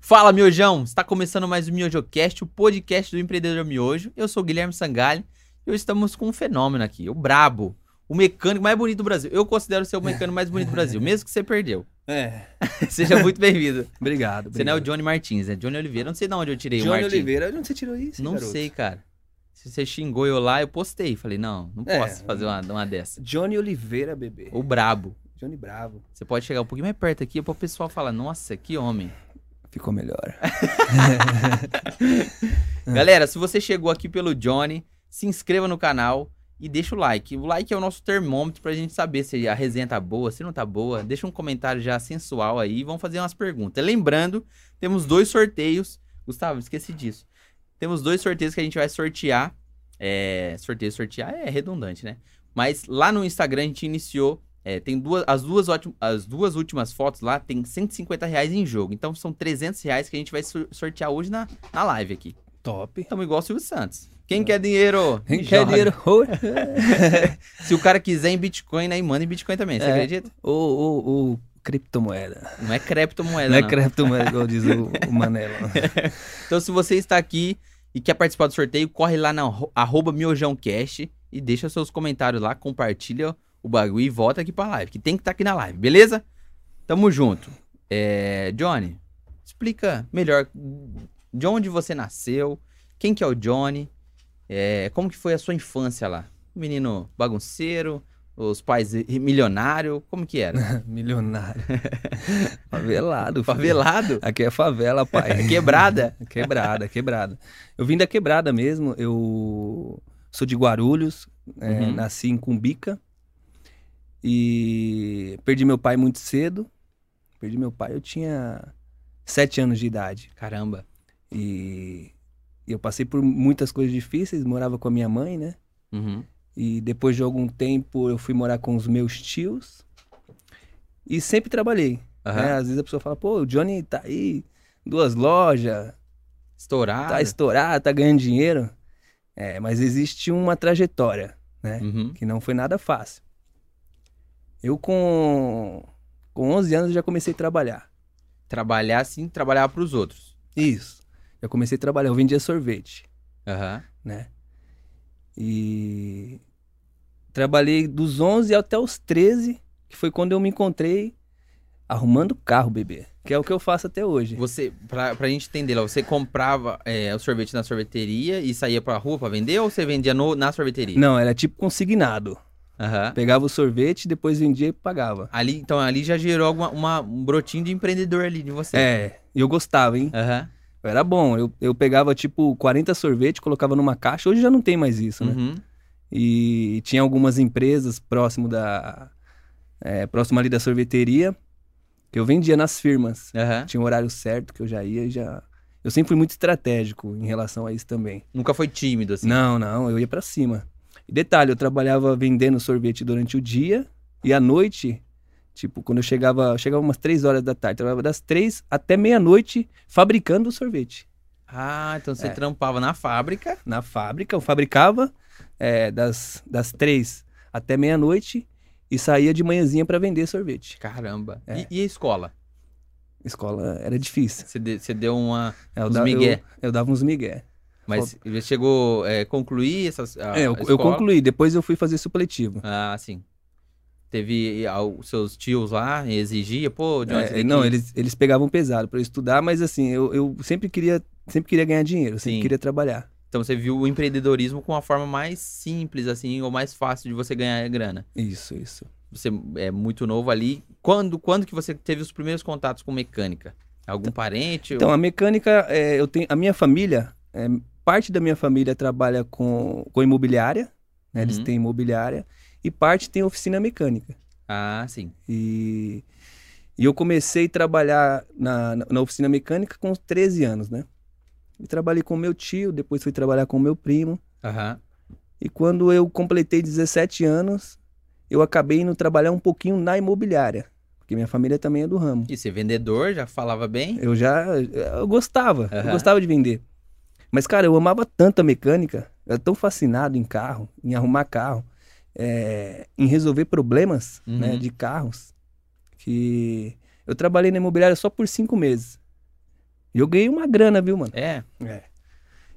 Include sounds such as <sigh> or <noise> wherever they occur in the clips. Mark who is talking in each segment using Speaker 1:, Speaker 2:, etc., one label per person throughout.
Speaker 1: Fala, Miojão! Está começando mais o Miojocast, o podcast do empreendedor Miojo. Eu sou o Guilherme Sangalli e hoje estamos com um fenômeno aqui, o Brabo, o mecânico mais bonito do Brasil. Eu considero ser o mecânico mais bonito do
Speaker 2: <laughs>
Speaker 1: Brasil, mesmo que você perdeu.
Speaker 2: É,
Speaker 1: Seja muito bem-vindo.
Speaker 2: <laughs> obrigado.
Speaker 1: Você não é o
Speaker 2: obrigado.
Speaker 1: Johnny Martins, é Johnny Oliveira. Não sei de onde eu tirei o
Speaker 2: Johnny
Speaker 1: Martins.
Speaker 2: Oliveira, de onde você tirou isso?
Speaker 1: Não
Speaker 2: garoto?
Speaker 1: sei, cara. Se você xingou eu lá, eu postei. Falei, não, não
Speaker 2: É.
Speaker 1: posso fazer uma, uma dessa.
Speaker 2: Johnny Oliveira, bebê.
Speaker 1: O Brabo.
Speaker 2: Johnny Bravo.
Speaker 1: Você pode chegar um pouquinho mais perto aqui para o pessoal falar, nossa, que homem.
Speaker 2: Ficou melhor.
Speaker 1: Galera, se você chegou aqui pelo Johnny, se inscreva no canal e deixa o like. O like é o nosso termômetro pra gente saber se a resenha tá boa, se não tá boa. Deixa um comentário já sensual aí e vamos fazer umas perguntas. Lembrando, temos dois sorteios. Gustavo, esqueci disso. Temos dois sorteios que a gente vai sortear. É, sorteio, sortear é redundante, né? Mas lá no Instagram a gente iniciou. é, tem duas, as, duas ótim- as duas últimas fotos lá tem 150 reais em jogo. Então são 300 reais que a gente vai sor- sortear hoje na, na live aqui.
Speaker 2: Top.
Speaker 1: Estamos É um igual o Silvio Santos. Quem quer dinheiro?
Speaker 2: É. Quem
Speaker 1: Me
Speaker 2: quer
Speaker 1: joga.
Speaker 2: <laughs> dinheiro?
Speaker 1: Se o cara quiser em Bitcoin, aí manda em Bitcoin também. Você
Speaker 2: É.
Speaker 1: acredita?
Speaker 2: ou, ou, ou criptomoeda.
Speaker 1: Não é criptomoeda,
Speaker 2: não é
Speaker 1: não.
Speaker 2: criptomoeda, igual diz o, <laughs> o Manelo.
Speaker 1: Então, se você está aqui e quer participar do sorteio, corre lá na arro- arroba miojãocast e deixa seus comentários lá, compartilha o bagulho e volta aqui pra live, que tem que estar aqui na live, beleza? Tamo junto. É, Johnny, explica melhor de onde você nasceu, quem que é o Johnny, é, como que foi a sua infância lá? Menino bagunceiro, os pais i- milionário, como que
Speaker 2: <laughs>
Speaker 1: era?
Speaker 2: Milionário. Favelado. filho.
Speaker 1: Favelado?
Speaker 2: Aqui é favela, <laughs> pai.
Speaker 1: Quebrada?
Speaker 2: Quebrada, quebrada. Eu vim da quebrada mesmo. Eu sou de Guarulhos, é,
Speaker 1: Uhum.
Speaker 2: nasci em Cumbica. E perdi meu pai muito cedo. Perdi meu pai, eu tinha sete anos de idade.
Speaker 1: Caramba.
Speaker 2: E eu passei por muitas coisas difíceis. Morava com a minha mãe, né?
Speaker 1: Uhum.
Speaker 2: E depois de algum tempo eu fui morar com os meus tios. E sempre trabalhei.
Speaker 1: Aham.
Speaker 2: né? Às vezes a pessoa fala, pô, o Johnny tá aí, duas lojas,
Speaker 1: Estourado?
Speaker 2: tá estourado, tá ganhando dinheiro. É, mas existe uma trajetória, né?
Speaker 1: Uhum.
Speaker 2: Que não foi nada fácil. Eu com, com 11 anos já comecei a trabalhar.
Speaker 1: Trabalhar assim, trabalhar pros outros.
Speaker 2: Isso. Já comecei a trabalhar, eu vendia sorvete,
Speaker 1: Aham.
Speaker 2: né? E trabalhei dos 11 até os 13, que foi quando eu me encontrei arrumando carro, bebê. Que é o que eu faço até hoje.
Speaker 1: Você, pra, pra gente entender lá, você comprava é, o sorvete na sorveteria e saía pra rua pra vender ou você vendia no- na sorveteria?
Speaker 2: Não, era tipo consignado.
Speaker 1: Aham.
Speaker 2: Pegava o sorvete, depois vendia e pagava.
Speaker 1: Ali, então ali já gerou alguma, uma- um brotinho de empreendedor ali de você.
Speaker 2: É, e eu gostava, hein?
Speaker 1: Aham.
Speaker 2: Eu era bom. Eu, eu pegava, tipo, 40 sorvetes, colocava numa caixa. Hoje já não tem mais isso, né?
Speaker 1: Uhum.
Speaker 2: E tinha algumas empresas próximo da... é, próximo ali da sorveteria, que eu vendia nas firmas.
Speaker 1: Aham.
Speaker 2: Tinha um horário certo que eu já ia e já... Eu sempre fui muito estratégico em relação a isso também.
Speaker 1: Nunca foi tímido assim.
Speaker 2: Não, não, eu ia pra cima. E detalhe, eu trabalhava vendendo sorvete durante o dia e à noite, tipo, quando eu chegava, eu chegava umas 3 horas da tarde, trabalhava das 3 até meia-noite fabricando o sorvete.
Speaker 1: Ah, então você
Speaker 2: É.
Speaker 1: trampava na fábrica.
Speaker 2: na fábrica, eu fabricava é, das, das três até meia-noite e saía de manhãzinha pra vender sorvete.
Speaker 1: Caramba. E- E, a escola?
Speaker 2: Escola era difícil.
Speaker 1: Você, de- você deu uma.
Speaker 2: Eu,
Speaker 1: Uns
Speaker 2: da-
Speaker 1: migué.
Speaker 2: eu, eu dava uns migué.
Speaker 1: Mas você chegou é, concluir essas. a-
Speaker 2: É, eu,
Speaker 1: Ah, a
Speaker 2: eu
Speaker 1: escola?
Speaker 2: concluí, depois eu fui fazer supletivo.
Speaker 1: Ah, sim. Teve ah, os seus tios lá, exigia, pô, John,
Speaker 2: É,
Speaker 1: você tem
Speaker 2: não,
Speaker 1: que-
Speaker 2: eles, eles pegavam pesado pra eu estudar, mas assim, eu, eu sempre queria sempre queria ganhar dinheiro, sempre
Speaker 1: Sim.
Speaker 2: queria trabalhar.
Speaker 1: Então você viu o empreendedorismo com uma forma mais simples, assim, ou mais fácil de você ganhar grana.
Speaker 2: Isso, isso.
Speaker 1: Você é muito novo ali. Quando, quando que você teve os primeiros contatos com mecânica? Algum parente?
Speaker 2: Então, a mecânica, é, eu tenho, a minha família, é, parte da minha família trabalha com, com imobiliária, né, eles
Speaker 1: Uhum.
Speaker 2: têm imobiliária, e parte tem oficina mecânica.
Speaker 1: Ah, sim.
Speaker 2: E, e eu comecei a trabalhar na, na- na oficina mecânica com 13 anos, né? E trabalhei com meu tio, depois fui trabalhar com meu primo.
Speaker 1: Aham.
Speaker 2: E quando eu completei 17 anos, eu acabei indo trabalhar um pouquinho na imobiliária, porque minha família também é do ramo.
Speaker 1: E ser vendedor, já falava bem?
Speaker 2: Eu já eu gostava,
Speaker 1: Aham.
Speaker 2: eu gostava de vender. Mas, cara, eu amava tanto a mecânica, eu era tão fascinado em carro, em arrumar carro, é, em resolver problemas
Speaker 1: Uhum.
Speaker 2: né, de carros, que eu trabalhei na imobiliária só por cinco meses. E eu ganhei uma grana, viu, mano?
Speaker 1: É.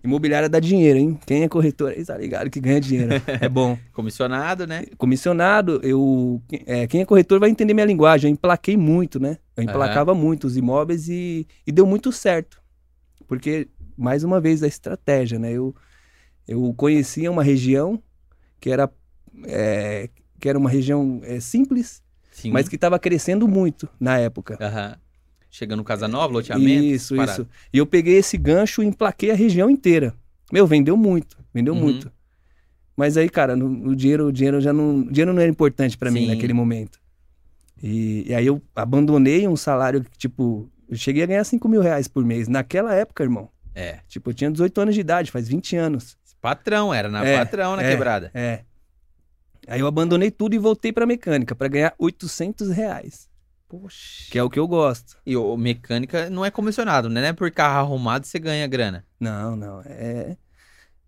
Speaker 2: Imobiliária dá dinheiro, hein? Quem é corretor aí tá ligado que ganha dinheiro. <laughs> É bom.
Speaker 1: Comissionado, né?
Speaker 2: Comissionado, eu. é, quem é corretor vai entender minha linguagem. Eu emplaquei muito, né? Eu emplacava muito os imóveis e, e deu muito certo. Porque, mais uma vez, a estratégia, né? Eu, eu conhecia uma região que era, é, que era uma região é, simples,
Speaker 1: Sim.
Speaker 2: mas que estava crescendo muito na época.
Speaker 1: Aham. Chegando no Casa Nova, loteamento.
Speaker 2: Isso,
Speaker 1: parada.
Speaker 2: isso. E eu peguei esse gancho e emplaquei a região inteira. Meu, vendeu muito, vendeu
Speaker 1: Uhum.
Speaker 2: muito. Mas aí, cara, no- o dinheiro, o dinheiro já não, o dinheiro não era importante pra mim
Speaker 1: Sim.
Speaker 2: naquele momento. E, e aí eu abandonei um salário que, tipo, eu cheguei a ganhar 5 mil reais por mês. Naquela época, irmão,
Speaker 1: É.
Speaker 2: tipo, eu tinha 18 anos de idade, faz 20 anos.
Speaker 1: Patrão, era na
Speaker 2: É,
Speaker 1: patrão na
Speaker 2: é.
Speaker 1: quebrada.
Speaker 2: É. Aí eu abandonei tudo e voltei pra mecânica pra ganhar 800 reais,
Speaker 1: Poxa.
Speaker 2: que é o que eu gosto.
Speaker 1: E o mecânica não é comissionado, né? Não é por carro arrumado você ganha grana.
Speaker 2: Não, não. É.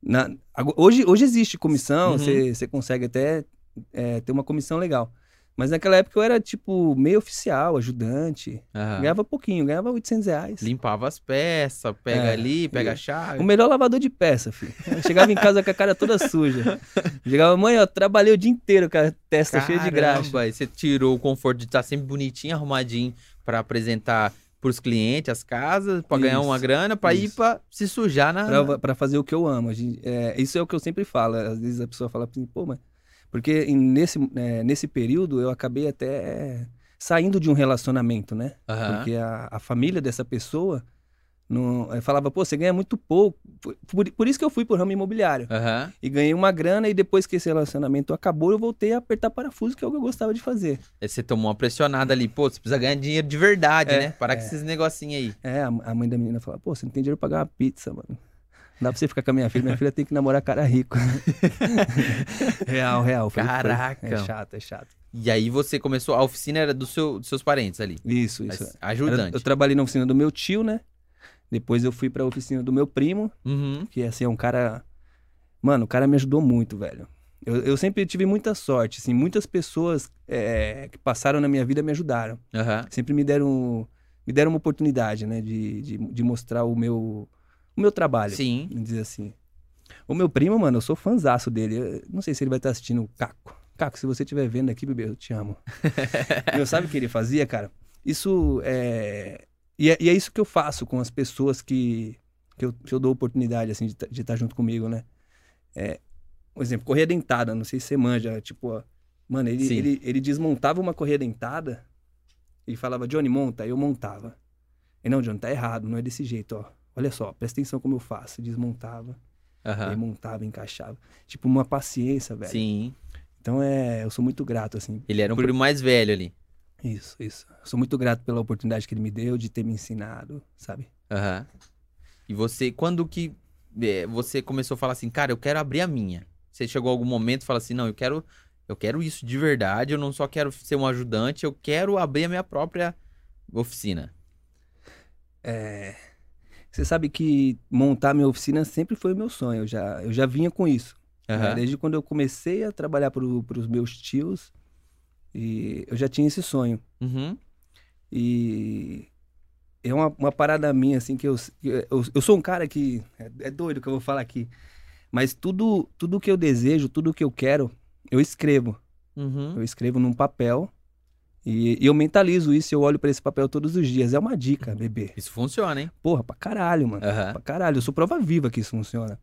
Speaker 2: na- ago- hoje, hoje existe comissão,
Speaker 1: Uhum.
Speaker 2: você você consegue até é, ter uma comissão legal. Mas naquela época eu era, tipo, meio oficial, ajudante.
Speaker 1: Aham.
Speaker 2: Ganhava pouquinho, ganhava 800 reais.
Speaker 1: Limpava as peças, pega
Speaker 2: É,
Speaker 1: ali, pega a
Speaker 2: e-
Speaker 1: chave.
Speaker 2: O melhor lavador de peça, filho. Eu chegava em casa com a cara toda
Speaker 1: <laughs>
Speaker 2: suja. Chegava, mãe, ó, trabalhei o dia inteiro com a testa cheia tá de graxa.
Speaker 1: Caramba, e você tirou o conforto de estar sempre bonitinho, arrumadinho pra apresentar pros clientes as casas, pra ganhar
Speaker 2: Isso,
Speaker 1: uma grana, pra ir
Speaker 2: isso.
Speaker 1: pra se sujar na.
Speaker 2: pra, pra fazer o que eu amo. A gente- é, isso é o que eu sempre falo. Às vezes a pessoa fala assim, pô, mas. Porque em- nesse, é, nesse período eu acabei até saindo de um relacionamento, né?
Speaker 1: Aham.
Speaker 2: Porque a, a família dessa pessoa não, eh, falava, pô, você ganha muito pouco. Por- Por, por isso que eu fui pro ramo imobiliário.
Speaker 1: Aham.
Speaker 2: E ganhei uma grana e depois que esse relacionamento acabou, eu voltei a apertar parafuso, que é o que eu gostava de fazer.
Speaker 1: Aí Você tomou uma pressionada ali, pô, você precisa ganhar dinheiro de verdade,
Speaker 2: É,
Speaker 1: né? Parar
Speaker 2: é.
Speaker 1: com esses negocinhos aí.
Speaker 2: É, a, a mãe da menina falava, pô, você não tem dinheiro pra pagar uma pizza, mano. Não dá pra você ficar com a minha filha, minha filha tem que namorar cara rico. real, real. Falei, "Pô,
Speaker 1: Caraca.
Speaker 2: É chato, é chato.
Speaker 1: E aí você começou, a oficina era do seu, dos seus parentes ali.
Speaker 2: Isso, isso.
Speaker 1: As-
Speaker 2: Era-
Speaker 1: Ajudante.
Speaker 2: eu trabalhei na oficina do meu tio, né? Depois eu fui pra oficina do meu primo,
Speaker 1: Uhum.
Speaker 2: que assim é um cara. Mano, o cara me ajudou muito, velho. Eu, eu sempre tive muita sorte, assim, muitas pessoas é, que passaram na minha vida me ajudaram.
Speaker 1: Aham.
Speaker 2: Sempre me deram, me deram uma oportunidade, né, de, de, de mostrar o meu, o meu trabalho,
Speaker 1: Sim.
Speaker 2: vamos dizer assim. O meu primo, mano, eu sou fanzaço dele. Eu não sei se ele vai estar assistindo o Caco. Caco, se você estiver vendo aqui, bebê, eu te amo. eu sabe o que ele fazia, cara? Isso é... E, é. e é isso que eu faço com as pessoas que, que, eu, que eu dou oportunidade, assim, de estar junto comigo, né? É, por exemplo, correia dentada, não sei se você manja, tipo, ó, mano, ele,
Speaker 1: Sim.
Speaker 2: ele, ele desmontava uma correia dentada e falava, Johnny, monta, aí eu montava. E não, Johnny, tá errado, não é desse jeito, ó. Olha só, presta atenção como eu faço. Desmontava,
Speaker 1: Aham.
Speaker 2: aí montava, encaixava. Tipo, uma paciência, velho.
Speaker 1: Ah. Sim.
Speaker 2: Então é, eu sou muito grato, assim,
Speaker 1: Ele era um
Speaker 2: Por-
Speaker 1: primo mais velho ali.
Speaker 2: Isso, isso. Sou muito grato pela oportunidade que ele me deu de ter me ensinado, sabe?
Speaker 1: Aham. E você, quando que é, você começou a falar assim, cara, eu quero abrir a minha? Você chegou a algum momento e falou assim, não, eu quero, eu quero isso de verdade, eu não só quero ser um ajudante, eu quero abrir a minha própria oficina.
Speaker 2: É, Você sabe que montar minha oficina sempre foi o meu sonho. Eu já, eu já vinha com isso. né?
Speaker 1: Aham.
Speaker 2: Desde quando eu comecei a trabalhar para os meus tios, e eu já tinha esse sonho.
Speaker 1: Uhum.
Speaker 2: E é uma, uma parada minha, assim, que eu, eu, eu sou um cara que. É, é doido o que eu vou falar aqui. Mas tudo, tudo que eu desejo, tudo que eu quero, eu escrevo.
Speaker 1: Uhum.
Speaker 2: Eu escrevo num papel e, e eu mentalizo isso, eu olho pra esse papel todos os dias. É uma dica,
Speaker 1: Uhum.
Speaker 2: bebê.
Speaker 1: Isso funciona, hein?
Speaker 2: Porra, pra caralho, mano.
Speaker 1: Aham.
Speaker 2: Pra caralho. Eu sou prova viva que isso funciona.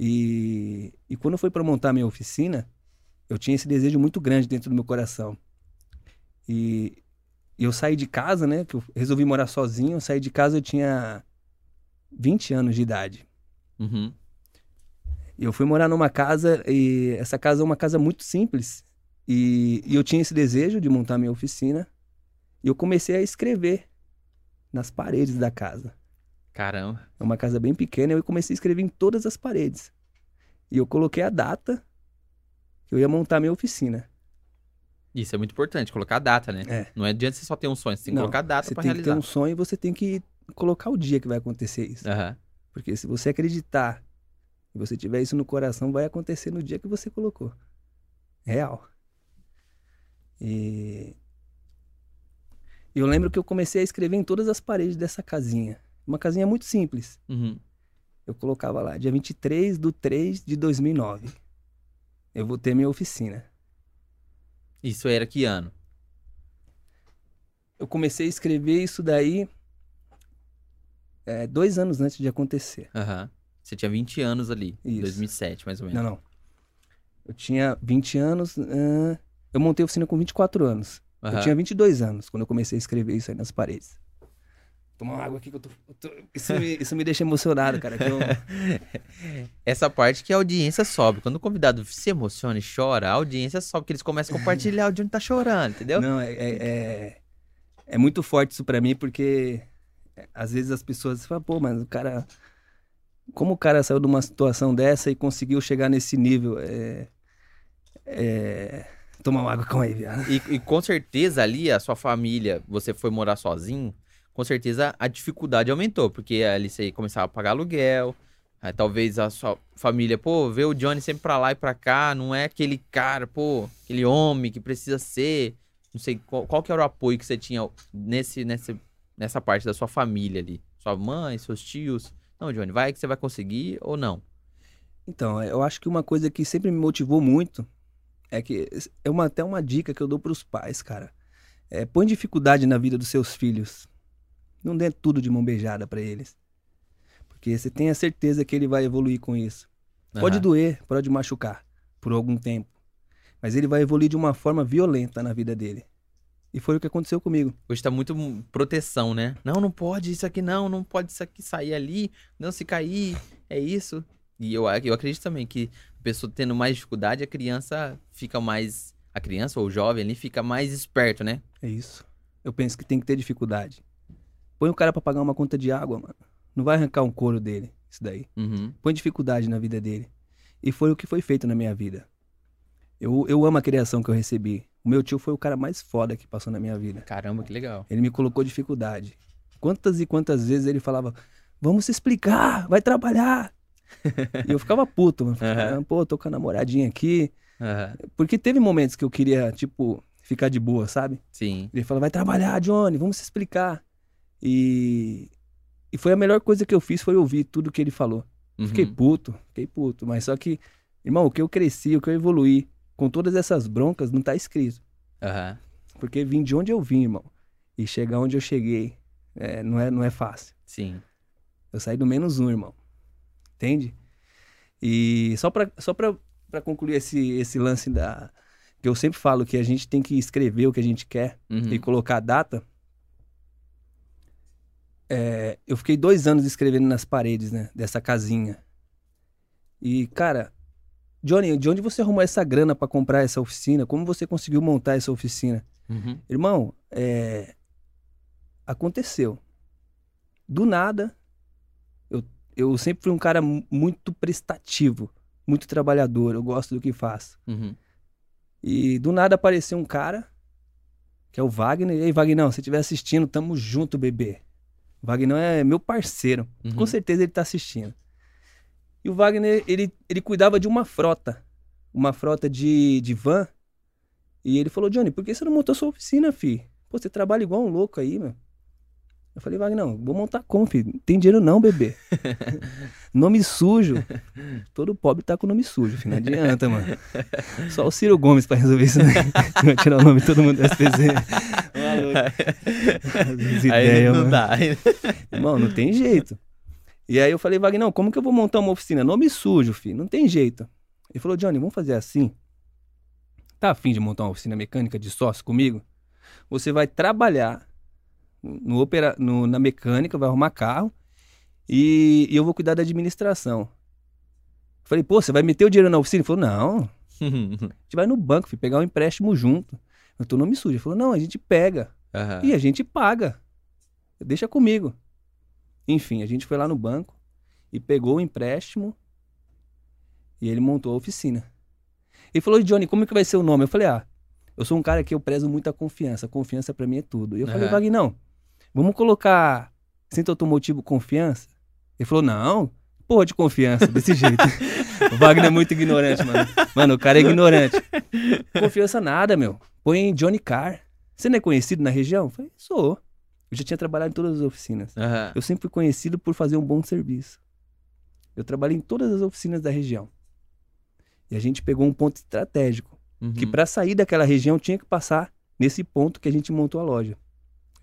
Speaker 2: E, e quando foi pra montar minha oficina, eu tinha esse desejo muito grande dentro do meu coração. E, e eu saí de casa, né? Que eu resolvi morar sozinho. Eu saí de casa, eu tinha 20 anos de idade.
Speaker 1: Uhum.
Speaker 2: E eu fui morar numa casa, e essa casa é uma casa muito simples. E, e eu tinha esse desejo de montar minha oficina. E eu comecei a escrever nas paredes da casa.
Speaker 1: Caramba.
Speaker 2: É uma casa bem pequena, e eu comecei a escrever em todas as paredes. E eu coloquei a data que eu ia montar minha oficina.
Speaker 1: Isso é muito importante, colocar a data, né?
Speaker 2: É.
Speaker 1: Não adianta você só ter um sonho, você tem que
Speaker 2: Não,
Speaker 1: colocar a data
Speaker 2: Você
Speaker 1: pra
Speaker 2: tem que ter
Speaker 1: realizar. É.
Speaker 2: um sonho e você tem que colocar o dia que vai acontecer isso.
Speaker 1: Aham.
Speaker 2: Porque se você acreditar e você tiver isso no coração, vai acontecer no dia que você colocou. Real. E eu lembro que eu comecei a escrever em todas as paredes dessa casinha. Uma casinha muito simples.
Speaker 1: Uhum.
Speaker 2: Eu colocava lá, dia 23 de 3 de 2009. Eu vou ter minha oficina.
Speaker 1: Isso era que ano?
Speaker 2: Eu comecei a escrever isso daí é, dois anos antes de acontecer.
Speaker 1: Aham. Você tinha 20 anos ali.
Speaker 2: Isso.
Speaker 1: 2007, mais ou menos.
Speaker 2: Não, não. Eu tinha 20 anos. ahn, eu montei a oficina com 24 anos.
Speaker 1: Aham.
Speaker 2: Eu tinha 22 anos quando eu comecei a escrever isso aí nas paredes. Tomar uma água aqui que eu tô. eu tô- isso, me, isso me deixa emocionado, cara. que eu-
Speaker 1: Essa parte que a audiência sobe. Quando o convidado se emociona e chora, a audiência sobe, porque eles começam a compartilhar o Johnny tá chorando, entendeu?
Speaker 2: Não, é, é, é- é muito forte isso pra mim, porque é, às vezes as pessoas falam, pô, mas o cara. Como o cara saiu de uma situação dessa e conseguiu chegar nesse nível? É. é tomar uma água com aí, viado.
Speaker 1: E, e com certeza ali, a sua família, você foi morar sozinho, com certeza a dificuldade aumentou, porque ali você começava a pagar aluguel, aí talvez a sua família, pô, vê o Johnny sempre pra lá e pra cá, não é aquele cara, pô, aquele homem que precisa ser, não sei, qual, qual que era o apoio que você tinha nesse, nesse, nessa parte da sua família ali? Sua mãe, seus tios? Não, Johnny, vai que você vai conseguir ou não?
Speaker 2: Então, eu acho que uma coisa que sempre me motivou muito é que é uma, até uma dica que eu dou pros pais, cara. É, põe dificuldade na vida dos seus filhos. Não dê tudo de mão beijada pra eles. Porque você tem a certeza que ele vai evoluir com isso. Pode
Speaker 1: Aham.
Speaker 2: doer, pode machucar por algum tempo. Mas ele vai evoluir de uma forma violenta na vida dele. E foi o que aconteceu comigo.
Speaker 1: Hoje tá muito m- proteção, né? Não, não pode isso aqui, não, não pode isso aqui sair ali, não se cair, é isso. E eu, a- eu acredito também que a pessoa tendo mais dificuldade, a criança fica mais. A criança ou o jovem ali fica mais esperto, né?
Speaker 2: É isso. Eu penso que tem que ter dificuldade. Põe o cara pra pagar uma conta de água, mano. Não vai arrancar um couro dele, isso daí.
Speaker 1: Uhum.
Speaker 2: põe dificuldade na vida dele. E foi o que foi feito na minha vida. Eu, eu amo a criação que eu recebi. O meu tio foi o cara mais foda que passou na minha vida.
Speaker 1: Caramba, que legal.
Speaker 2: Ele me colocou dificuldade. Quantas e quantas vezes ele falava: Vamos se explicar, vai trabalhar. e eu ficava puto, mano. Ficava, Pô, tô com a namoradinha aqui.
Speaker 1: Aham,
Speaker 2: Porque teve momentos que eu queria, tipo, ficar de boa, sabe?
Speaker 1: Sim.
Speaker 2: Ele falou, vai trabalhar, Johnny, vamos se explicar. E, e foi a melhor coisa que eu fiz, foi ouvir tudo que ele falou.
Speaker 1: Uhum.
Speaker 2: Fiquei puto, fiquei puto. Mas só que, irmão, o que eu cresci, o que eu evoluí, com todas essas broncas, não tá escrito.
Speaker 1: Aham.
Speaker 2: Porque vim de onde eu vim, irmão. E chegar onde eu cheguei, é, não, é, não é fácil.
Speaker 1: Sim.
Speaker 2: Eu saí do menos um, irmão. Entende? E só pra, só pra, pra concluir esse, esse lance da. Que eu sempre falo que a gente tem que escrever o que a gente quer
Speaker 1: Uhum.
Speaker 2: e colocar a data. É, eu fiquei dois anos escrevendo nas paredes, né? Dessa casinha. E, cara, Johnny, de onde você arrumou essa grana pra comprar essa oficina? Como você conseguiu montar essa oficina?
Speaker 1: Uhum.
Speaker 2: Irmão, é, aconteceu. Do nada, eu, eu sempre fui um cara mu- muito prestativo, muito trabalhador, eu gosto do que faço.
Speaker 1: Uhum.
Speaker 2: E do nada apareceu um cara, que é o Wagner. E aí, Wagner, se estiver assistindo, tamo junto, bebê. O Wagner é meu parceiro.
Speaker 1: Uhum.
Speaker 2: Com certeza ele tá assistindo. E o Wagner, ele, ele cuidava de uma frota. Uma frota de, de van. E ele falou, Johnny, por que você não montou sua oficina, fi? Pô, você trabalha igual um louco aí, meu. Eu falei, Wagner, não, vou montar como, fi? Não Tem dinheiro
Speaker 1: <laughs>
Speaker 2: não, bebê. nome sujo. Todo pobre tá com nome sujo, fi. Não adianta, mano. Só o Ciro Gomes pra resolver isso, né? <laughs> Vai tirar o nome de todo mundo do SPZ.
Speaker 1: <laughs>
Speaker 2: É, <laughs> As
Speaker 1: Aí
Speaker 2: ideias,
Speaker 1: não
Speaker 2: mano.
Speaker 1: dá. <laughs>
Speaker 2: Irmão, não tem jeito. E aí eu falei, Wagner, como que eu vou montar uma oficina? Nome sujo, filho, não tem jeito. Ele falou, Johnny, vamos fazer assim? Tá afim de montar uma oficina mecânica de sócio comigo? Você vai trabalhar no opera, no- na mecânica, vai arrumar carro e, e eu vou cuidar da administração. Falei, pô, você vai meter o dinheiro na oficina? Ele falou, não, a gente vai no banco, filho, pegar um empréstimo junto. Eu tô nome sujo. Ele falou, não, a gente pega.
Speaker 1: Aham.
Speaker 2: E a gente paga. Deixa comigo. Enfim, a gente foi lá no banco e pegou o empréstimo e ele montou a oficina. Ele falou, Johnny, como que vai ser o nome? Eu falei, ah, eu sou um cara que eu prezo muito a confiança. Confiança pra mim é tudo. E eu falei,
Speaker 1: Aham.
Speaker 2: Wagner, não, vamos colocar Centro Automotivo Confiança? Ele falou, não, porra de confiança, desse jeito. o Wagner é muito ignorante, mano. Mano, o cara é ignorante. Confiança nada, meu. Põe Johnny Carr. Você não é conhecido na região? Eu falei, sou. Eu já tinha trabalhado em todas as oficinas.
Speaker 1: Aham.
Speaker 2: Eu sempre fui conhecido por fazer um bom serviço. Eu trabalhei em todas as oficinas da região. E a gente pegou um ponto estratégico,
Speaker 1: Uhum.
Speaker 2: que para sair daquela região tinha que passar nesse ponto que a gente montou a loja.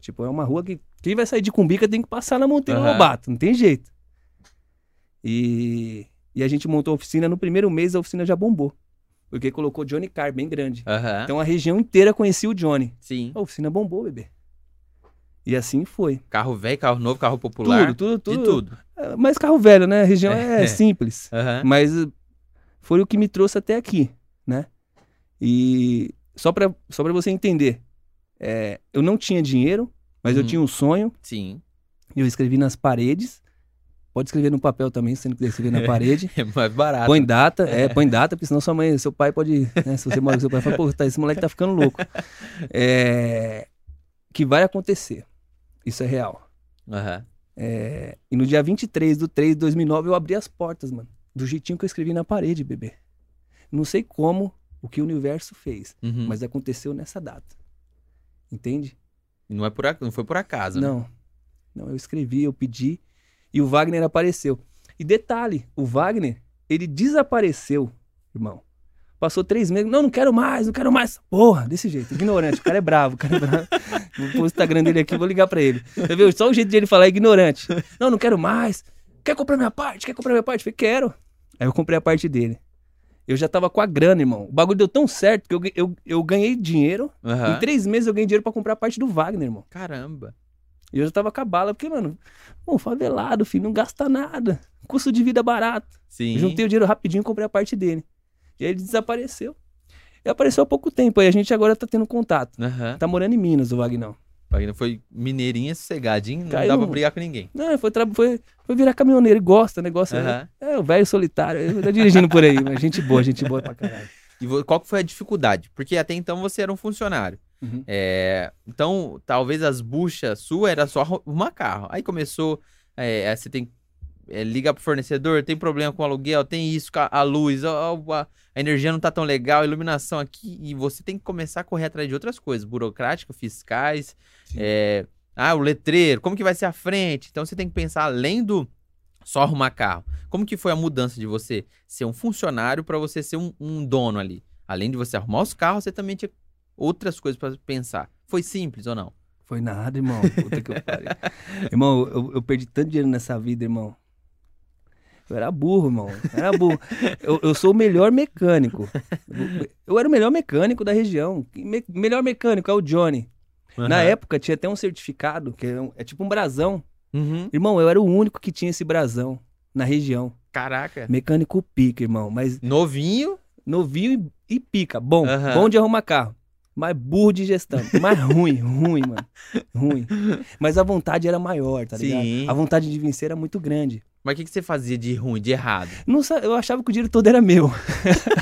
Speaker 2: Tipo, é uma rua que quem vai sair de Cumbica tem que passar na Monteiro
Speaker 1: Aham.
Speaker 2: Lobato, não tem jeito. E, e a gente montou a oficina, no primeiro mês a oficina já bombou. Porque colocou Johnny Car bem grande.
Speaker 1: Aham.
Speaker 2: Então a região inteira conhecia o Johnny.
Speaker 1: Sim.
Speaker 2: A oficina bombou, bebê. E assim foi.
Speaker 1: Carro velho, carro novo, carro popular.
Speaker 2: tudo, tudo,
Speaker 1: De
Speaker 2: tudo.
Speaker 1: tudo.
Speaker 2: É, Mas carro velho, né? A região é,
Speaker 1: É.
Speaker 2: simples.
Speaker 1: Aham.
Speaker 2: Mas uh, foi o que me trouxe até aqui, né? E só pra, só pra você entender, é, eu não tinha dinheiro, mas eu
Speaker 1: Uhum.
Speaker 2: tinha um sonho.
Speaker 1: Sim. <laughs>
Speaker 2: Eu escrevi nas paredes. Pode escrever no papel também, se você não quiser escrever <laughs> na parede.
Speaker 1: É mais barato.
Speaker 2: Põe data, é, põe data, porque senão sua mãe, seu pai pode. né, se você mora com seu pai, fala, pô, tá, esse moleque tá ficando <laughs> louco. É, que vai acontecer. Isso é real.
Speaker 1: Aham.
Speaker 2: É, e no dia 23 do 3 de 2009 eu abri as portas, mano. Do jeitinho que eu escrevi na parede, bebê. Não sei como, o que o universo fez,
Speaker 1: Uhum.
Speaker 2: mas aconteceu nessa data. Entende?
Speaker 1: Não, é por ac- não foi por acaso, né?
Speaker 2: Não. Não, eu escrevi, eu pedi e o Wagner apareceu. E detalhe, o Wagner, ele desapareceu, irmão. Passou três meses. Não, não quero mais, não quero mais. Porra, desse jeito. Ignorante. O cara é bravo, o cara é bravo. Vou pôr o Instagram dele aqui, vou ligar pra ele. Você viu? Só o jeito de ele falar é ignorante. Não, não quero mais. Quer comprar minha parte? Quer comprar minha parte? Eu falei, quero. Aí eu comprei a parte dele. Eu já tava com a grana, irmão. O bagulho deu tão certo que eu, ga- eu, eu ganhei dinheiro.
Speaker 1: Aham.
Speaker 2: Em três meses eu ganhei dinheiro pra comprar a parte do Wagner, irmão.
Speaker 1: Caramba.
Speaker 2: E eu já tava com a bala, porque, mano, bom, favelado, filho, não gasta nada. Custo de vida barato.
Speaker 1: Sim.
Speaker 2: Eu Juntei o dinheiro rapidinho e comprei a parte dele. E aí ele desapareceu. E apareceu há pouco tempo, aí a gente agora tá tendo contato.
Speaker 1: Aham.
Speaker 2: Tá morando em Minas, o Vagnão.
Speaker 1: Wagner Foi mineirinha, sossegadinho, não
Speaker 2: Caiu
Speaker 1: dá pra
Speaker 2: um-
Speaker 1: brigar com ninguém.
Speaker 2: Não, foi, tra- foi, foi virar caminhoneiro, ele gosta, negócio.
Speaker 1: Aham.
Speaker 2: É, o velho solitário, ele tá dirigindo por aí, mas gente boa, gente boa pra caralho.
Speaker 1: E vo- qual que foi a dificuldade? Porque até então você era um funcionário.
Speaker 2: Uhum.
Speaker 1: É, então, talvez as buchas sua era só arrumar carro. Aí começou, é, é, você tem é, ligar pro fornecedor, tem problema com o aluguel, tem isso, ca- a luz, ó, ó, a, a energia não tá tão legal, a iluminação aqui, e você tem que começar a correr atrás de outras coisas, burocráticas, fiscais,
Speaker 2: Sim.
Speaker 1: é, ah, o letreiro, como que vai ser a frente? Então você tem que pensar além do só arrumar carro. Como que foi a mudança de você ser um funcionário para você ser um, um dono ali? Além de você arrumar os carros, você também tinha outras coisas para pensar. Foi simples ou não?
Speaker 2: Foi nada, irmão. Puta que eu pariu. irmão, eu, eu perdi tanto dinheiro nessa vida, irmão. Eu era burro, irmão. Eu era burro. Eu, eu sou o melhor mecânico. Eu, eu era o melhor mecânico da região. Que me- melhor mecânico é o Johnny. Na época tinha até um certificado, que é, um- é tipo um brasão.
Speaker 1: Uhum.
Speaker 2: Irmão, eu era o único que tinha esse brasão na região.
Speaker 1: Caraca.
Speaker 2: Mecânico pica, irmão. Mas
Speaker 1: Novinho.
Speaker 2: novinho e, e pica. Bom,
Speaker 1: Aham.
Speaker 2: bom de arrumar carro. Mas burro de gestão. Mas ruim, <laughs> ruim, mano. Ruim. Mas a vontade era maior, tá
Speaker 1: Sim.
Speaker 2: ligado? A vontade de vencer era muito grande.
Speaker 1: Mas o que, que você fazia de ruim, de errado?
Speaker 2: Não, sa- eu achava que o dinheiro todo era meu.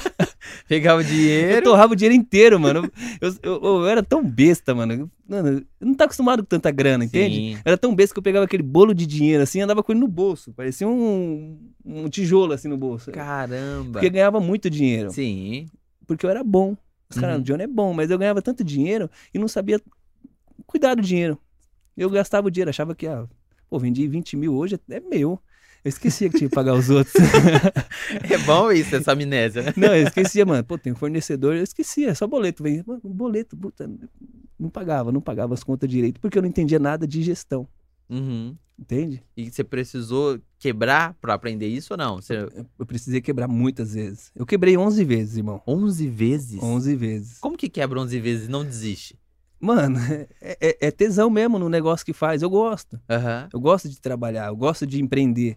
Speaker 1: <laughs> Pegava o <laughs>
Speaker 2: Eu
Speaker 1: dinheiro.
Speaker 2: torrava o dinheiro inteiro, mano. Eu, eu- eu era tão besta, mano. Mano, eu não tá acostumado com tanta grana, entende?
Speaker 1: Sim.
Speaker 2: Eu Era tão besta que eu pegava aquele bolo de dinheiro assim e andava com ele no bolso. Parecia um, um tijolo assim no bolso.
Speaker 1: Caramba.
Speaker 2: Porque eu ganhava muito dinheiro.
Speaker 1: <laughs> Sim.
Speaker 2: porque eu era bom. Os caras,
Speaker 1: Uhum.
Speaker 2: o Johnny é bom, mas eu ganhava tanto dinheiro e não sabia cuidar do dinheiro. Eu gastava o dinheiro, achava que, ah, pô, vendi 20 mil hoje, é meu. Eu esquecia que tinha que pagar os <laughs> outros.
Speaker 1: É bom isso, essa amnésia. né?
Speaker 2: não, eu esquecia, mano. Pô, tem um fornecedor, eu esquecia, só boleto. Vem, mano, boleto, puta, não pagava, não pagava as contas direito, porque eu não entendia nada de gestão,
Speaker 1: Uhum.
Speaker 2: entende?
Speaker 1: E você precisou quebrar pra aprender isso ou não? Você...
Speaker 2: Eu precisei quebrar muitas vezes. Eu quebrei 11 vezes, irmão.
Speaker 1: 11 vezes?
Speaker 2: 11 vezes.
Speaker 1: Como que quebra 11 vezes e não desiste?
Speaker 2: Mano, <laughs> é- é- é tesão mesmo no negócio que faz, eu gosto.
Speaker 1: Aham.
Speaker 2: Eu gosto de trabalhar, eu gosto de empreender.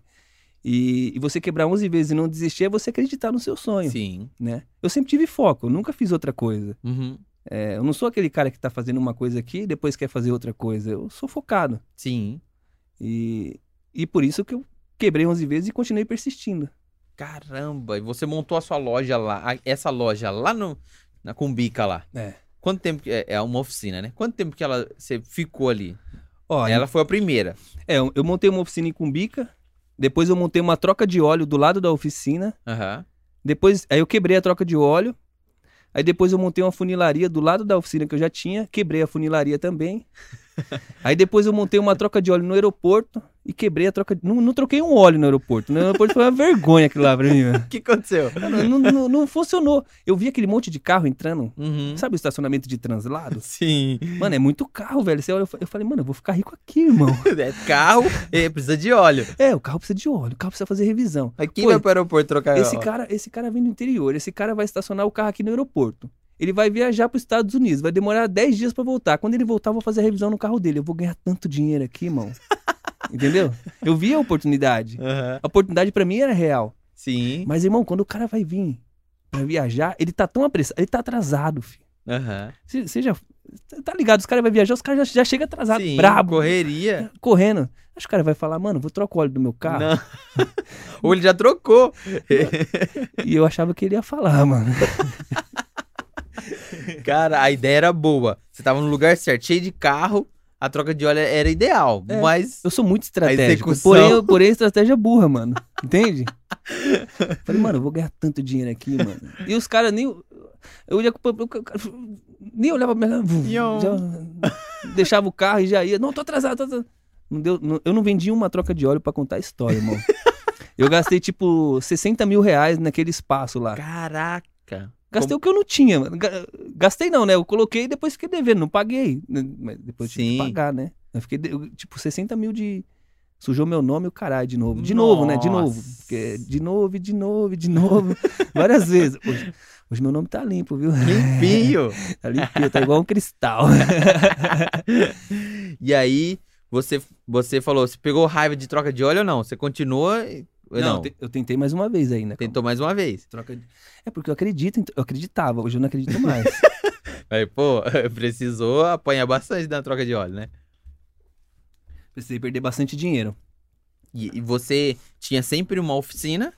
Speaker 2: E, e você quebrar 11 vezes e não desistir é você acreditar no seu sonho,
Speaker 1: Sim.
Speaker 2: né? Eu sempre tive foco, eu nunca fiz outra coisa.
Speaker 1: Uhum.
Speaker 2: É, eu não sou aquele cara que tá fazendo uma coisa aqui e depois quer fazer outra coisa. Eu sou focado.
Speaker 1: Sim.
Speaker 2: E, e por isso que eu quebrei 11 vezes e continuei persistindo.
Speaker 1: Caramba. E você montou a sua loja lá, a- essa loja lá no, na Cumbica lá.
Speaker 2: É.
Speaker 1: Quanto tempo que... É é uma oficina, né? Quanto tempo que ela você ficou ali?
Speaker 2: Ó,
Speaker 1: Ela foi a primeira.
Speaker 2: é, eu eu montei uma oficina em Cumbica, depois eu montei uma troca de óleo do lado da oficina,
Speaker 1: Aham.
Speaker 2: depois aí eu quebrei a troca de óleo, Aí depois eu montei uma funilaria do lado da oficina que eu já tinha, quebrei a funilaria <laughs> também. Aí depois eu montei uma troca de óleo no aeroporto e quebrei a troca de... Não, não troquei um óleo no aeroporto. No aeroporto foi uma vergonha aquilo lá pra mim. né? mano.
Speaker 1: O que aconteceu?
Speaker 2: <laughs> Não, não- não funcionou. Eu vi aquele monte de carro entrando.
Speaker 1: Uhum.
Speaker 2: Sabe o estacionamento de <laughs> translado?
Speaker 1: Sim.
Speaker 2: Mano, é muito carro, velho. Você olha, eu fa- eu falei, mano, eu vou ficar rico aqui, irmão.
Speaker 1: É carro e precisa de óleo.
Speaker 2: <laughs> É, o carro precisa de óleo, o carro precisa fazer revisão.
Speaker 1: Mas quem
Speaker 2: Pô,
Speaker 1: vai pro aeroporto trocar
Speaker 2: Esse
Speaker 1: óleo?
Speaker 2: cara, esse cara vem do interior, esse cara vai estacionar o carro aqui no aeroporto. Ele vai viajar para os Estados Unidos, vai demorar 10 dias para voltar. Quando ele voltar, eu vou fazer a revisão no carro dele. Eu vou ganhar tanto dinheiro
Speaker 1: <laughs>
Speaker 2: aqui, irmão. Entendeu? Eu vi a oportunidade.
Speaker 1: Aham.
Speaker 2: A oportunidade para mim era real.
Speaker 1: Sim.
Speaker 2: Mas, irmão, quando o cara vai vir para viajar, ele tá tão apressado, ele tá atrasado, filho.
Speaker 1: Aham.
Speaker 2: Você você já tá ligado, os caras vão viajar, os caras já, já chegam atrasados,
Speaker 1: Sim.
Speaker 2: brabo,
Speaker 1: Correria.
Speaker 2: correndo. Acho que o cara vai falar, mano, vou trocar o óleo do meu carro.
Speaker 1: Não. <laughs> Ou ele já trocou.
Speaker 2: E eu achava que ele ia falar, <laughs> mano.
Speaker 1: Cara, a ideia era boa. Você tava no lugar certo, cheio de carro, a troca de óleo era ideal.
Speaker 2: É.
Speaker 1: Mas.
Speaker 2: Eu sou muito estratégico.
Speaker 1: execução.
Speaker 2: Porém, eu- porém, a estratégia é burra, mano.
Speaker 1: <laughs>
Speaker 2: Entende? Falei, mano, eu vou ganhar tanto dinheiro aqui, mano. E os caras nem. Eu olhava pro- pro- pro- pro- nem olhava pra minha.
Speaker 1: Ion.
Speaker 2: já- deixava o carro e já ia. Não, tô atrasado, tô atrasado. Não deu, não- eu não vendi uma troca de óleo pra contar a história, irmão. Eu gastei tipo 60 mil reais naquele espaço lá.
Speaker 1: Caraca.
Speaker 2: Gastei o que eu não tinha, mano. Ga- Gastei não, né? Eu coloquei e depois fiquei devendo, não paguei. N- Mas depois eu tive que
Speaker 1: Sim.
Speaker 2: pagar, né? Eu fiquei, de- eu, tipo, 60 mil de. Sujou meu nome e o caralho de novo. De novo, né? De novo.
Speaker 1: Nossa.
Speaker 2: Porque é de novo, e de novo, e de novo. <laughs> Várias vezes. Hoje, hoje meu nome tá limpo, viu? <laughs>
Speaker 1: Limpinho.
Speaker 2: Tá limpinho, tá igual um cristal.
Speaker 1: <laughs> e aí, você, você falou, você pegou raiva de troca de óleo ou não? Você continua. e- ou <laughs> Não,
Speaker 2: te- eu tentei mais uma vez ainda.
Speaker 1: tentou mais uma vez.
Speaker 2: Troca de... É porque eu acredito, em- eu acreditava, hoje eu não acredito mais.
Speaker 1: <laughs> Aí, pô, <laughs> precisou apanhar bastante na troca de óleo, né?
Speaker 2: Precisei perder bastante dinheiro.
Speaker 1: E, e você tinha sempre uma oficina,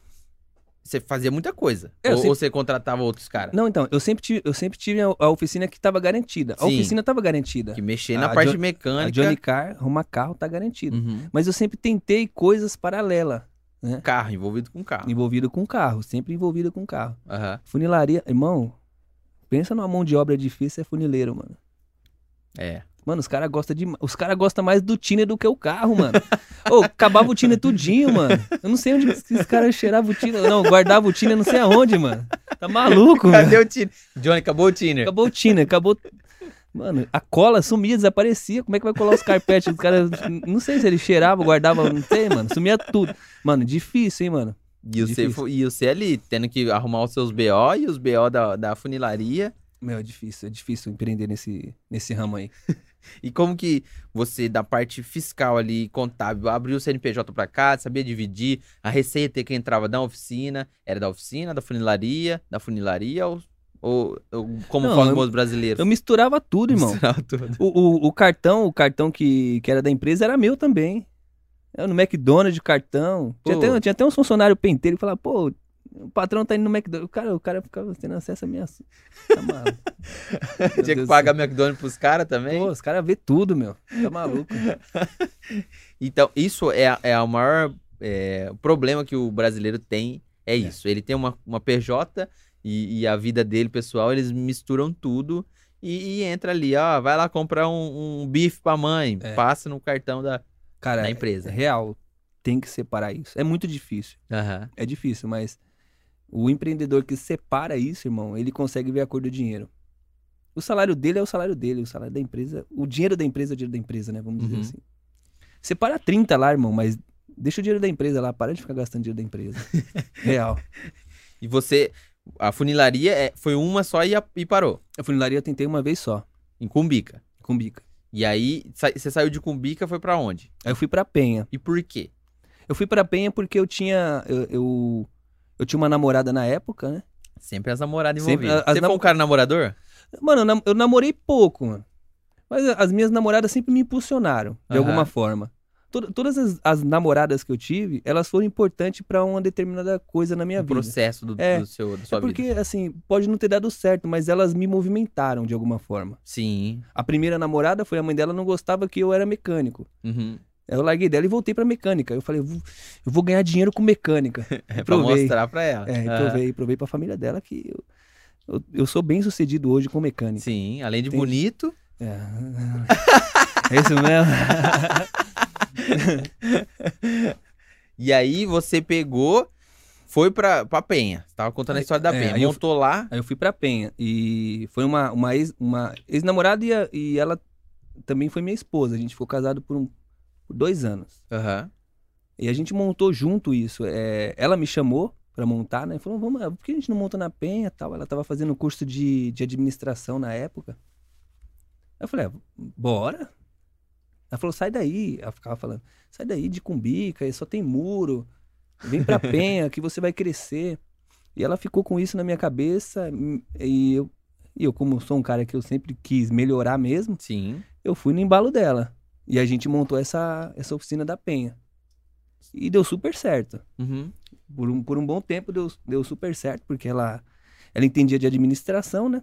Speaker 1: você fazia muita coisa.
Speaker 2: É, eu
Speaker 1: ou,
Speaker 2: sempre-
Speaker 1: ou você contratava outros caras.
Speaker 2: Não, então, eu sempre tive, eu sempre tive a, a oficina que tava garantida. A
Speaker 1: Sim.
Speaker 2: oficina tava garantida.
Speaker 1: Que mexer na
Speaker 2: A
Speaker 1: parte
Speaker 2: Jo- A
Speaker 1: mecânica.
Speaker 2: Johnny Car, arrumar carro, tá garantido.
Speaker 1: Uhum.
Speaker 2: Mas eu sempre tentei coisas paralelas,
Speaker 1: Carro, envolvido com carro.
Speaker 2: envolvido com carro, sempre envolvido com carro.
Speaker 1: Aham.
Speaker 2: Funilaria, irmão, pensa numa mão de obra difícil, é funileiro, mano.
Speaker 1: É.
Speaker 2: Mano, os caras gostam de, os cara gosta mais do tiner do que o carro,
Speaker 1: <laughs>
Speaker 2: mano. Ô, acabava o tiner tudinho, mano. Eu não sei onde que esses caras cheiravam o tiner, não, guardava o tiner não sei aonde, mano. Tá maluco, mano.
Speaker 1: <laughs> Cadê o Tiner? Johnny, acabou o Tiner.
Speaker 2: Acabou o Tinder, acabou. Mano, a cola sumia, desaparecia. Como é que vai colar os carpetes? Os caras. Não sei se ele cheirava, guardava, não sei, mano. Sumia tudo. Mano, difícil, hein, mano.
Speaker 1: E você,
Speaker 2: Difícil.
Speaker 1: fo- e você ali, tendo que arrumar os seus BO e os BO da, da funilaria.
Speaker 2: Meu, é difícil, é difícil empreender nesse, nesse ramo aí.
Speaker 1: E como que você, da parte fiscal ali, contábil, abriu o CNPJ pra cá, sabia dividir, a receita que entrava da oficina, era da oficina, da funilaria, da funilaria ou, ou, ou como
Speaker 2: Não,
Speaker 1: falam
Speaker 2: eu-
Speaker 1: os brasileiros?
Speaker 2: Eu misturava
Speaker 1: <laughs>
Speaker 2: tudo, irmão.
Speaker 1: Misturava tudo.
Speaker 2: O, o, o cartão, o cartão que, que era da empresa era meu também. Eu no McDonald's, o cartão. Tinha
Speaker 1: Pô.
Speaker 2: até, um, tinha até uns funcionários penteiros que falavam, pô, o patrão tá indo no McDonald's. O cara, o cara ficava tendo acesso
Speaker 1: <laughs>
Speaker 2: a minha. Tá maluco. <laughs> Meu
Speaker 1: Tinha
Speaker 2: Deus
Speaker 1: que
Speaker 2: do
Speaker 1: pagar McDonald's pros caras também.
Speaker 2: Pô, os caras vê tudo, meu.
Speaker 1: <laughs>
Speaker 2: Tá maluco.
Speaker 1: Então, isso é, a- é o maior é, o problema que o brasileiro tem. É isso. Ele tem uma, uma PJ e, e a vida dele, pessoal, eles misturam tudo e, e entra ali, ó, vai lá comprar um, um bife pra mãe,
Speaker 2: É.
Speaker 1: passa no cartão da,
Speaker 2: Cara,
Speaker 1: da
Speaker 2: é
Speaker 1: empresa.
Speaker 2: real. Tem que separar isso. É muito difícil.
Speaker 1: Aham.
Speaker 2: É difícil, mas o empreendedor que separa isso, irmão, ele consegue ver a cor do dinheiro. O salário dele é o salário dele, o salário da empresa. O dinheiro da empresa é o dinheiro da empresa, né? Vamos dizer
Speaker 1: Uhum.
Speaker 2: assim. Separa 30 lá, irmão, mas deixa o dinheiro da empresa lá. Para de ficar gastando dinheiro da
Speaker 1: <laughs>
Speaker 2: empresa. Real.
Speaker 1: E você, a funilaria é- foi uma só e, a- e parou,
Speaker 2: A funilaria eu tentei uma vez só,
Speaker 1: em Cumbica.
Speaker 2: com bica.
Speaker 1: E aí, sa- você saiu de Cumbica, foi pra onde?
Speaker 2: Aí eu fui pra Penha.
Speaker 1: E por quê?
Speaker 2: Eu fui pra Penha porque eu tinha. Eu, eu, eu tinha uma namorada na época, né?
Speaker 1: Sempre as namoradas
Speaker 2: Sempre
Speaker 1: envolvidas.
Speaker 2: as
Speaker 1: Você foi
Speaker 2: namo-
Speaker 1: um cara namorador?
Speaker 2: Mano, eu, nam- eu namorei pouco, mano. Mas a- as minhas namoradas sempre me impulsionaram, de
Speaker 1: Aham.
Speaker 2: alguma forma. Tod- todas as, as namoradas que eu tive, elas foram importantes pra uma determinada coisa na minha
Speaker 1: O
Speaker 2: vida.
Speaker 1: Um processo do,
Speaker 2: É.
Speaker 1: do seu, da sua
Speaker 2: É porque,
Speaker 1: vida.
Speaker 2: assim, pode não ter dado certo, mas elas me movimentaram de alguma forma.
Speaker 1: Sim.
Speaker 2: A primeira namorada foi a mãe dela, não gostava que eu era mecânico.
Speaker 1: Uhum.
Speaker 2: Aí Eu larguei dela e voltei pra mecânica. Eu falei, eu vou, eu vou
Speaker 1: <laughs>
Speaker 2: ganhar dinheiro com mecânica.
Speaker 1: É pra
Speaker 2: Provei.
Speaker 1: mostrar pra ela.
Speaker 2: É, e
Speaker 1: Ah,
Speaker 2: provei, provei pra família dela que eu, Eu, eu sou bem sucedido hoje com mecânica.
Speaker 1: Sim, além de
Speaker 2: Tem-
Speaker 1: bonito.
Speaker 2: É.
Speaker 1: <laughs>
Speaker 2: É isso mesmo?
Speaker 1: E aí você pegou, foi pra, pra Penha. Você tava contando a história da
Speaker 2: É,
Speaker 1: Penha.
Speaker 2: aí eu
Speaker 1: Montou lá.
Speaker 2: Aí eu fui pra Penha e foi uma, uma ex- uma ex-namorada e, a- e ela também foi minha esposa. A gente ficou casado por, um- por dois anos.
Speaker 1: Aham.
Speaker 2: E a gente montou junto isso. É, ela me chamou pra montar, né? Falou, vamos, por que a gente não monta na Penha e tal? Ela tava fazendo curso de, de administração na época. Aí eu falei, ah, bora. Ela falou, sai daí. Ela ficava falando, sai daí de cumbica, aí só tem muro. Vem pra Penha que você vai crescer. E ela ficou com isso na minha cabeça. hum, E eu, e eu como sou um cara que eu sempre quis melhorar mesmo,
Speaker 1: Sim.
Speaker 2: eu fui no embalo dela. E a gente montou essa, essa oficina da Penha. E deu super certo.
Speaker 1: Uhum.
Speaker 2: Por um, por um bom tempo deu, deu super certo, porque ela, ela entendia de administração, né?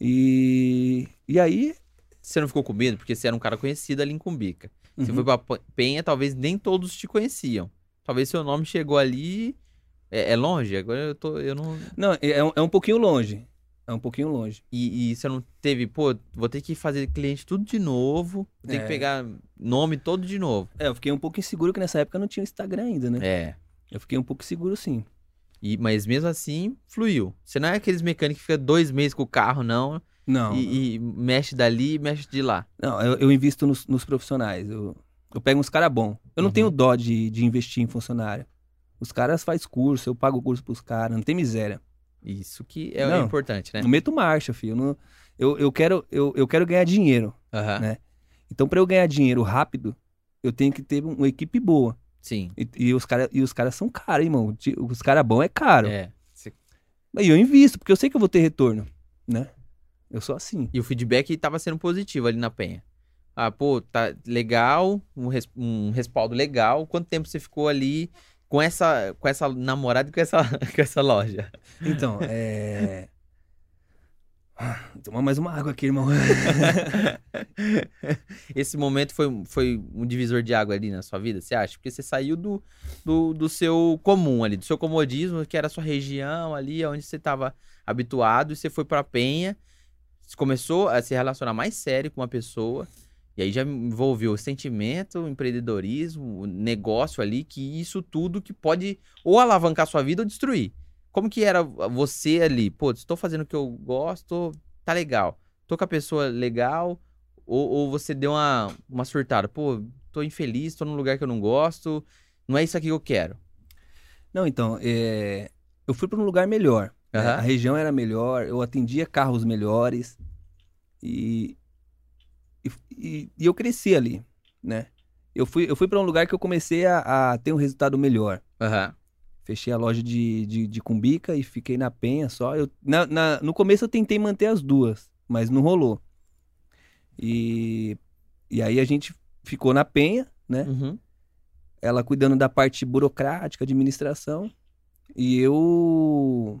Speaker 2: E, e aí.
Speaker 1: Você não ficou com medo? Porque você era um cara conhecido ali em Cumbica. Você foi
Speaker 2: Uhum.
Speaker 1: pra P- Penha, talvez nem todos te conheciam. Talvez seu nome chegou ali. É, é longe? Agora eu tô. Eu não.
Speaker 2: Não, é, é um- é um pouquinho longe. É um pouquinho longe.
Speaker 1: E, e você não teve, pô, vou ter que fazer cliente tudo de novo. Vou ter que
Speaker 2: É.
Speaker 1: pegar nome todo de novo.
Speaker 2: É, eu fiquei um pouco inseguro que nessa época não tinha Instagram ainda, né?
Speaker 1: É.
Speaker 2: Eu fiquei um pouco seguro sim.
Speaker 1: E, mas mesmo assim, fluiu. Você não é aqueles mecânicos que fica dois meses com o carro, não.
Speaker 2: Não.
Speaker 1: E, e mexe dali e mexe de lá.
Speaker 2: Não, eu, eu invisto nos, nos profissionais. Eu, eu pego uns caras bons. Eu não
Speaker 1: Uhum.
Speaker 2: tenho dó de, de investir em funcionário. Os caras fazem curso, eu pago o curso pros caras, não tem miséria.
Speaker 1: Isso que é
Speaker 2: Não.
Speaker 1: importante, né?
Speaker 2: Eu meto marcha, filho. Eu, não- eu, eu quero, eu, eu quero ganhar dinheiro.
Speaker 1: Aham.
Speaker 2: né? Então, pra eu ganhar dinheiro rápido, eu tenho que ter um- uma equipe boa.
Speaker 1: Sim.
Speaker 2: E, e os caras cara são caros, irmão. Ti- Os caras bons é caro.
Speaker 1: É. Você-
Speaker 2: E eu invisto, porque eu sei que eu vou ter retorno, né? Eu sou assim.
Speaker 1: E o feedback tava sendo positivo ali na Penha. Ah, pô, tá legal, um, res- um respaldo legal. Quanto tempo você ficou ali com essa, com essa namorada e com essa, <laughs> com essa loja? <laughs>
Speaker 2: Então, é. Tomar mais uma água
Speaker 1: <laughs>
Speaker 2: aqui, irmão.
Speaker 1: Esse momento foi, um- foi um divisor de água ali na sua vida, você acha? Porque você saiu do, do, do seu comum ali, do seu comodismo, que era a sua região ali, onde você estava habituado, e você foi pra Penha, você começou a se relacionar mais sério com uma pessoa, e aí já envolveu o sentimento, o empreendedorismo, o negócio ali, que isso tudo que pode ou alavancar sua vida ou destruir. Como que era você ali? Pô, estou fazendo o que eu gosto, tá legal. Tô com a pessoa legal, ou, ou você deu uma, uma surtada. Pô, tô infeliz, tô num lugar que eu não gosto, não é isso aqui que eu quero.
Speaker 2: Não, então, é, eu fui para um lugar melhor. né?
Speaker 1: Aham.
Speaker 2: A região era melhor, eu atendia carros melhores e, e, e- e eu cresci ali, né? Eu fui, eu fui para um lugar que eu comecei a, a ter um resultado melhor.
Speaker 1: Aham.
Speaker 2: Fechei a loja de, de, de cumbica e fiquei na penha só. Eu, na, na- no começo eu tentei manter as duas, mas não rolou. E, e aí a gente ficou na penha, né?
Speaker 1: Uhum.
Speaker 2: ela cuidando da parte burocrática, administração, e eu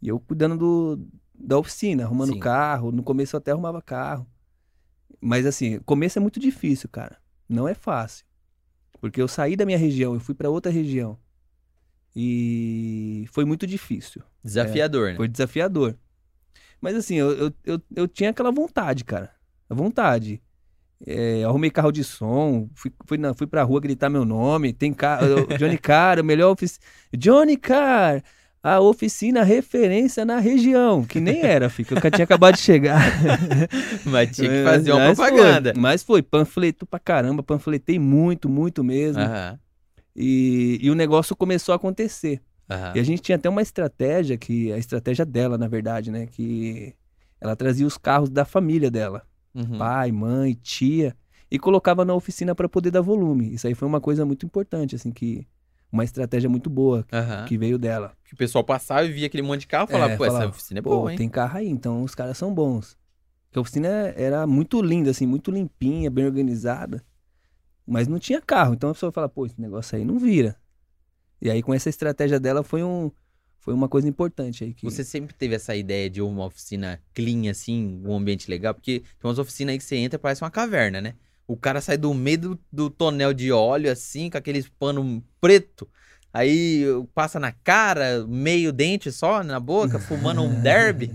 Speaker 2: e eu cuidando do, da oficina, arrumando
Speaker 1: Sim.
Speaker 2: carro. No começo eu até arrumava carro. Mas assim, começo é muito difícil, cara. Não é fácil. Porque eu saí da minha região, eu fui para outra região. E foi muito difícil.
Speaker 1: Desafiador, né?
Speaker 2: Foi desafiador. Mas assim, eu, eu, eu, eu tinha aquela vontade, cara. A vontade. É, arrumei carro de som, fui, fui, na, fui pra rua gritar meu nome. Tem carro.
Speaker 1: <laughs>
Speaker 2: Johnny Carr, o melhor oficina. Johnny Carr! A oficina referência na região, que nem era, fica. Eu tinha acabado de chegar. É.
Speaker 1: Mas <laughs> tinha que fazer uma
Speaker 2: Mas foi,
Speaker 1: propaganda.
Speaker 2: mas foi, panfleto pra caramba, panfletei muito, muito mesmo.
Speaker 1: Aham.
Speaker 2: E, e o negócio começou a acontecer.
Speaker 1: Aham.
Speaker 2: E a gente tinha até uma estratégia que a estratégia dela, na verdade, né, que ela trazia os carros da família dela,
Speaker 1: Uhum.
Speaker 2: pai, mãe, tia, e colocava na oficina para poder dar volume. Isso aí foi uma coisa muito importante, assim, que uma estratégia muito boa
Speaker 1: Aham.
Speaker 2: que veio dela.
Speaker 1: Que o pessoal passava e via aquele monte de carro e falava,
Speaker 2: É,
Speaker 1: pô, essa
Speaker 2: falava,
Speaker 1: oficina é
Speaker 2: Pô,
Speaker 1: boa, hein?
Speaker 2: tem carro aí, então os caras são bons. Porque a oficina era muito linda, assim, muito limpinha, bem organizada, mas não tinha carro. Então a pessoa fala, pô, esse negócio aí não vira. E aí com essa estratégia dela foi um foi uma coisa importante aí que
Speaker 1: Você sempre teve essa ideia de uma oficina clean, assim, um ambiente legal? Porque tem umas oficinas aí que você entra e parece uma caverna, né? O cara sai do meio do, do tonel de óleo, assim, com aqueles pano preto. Aí passa na cara, meio dente só, né, na boca, fumando um derby.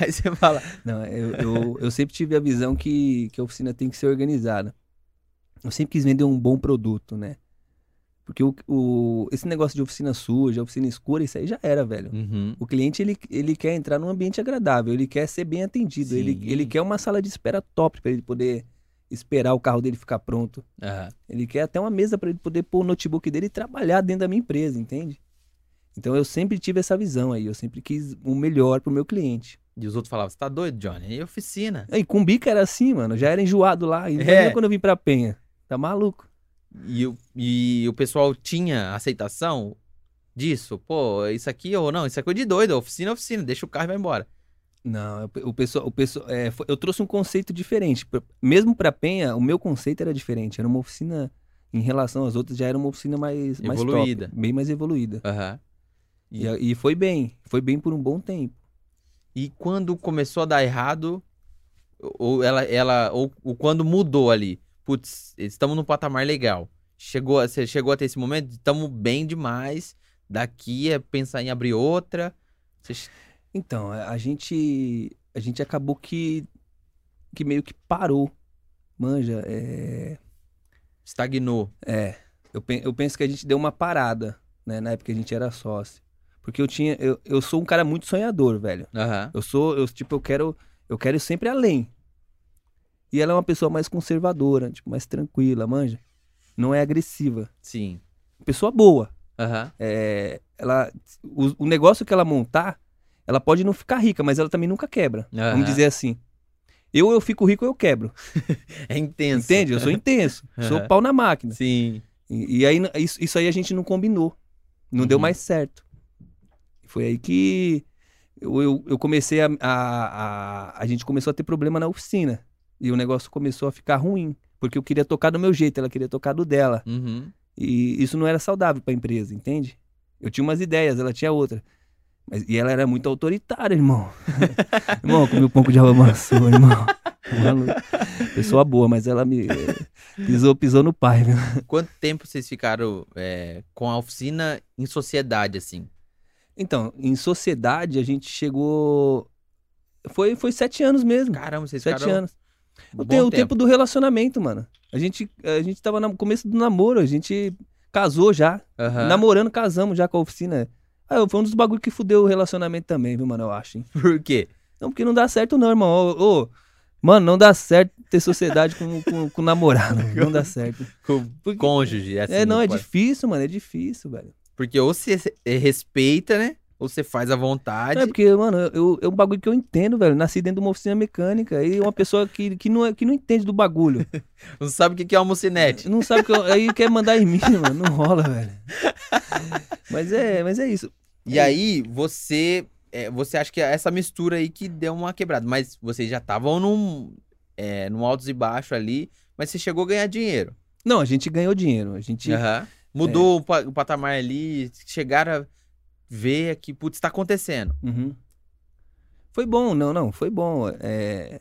Speaker 1: Aí você fala,
Speaker 2: Não, eu, eu, eu sempre tive a visão que, que a oficina tem que ser organizada. Eu sempre quis vender um bom produto, né? Porque o, o- esse negócio de oficina suja, oficina escura, isso aí já era, velho.
Speaker 1: uhum,
Speaker 2: O cliente, ele, ele quer entrar num ambiente agradável, ele quer ser bem atendido, ele,
Speaker 1: Sim.
Speaker 2: ele quer uma sala de espera top para ele poder esperar o carro dele ficar pronto.
Speaker 1: aham,
Speaker 2: Ele quer até uma mesa para ele poder pôr o notebook dele e trabalhar dentro da minha empresa, entende? Então eu sempre tive essa visão aí, eu sempre quis o melhor pro meu cliente.
Speaker 1: E os outros falavam, você tá doido, Johnny? Aí oficina.
Speaker 2: E Cumbica era assim, mano. Já era enjoado lá. E
Speaker 1: É.
Speaker 2: quando eu vim pra Penha. Tá maluco?
Speaker 1: E, o- e o pessoal tinha aceitação disso. Pô, isso aqui ou não, isso aqui é coisa de doido, oficina é oficina, deixa o carro e vai embora.
Speaker 2: Não, eu- o pessoal. O pessoal é, foi- eu trouxe um conceito diferente. Pra- Mesmo pra Penha, o meu conceito era diferente. Era uma oficina, em relação às outras, já era uma oficina mais. mais top,
Speaker 1: Evoluída.
Speaker 2: bem mais evoluída.
Speaker 1: Aham.
Speaker 2: E, a- e foi bem. Foi bem por um bom tempo.
Speaker 1: E quando começou a dar errado, ou ela, ela ou, ou quando mudou ali, putz, estamos num patamar legal. Chegou, a- você chegou até esse momento, estamos bem demais. Daqui é pensar em abrir outra. Você che-
Speaker 2: Então, a, a gente. A gente acabou que. Que meio que parou. Manja, é.
Speaker 1: estagnou.
Speaker 2: É, eu, pe- eu penso que a gente deu uma parada, né? Na época que a gente era sócio. Porque eu tinha. Eu, eu sou um cara muito sonhador, velho.
Speaker 1: Aham.
Speaker 2: Eu sou, eu, tipo, eu quero. Eu quero ir sempre além. E ela é uma pessoa mais conservadora, tipo, mais tranquila, manja. Não é agressiva.
Speaker 1: Sim.
Speaker 2: Pessoa boa.
Speaker 1: Aham.
Speaker 2: É, ela, o, o negócio que ela montar, ela pode não ficar rica, mas ela também nunca quebra.
Speaker 1: Aham.
Speaker 2: Vamos dizer assim. Eu, eu fico rico, eu quebro.
Speaker 1: É intenso.
Speaker 2: Entende?
Speaker 1: <laughs>
Speaker 2: Eu sou intenso.
Speaker 1: Aham.
Speaker 2: Sou pau na máquina.
Speaker 1: Sim.
Speaker 2: E, e aí, n- isso, isso aí a gente não combinou. Não
Speaker 1: Uhum.
Speaker 2: deu mais certo. Foi aí que eu, eu, eu comecei a, a, a. A gente começou a ter problema na oficina. E o negócio começou a ficar ruim. Porque eu queria tocar do meu jeito, ela queria tocar do dela.
Speaker 1: Uhum.
Speaker 2: E isso não era saudável pra empresa, entende? Eu tinha umas ideias, ela tinha outra. Mas, e ela era muito autoritária, irmão. <laughs> irmão, comi um pouco de rabamaçu, irmão. Tá Maluco. Pessoa boa, mas ela me. eh, Pisou, pisou no pai, viu?
Speaker 1: Quanto tempo vocês ficaram é, com a oficina em sociedade, assim?
Speaker 2: Então, em sociedade a gente chegou. Foi, foi sete anos mesmo.
Speaker 1: Caramba, vocês
Speaker 2: sete
Speaker 1: ficaram
Speaker 2: anos.
Speaker 1: um
Speaker 2: O,
Speaker 1: bom
Speaker 2: te- o tempo do relacionamento, mano. A gente, a gente tava no começo do namoro, a gente casou já.
Speaker 1: Aham.
Speaker 2: Namorando, casamos já com a oficina. Ah, foi um dos bagulho que fudeu o relacionamento também, viu, mano? Eu acho, hein?
Speaker 1: Por quê?
Speaker 2: Não, porque não dá certo, não, irmão. Ô, ô, mano, não dá certo ter sociedade com, com, com
Speaker 1: <laughs>
Speaker 2: namorado. Não dá certo.
Speaker 1: Com
Speaker 2: Porque-
Speaker 1: cônjuge, assim.
Speaker 2: é, não, é
Speaker 1: pode-
Speaker 2: difícil, mano. É difícil, velho.
Speaker 1: Porque ou você eh, respeita, né? Ou você faz à vontade.
Speaker 2: Não, é porque, mano, eu- eu, é um bagulho que eu entendo, velho. Nasci dentro de uma oficina mecânica e uma pessoa que, que, não, é- que não entende do bagulho.
Speaker 1: Não sabe o que que é uma almocinete.
Speaker 2: Não sabe o que eu, aí quer mandar em mim, <laughs> mano. Não rola, velho. Mas é, mas é isso.
Speaker 1: E aí, você. eh, você acha que é essa mistura aí que deu uma quebrada. Mas vocês já estavam num. É, num altos e baixo ali. Mas você chegou a ganhar dinheiro.
Speaker 2: Não, a gente ganhou dinheiro. A gente.
Speaker 1: Aham.
Speaker 2: É.
Speaker 1: Mudou o pa- o patamar ali. Chegaram a ver que, putz, tá acontecendo.
Speaker 2: Uhum. Foi bom, não, não, foi bom. é.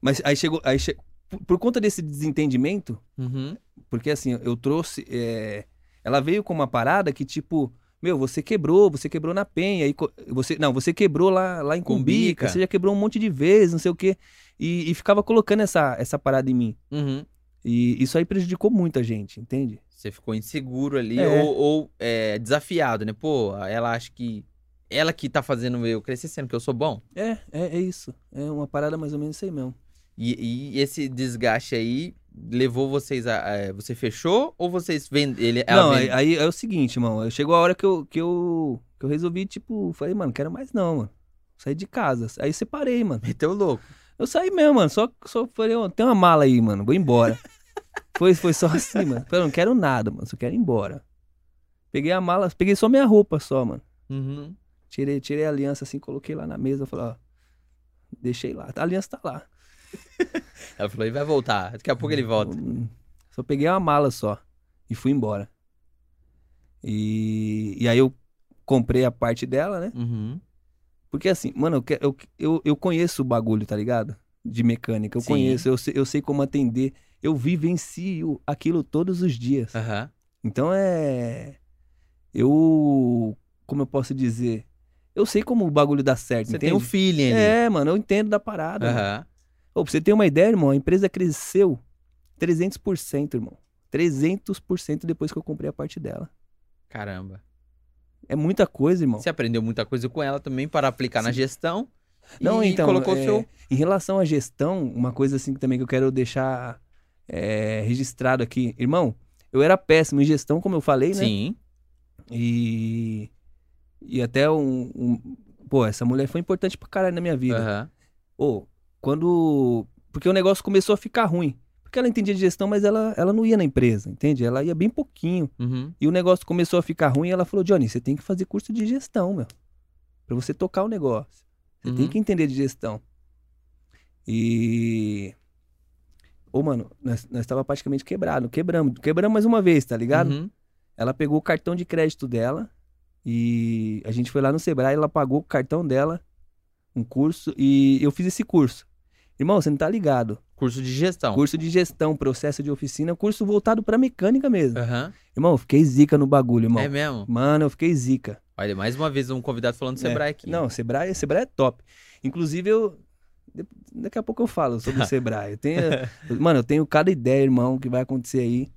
Speaker 2: Mas aí chegou. Aí che- por- Por conta desse desentendimento,
Speaker 1: Uhum.
Speaker 2: Porque assim, eu trouxe. é, Ela veio com uma parada que, tipo, meu, você quebrou, você quebrou na penha. E co- você... Não, você quebrou lá, lá em Cumbica,
Speaker 1: Cumbica.
Speaker 2: você já quebrou um monte de vezes, não sei o quê. E, e ficava colocando essa, essa parada em mim.
Speaker 1: Uhum.
Speaker 2: E isso aí prejudicou muito a gente, entende?
Speaker 1: Você ficou inseguro ali.
Speaker 2: É.
Speaker 1: Ou, ou, eh, desafiado, né? Pô, ela acha que. Ela que tá fazendo eu crescer, sendo que eu sou bom.
Speaker 2: É, é, é isso. É uma parada mais ou menos assim mesmo.
Speaker 1: E, e esse desgaste aí levou vocês a. a- você fechou ou vocês vendem ele? ela
Speaker 2: não, aí,
Speaker 1: vende-
Speaker 2: aí é o seguinte, irmão. eu- Chegou a hora que eu, que, eu, que eu resolvi, tipo, falei, mano, quero mais não, mano. Saí de casa. Aí separei, mano.
Speaker 1: meteu o louco.
Speaker 2: Eu saí mesmo, mano. Só, só falei, ó, tem uma mala aí, mano. Vou embora. foi, foi só assim, mano. Falei, não quero nada, mano. Só quero ir embora. Peguei a mala, peguei só minha roupa só, mano.
Speaker 1: Uhum.
Speaker 2: Tirei, tirei a aliança assim, coloquei lá na mesa. Falei, ó, deixei lá. A aliança tá lá.
Speaker 1: Ela falou: ele vai voltar. Daqui a pouco ele volta.
Speaker 2: Hum, Só peguei uma mala só e fui embora. E, e aí eu comprei a parte dela, né?
Speaker 1: Uhum.
Speaker 2: Porque assim, mano, eu, que- eu, eu, eu conheço o bagulho, tá ligado? De mecânica, eu
Speaker 1: Sim.
Speaker 2: conheço, eu sei, eu sei como atender.
Speaker 1: É.
Speaker 2: Eu vivencio aquilo todos os dias.
Speaker 1: Aham.
Speaker 2: Então é. Eu. Como eu posso dizer? Eu sei como o bagulho dá certo,
Speaker 1: Você
Speaker 2: entende?
Speaker 1: tem um feeling ali.
Speaker 2: É, mano, eu entendo da parada. mano.
Speaker 1: Aham.
Speaker 2: Ô, pra você ter uma ideia, irmão, a empresa cresceu 300%, irmão. 300% depois que eu comprei a parte dela.
Speaker 1: Caramba.
Speaker 2: É muita coisa, irmão.
Speaker 1: Você aprendeu muita coisa com ela também para aplicar na
Speaker 2: Sim.
Speaker 1: gestão.
Speaker 2: Não,
Speaker 1: e
Speaker 2: então,
Speaker 1: colocou
Speaker 2: é,
Speaker 1: seu.
Speaker 2: Em relação à gestão, uma coisa assim que também que eu quero deixar é, registrado aqui. Irmão, eu era péssimo em gestão, como eu falei, né?
Speaker 1: Sim.
Speaker 2: E, e até um, um- Pô, essa mulher foi importante pra caralho na minha vida.
Speaker 1: Aham.
Speaker 2: Ô, quando... Porque o negócio começou a ficar ruim. Porque ela entendia de gestão, mas ela, ela não ia na empresa, entende? Ela ia bem pouquinho.
Speaker 1: Uhum.
Speaker 2: E o negócio começou a ficar ruim e ela falou, Johnny, você tem que fazer curso de gestão, meu. Pra você tocar o negócio. Você tem
Speaker 1: Uhum.
Speaker 2: que entender de gestão. E... Ô, mano, nós, nós tava praticamente quebrado. Quebramos. Quebramos mais uma vez, tá ligado?
Speaker 1: Uhum.
Speaker 2: Ela pegou o cartão de crédito dela e a gente foi lá no Sebrae, ela pagou o cartão dela, um curso, e eu fiz esse curso. Irmão, você não tá ligado.
Speaker 1: Curso de gestão.
Speaker 2: Curso de gestão, processo de oficina, curso voltado pra mecânica mesmo.
Speaker 1: Aham.
Speaker 2: Irmão, eu fiquei zica no bagulho, irmão.
Speaker 1: É mesmo?
Speaker 2: Mano, eu fiquei zica.
Speaker 1: Olha, mais uma vez um convidado falando do
Speaker 2: É.
Speaker 1: Sebrae aqui.
Speaker 2: Não, Sebrae, Sebrae é top. Inclusive, eu. de- Daqui a pouco eu falo sobre o Sebrae. Eu tenho, mano, eu tenho cada ideia, irmão, que vai acontecer aí.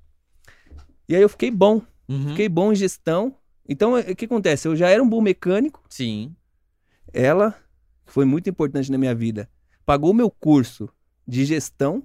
Speaker 2: E aí eu fiquei bom.
Speaker 1: Uhum.
Speaker 2: Fiquei bom em gestão. Então, eh, o que acontece? Eu já era um bom mecânico.
Speaker 1: Sim.
Speaker 2: Ela, que foi muito importante na minha vida, pagou o meu curso de gestão.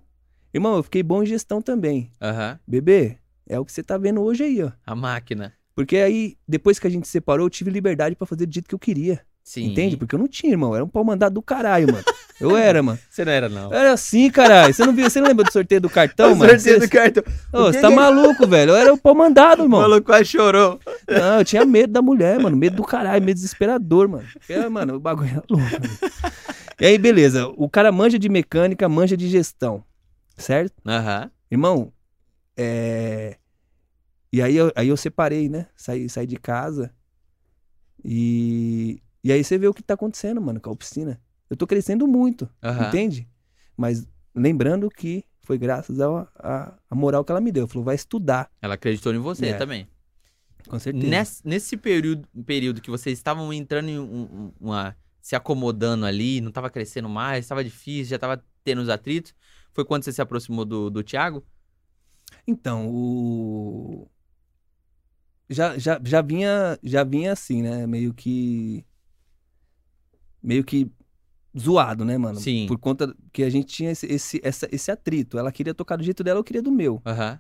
Speaker 2: Irmão, eu fiquei bom em gestão também.
Speaker 1: Aham.
Speaker 2: Bebê, é o que você tá vendo hoje aí, ó.
Speaker 1: A máquina.
Speaker 2: Porque aí, depois que a gente se separou, eu tive liberdade pra fazer do jeito que eu queria.
Speaker 1: Sim.
Speaker 2: Entende? Porque eu não tinha, irmão. Eu Era um pau mandado do caralho, mano. Eu era, mano.
Speaker 1: Você não era, não.
Speaker 2: Eu era assim, caralho. Você não viu? Você não lembra do sorteio do cartão,
Speaker 1: <laughs> O
Speaker 2: mano?
Speaker 1: sorteio
Speaker 2: Você-
Speaker 1: do cartão. O
Speaker 2: Ô,
Speaker 1: que é?
Speaker 2: você tá
Speaker 1: que-
Speaker 2: maluco, velho. Eu era um pau mandado,
Speaker 1: O
Speaker 2: irmão.
Speaker 1: maluco quase chorou.
Speaker 2: Não, eu tinha medo da mulher, mano. Medo do caralho, medo desesperador, mano. Porque, mano, o bagulho era louco. mano. E aí, beleza. O cara manja de mecânica, manja de gestão. Certo?
Speaker 1: Aham.
Speaker 2: Irmão, é. E aí eu, aí eu separei, né? Saí, saí de casa. E. E aí você vê o que tá acontecendo, mano, com a oficina. Eu tô crescendo muito,
Speaker 1: Aham.
Speaker 2: entende? Mas lembrando que foi graças à a, a moral que ela me deu. Falou, vai estudar.
Speaker 1: Ela acreditou em você
Speaker 2: É.
Speaker 1: também.
Speaker 2: Com certeza.
Speaker 1: Nesse, nesse período, período que vocês estavam entrando em um- um- uma. se acomodando ali, não tava crescendo mais, tava difícil, já tava tendo os atritos. Foi quando você se aproximou do, do Thiago?
Speaker 2: Então, o. Já, já, já, vinha, já vinha assim, né? Meio que. Meio que zoado, né, mano?
Speaker 1: Sim.
Speaker 2: Por conta que a gente tinha esse, esse, essa- esse atrito. Ela queria tocar do jeito dela, eu queria do meu.
Speaker 1: Aham.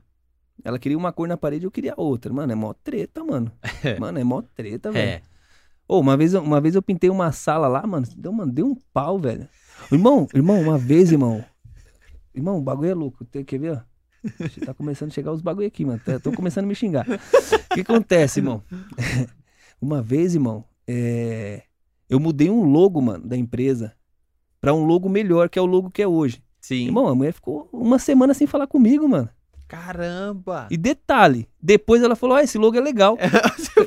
Speaker 2: Ela queria uma cor na parede, eu queria outra. Mano, é mó treta, mano.
Speaker 1: <laughs>
Speaker 2: Mano, é mó treta, velho.
Speaker 1: É.
Speaker 2: Ô, uma, vez, eu- uma vez eu pintei uma sala lá, mano. Deu, mano, deu um pau, velho. Irmão, irmão, uma vez, irmão. Irmão, o bagulho é louco. Tem, quer ver, ó? Tá começando a chegar os bagulho aqui, mano. Tá- Tô começando a me xingar. O que acontece, irmão? <laughs> uma vez, irmão, é, eu mudei um logo, mano, da empresa pra um logo melhor, que é o logo que é hoje.
Speaker 1: Sim.
Speaker 2: Irmão, a mulher ficou uma semana sem falar comigo, mano.
Speaker 1: Caramba!
Speaker 2: E detalhe, depois ela falou: ah, esse logo é
Speaker 1: <laughs>
Speaker 2: legal.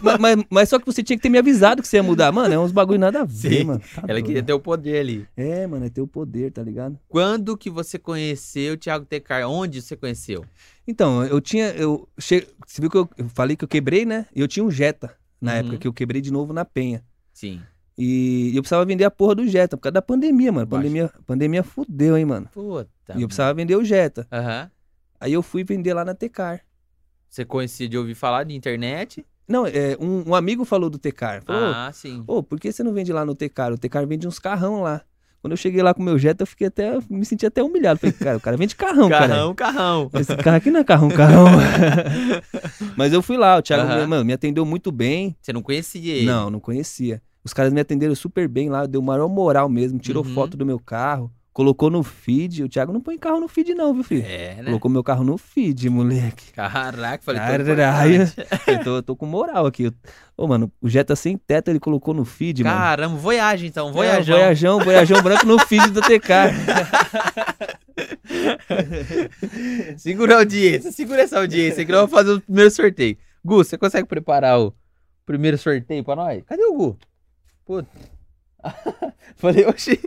Speaker 2: Ma- mas, mas só que você tinha que ter me avisado que você ia mudar. Mano, é uns bagulho nada a ver,
Speaker 1: Sim,
Speaker 2: mano. Tá
Speaker 1: Ela é
Speaker 2: doido.
Speaker 1: queria ter o poder ali.
Speaker 2: É, mano, é teu poder, tá ligado?
Speaker 1: Quando que você conheceu o Thiago Tecar? Onde você conheceu?
Speaker 2: Então, eu tinha. Eu che... Você viu que eu, eu falei que eu quebrei, né? E Eu tinha um Jetta na
Speaker 1: Uhum.
Speaker 2: época que eu quebrei de novo na Penha.
Speaker 1: Sim.
Speaker 2: E eu precisava vender a porra do Jetta por causa da pandemia, mano.
Speaker 1: Baixa.
Speaker 2: Pandemia, pandemia fudeu, hein,
Speaker 1: Tá
Speaker 2: mano.
Speaker 1: Puta.
Speaker 2: E eu precisava vender o Jetta.
Speaker 1: Aham.
Speaker 2: Aí eu fui vender lá na Tecar.
Speaker 1: Você conhecia de ouvir falar de internet?
Speaker 2: Não, é, um, um amigo falou do Tecar. Falou,
Speaker 1: Ah, sim.
Speaker 2: Ô, por que você não vende lá no Tecar? O Tecar vende uns carrão lá. Quando eu cheguei lá com o meu Jetta, eu fiquei até. me senti até humilhado. Falei, cara, o cara vende carrão, cara.
Speaker 1: carrão, carrão.
Speaker 2: Esse carro aqui não é carrão,
Speaker 1: <laughs>
Speaker 2: carrão. Mas eu fui lá, o Thiago,
Speaker 1: Aham.
Speaker 2: mano, me atendeu muito bem.
Speaker 1: Você não conhecia ele?
Speaker 2: Não, não conhecia. Os caras me atenderam super bem lá, deu maior moral mesmo, tirou
Speaker 1: Uhum.
Speaker 2: foto do meu carro, colocou no feed. O Thiago não põe carro no feed, não, viu, filho?
Speaker 1: É, né?
Speaker 2: Colocou meu carro no feed, moleque.
Speaker 1: Caraca, falei, tô
Speaker 2: Caralho,
Speaker 1: importante.
Speaker 2: <laughs> eu tô, eu tô com moral aqui. Ô, mano, o Jetta sem teto ele colocou no feed, mano.
Speaker 1: Caramba, voyage então,
Speaker 2: É,
Speaker 1: voyajão.
Speaker 2: voyajão, voyajão branco no feed do TK.
Speaker 1: Segura a audiência, segura essa audiência que nós vamos fazer o primeiro sorteio. Gu, você consegue preparar o primeiro sorteio pra nós? Cadê o Gu? Puta. <laughs> falei, oxi.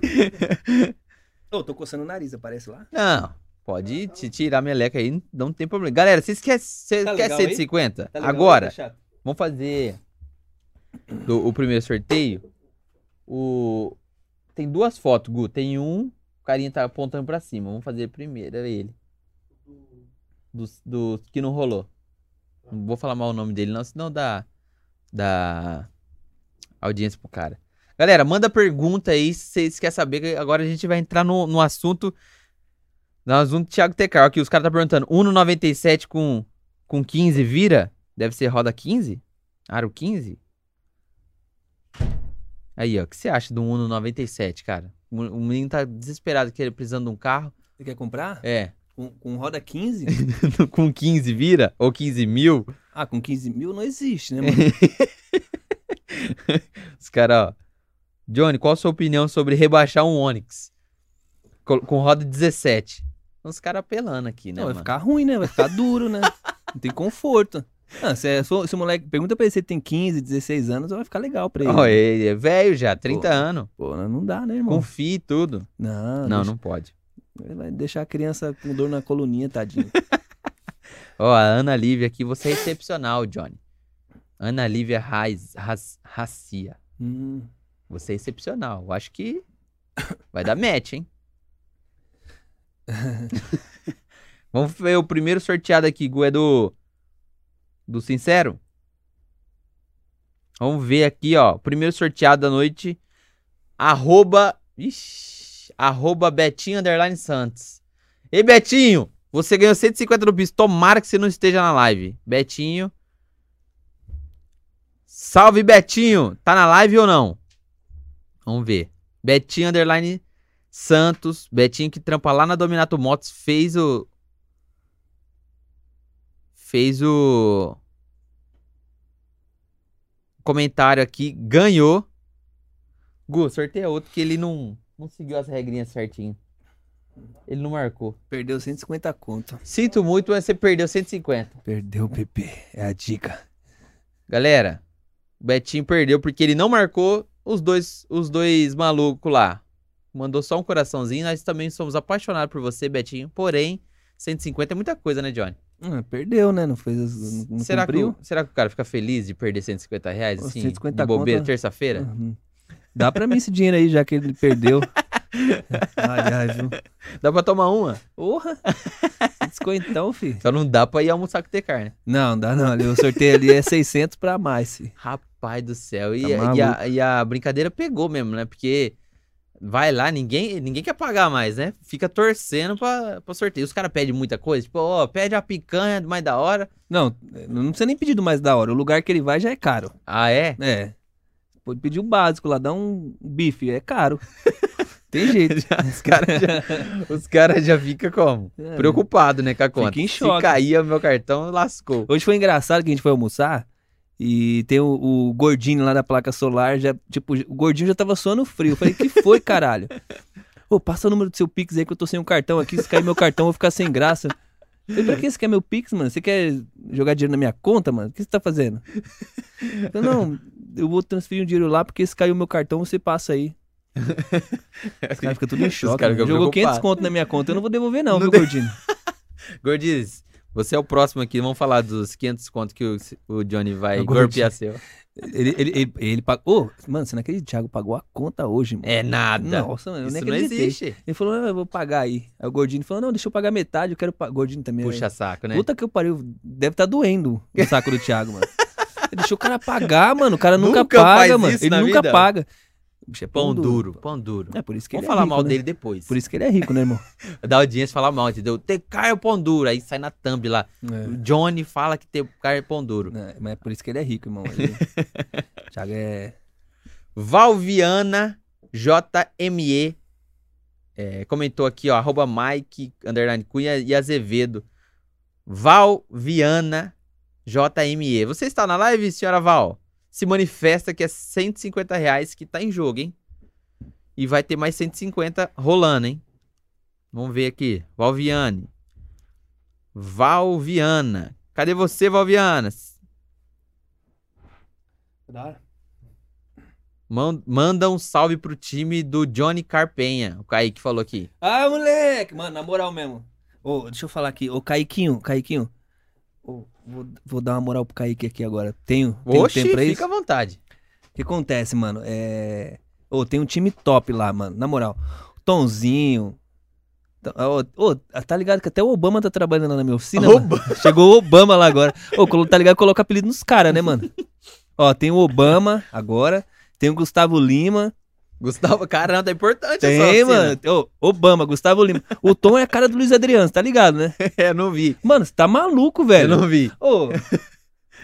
Speaker 2: Ô, tô coçando o nariz, aparece lá?
Speaker 1: Não, pode te tirar a meleca aí, não tem problema. Galera, vocês querem, você
Speaker 2: Tá
Speaker 1: quer
Speaker 2: legal aí?
Speaker 1: 150? Agora, vamos fazer do o primeiro sorteio, o... tem duas fotos, Gu. Tem um, o carinha tá apontando pra cima. Vamos fazer primeiro, é ele. Do, do que não rolou. Não vou falar mal o nome dele, não, senão dá, dá audiência pro cara. Galera, manda pergunta aí se vocês querem saber. que Agora a gente vai entrar no, no assunto. No assunto do Thiago Tecar. Aqui, os caras tá perguntando: 1,97 com, com 15 vira? Deve ser roda 15? Aro 15? Aí, ó. O que você acha do 1,97, cara? O o menino tá desesperado que ele precisando de um carro.
Speaker 2: Você quer comprar?
Speaker 1: É. <laughs>
Speaker 2: Com, com roda 15?
Speaker 1: com 15 vira? Ou 15 mil?
Speaker 2: Ah, com 15 mil não existe,
Speaker 1: É,
Speaker 2: né, mano?
Speaker 1: Os caras, ó. Johnny, qual a sua opinião sobre rebaixar um Onix? Co- Com roda 17. Então, Os caras apelando aqui, né,
Speaker 2: Não, vai
Speaker 1: mano?
Speaker 2: ficar ruim, né? Vai ficar duro, né? Não tem conforto. Ah, se, é- se o se o moleque. Pergunta pra ele se ele tem 15, 16 anos, vai ficar legal pra ele.
Speaker 1: Ó, ele é velho já, 30 anos.
Speaker 2: Pô, não dá, né, irmão?
Speaker 1: Com FI e tudo.
Speaker 2: Não,
Speaker 1: Não, não pode.
Speaker 2: deixa- Vai deixar a criança com dor na
Speaker 1: <laughs>
Speaker 2: coluninha, tadinho.
Speaker 1: Ó, a Ana Lívia aqui, você é excepcional, Johnny. Ana Lívia Raiz, Ras- Racia.
Speaker 2: Hum.
Speaker 1: Você é excepcional. Eu acho que vai dar match, hein? Vamos ver o primeiro sorteado aqui, Gu, é do. Do Sincero? Vamos ver aqui, ó. Primeiro sorteado da noite. Arroba. Ixi, arroba Betinho Underline Santos. Ei, Betinho! Você ganhou 150 no bis. Tomara que você não esteja na live. Betinho. Salve, Betinho! Tá na live ou não? Vamos ver. Betinho Underline Santos. Betinho que trampa lá na Dominato Motos. Fez o. Fez o. Comentário aqui. Ganhou. Gu, sorteia outro que ele não, não seguiu as regrinhas certinho. Ele não marcou.
Speaker 2: Perdeu 150 conto.
Speaker 1: Sinto muito, mas você perdeu 150.
Speaker 2: Perdeu o PP. É a dica.
Speaker 1: Galera, o Betinho perdeu porque ele não marcou os dois, os dois malucos lá. Mandou só um coraçãozinho. Nós também somos apaixonados por você, Betinho. Porém, 150 é muita coisa, né, Johnny?
Speaker 2: Ah, perdeu, né? Não fez. as- Não, não
Speaker 1: será, que,
Speaker 2: cumpriu.
Speaker 1: o- será que o cara fica feliz de perder 150 reais
Speaker 2: Ô,
Speaker 1: assim?
Speaker 2: 150
Speaker 1: de bobeira,
Speaker 2: conta-
Speaker 1: terça-feira?
Speaker 2: Uhum. Dá pra mim esse dinheiro aí, já que ele perdeu. <laughs> ai, ai, viu?
Speaker 1: Dá pra tomar uma?
Speaker 2: Porra! Descontão, filho.
Speaker 1: Só não dá pra ir almoçar com o Tecar, né?
Speaker 2: Não, não dá não. ali O sorteio ali é 600 pra mais, filho.
Speaker 1: Rapaz do céu. E,
Speaker 2: Tá
Speaker 1: a- e a, e a brincadeira pegou mesmo, né? Porque vai lá, ninguém, ninguém quer pagar mais, né? Fica torcendo pra, pra sorteio. Os caras pedem muita coisa. Tipo, ó, pede a picanha mais da hora.
Speaker 2: Não, não precisa nem pedir do mais da hora. O lugar que ele vai já é caro.
Speaker 1: Ah, é? <laughs>
Speaker 2: É. Pode pedir o básico lá, dá um bife, é <laughs> caro. Tem
Speaker 1: <laughs>
Speaker 2: jeito.
Speaker 1: Os caras já, os cara já ficam como?
Speaker 2: É.
Speaker 1: Preocupado, né, com a conta.
Speaker 2: em choque.
Speaker 1: Se caía meu cartão, lascou.
Speaker 2: Hoje foi engraçado que a gente foi almoçar e tem o, o gordinho lá da placa solar, já, tipo, o gordinho já tava suando frio. Eu falei, que foi, caralho? Ô, passa o número do seu Pix aí que eu tô sem um cartão aqui, se cair meu cartão eu vou ficar sem graça. Eu falei, pra que você quer meu Pix, mano? Você quer jogar dinheiro na minha conta, mano? O que você tá fazendo? Eu falei, não, eu vou transferir um dinheiro lá porque se cair o meu cartão você
Speaker 1: <laughs>
Speaker 2: passa aí. Os caras ficam tudo em choque.
Speaker 1: caras
Speaker 2: mano.
Speaker 1: ficam
Speaker 2: Jogou 500
Speaker 1: preocupados.
Speaker 2: conto na minha conta, eu não vou devolver não,
Speaker 1: Não
Speaker 2: viu, gordinho?
Speaker 1: Gordiz, você é o próximo aqui. Vamos falar dos 500 conto que o, o Johnny vai
Speaker 2: O Gordinho.
Speaker 1: golpear seu.
Speaker 2: Ele, ele, ele, ele pagou... Ô, mano, você não acredita, o Thiago pagou a conta hoje, mano.
Speaker 1: É nada.
Speaker 2: Nossa, mano, eu nem
Speaker 1: Isso não
Speaker 2: acreditei.
Speaker 1: existe.
Speaker 2: Ele falou, ah, eu vou pagar aí. Aí o Gordinho falou, não, deixa eu pagar metade, eu quero pagar. Gordinho também. né?
Speaker 1: Puxa saco, né?
Speaker 2: Puta que eu pariu, deve tá doendo o saco do Thiago, mano. Ele deixou o cara pagar, mano. O cara nunca,
Speaker 1: Nunca faz
Speaker 2: paga,
Speaker 1: isso
Speaker 2: mano. Ele
Speaker 1: na
Speaker 2: nunca
Speaker 1: vida.
Speaker 2: paga. O bicho é
Speaker 1: Pão duro, pão duro.
Speaker 2: É por isso que
Speaker 1: Vamos
Speaker 2: ele é
Speaker 1: falar
Speaker 2: rico,
Speaker 1: mal
Speaker 2: né?
Speaker 1: dele depois.
Speaker 2: Por isso que ele é rico, né,
Speaker 1: <laughs>
Speaker 2: irmão?
Speaker 1: Da audiência falar mal, entendeu? Tecar é o pão duro. Aí sai na thumb lá. O Johnny fala que Tecar é pão duro.
Speaker 2: É, mas é por isso que ele é rico, irmão.
Speaker 1: <laughs>
Speaker 2: Ele... O Thiago é.
Speaker 1: Valviana JME é, comentou aqui, ó, arroba Mike, underline Cunha e Azevedo. Valviana JME. Você está na live, senhora Val? Se manifesta que é 150 reais que tá em jogo, hein? E vai ter mais 150 rolando, hein? Vamos ver aqui. Valviane. Valviana. Cadê você, Valviana? Man- Manda um salve pro time do Johnny Carpenha, o Kaique falou aqui.
Speaker 2: Ah, moleque! Mano, na moral mesmo. Ô, deixa eu falar aqui. Ô, Caiquinho, Caiquinho. Ô, vou, vou dar uma moral pro Kaique aqui agora. Tenho, tenho
Speaker 1: Oxi,
Speaker 2: tempo pra isso?
Speaker 1: fica à vontade.
Speaker 2: que acontece, mano? É. Ô, tem um time top lá, mano. Na moral. Tonzinho. Tá- Ô, ô, tá ligado que até o Obama tá trabalhando lá na minha oficina? mano? <laughs> Chegou o Obama lá agora. Ô, colo- tá ligado? Coloca apelido nos caras, né, mano? Ó, tem o Obama agora. Tem o Gustavo Lima.
Speaker 1: Gustavo, <laughs> caramba, tá importante essa
Speaker 2: Tem,
Speaker 1: oficina.
Speaker 2: mano. assim, né? Ô, Obama, Gustavo Lima. O Tom é a cara do Luiz Adriano, tá ligado, né?
Speaker 1: <laughs> É, não vi.
Speaker 2: Mano, você tá maluco,
Speaker 1: É, Eu
Speaker 2: velho.
Speaker 1: não vi.
Speaker 2: Ô,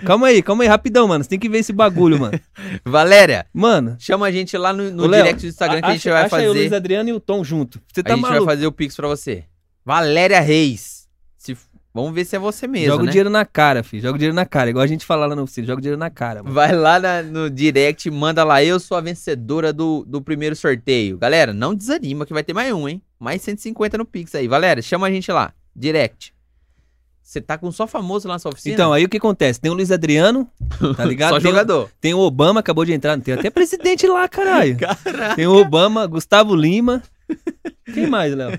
Speaker 2: calma aí, calma aí, rapidão, mano. Você tem que ver esse bagulho, mano.
Speaker 1: Valéria,
Speaker 2: Mano,
Speaker 1: chama a gente lá no, no
Speaker 2: Ô, Léo,
Speaker 1: direct do <laughs> Instagram que a gente
Speaker 2: acha-
Speaker 1: vai
Speaker 2: acha aí o Luiz
Speaker 1: fazer.
Speaker 2: Adriano e o Tom junto. Você tá
Speaker 1: a gente
Speaker 2: maluco.
Speaker 1: vai fazer o Pix pra você. Valéria Reis. Se- Vamos ver se é você mesmo,
Speaker 2: Joga o
Speaker 1: né?
Speaker 2: dinheiro na cara, filho. Joga o dinheiro na cara. Igual a gente fala lá no oficina, joga o dinheiro na cara, mano.
Speaker 1: Vai lá na- no direct, manda lá. Eu sou a vencedora do, do primeiro sorteio. Galera, não desanima que vai ter mais um, hein? Mais 150 no Pix aí. Valéria, chama a gente lá. Direct. Você tá com só famoso lá na sua oficina?
Speaker 2: Então, aí o que acontece? Tem o Luiz Adriano,
Speaker 1: <laughs>
Speaker 2: tá ligado?
Speaker 1: só
Speaker 2: tem, o-
Speaker 1: jogador.
Speaker 2: tem o Obama, acabou de entrar. Tem até presidente lá, caralho.
Speaker 1: <laughs> Caraca.
Speaker 2: Tem o Obama, Gustavo Lima. Quem mais, Léo?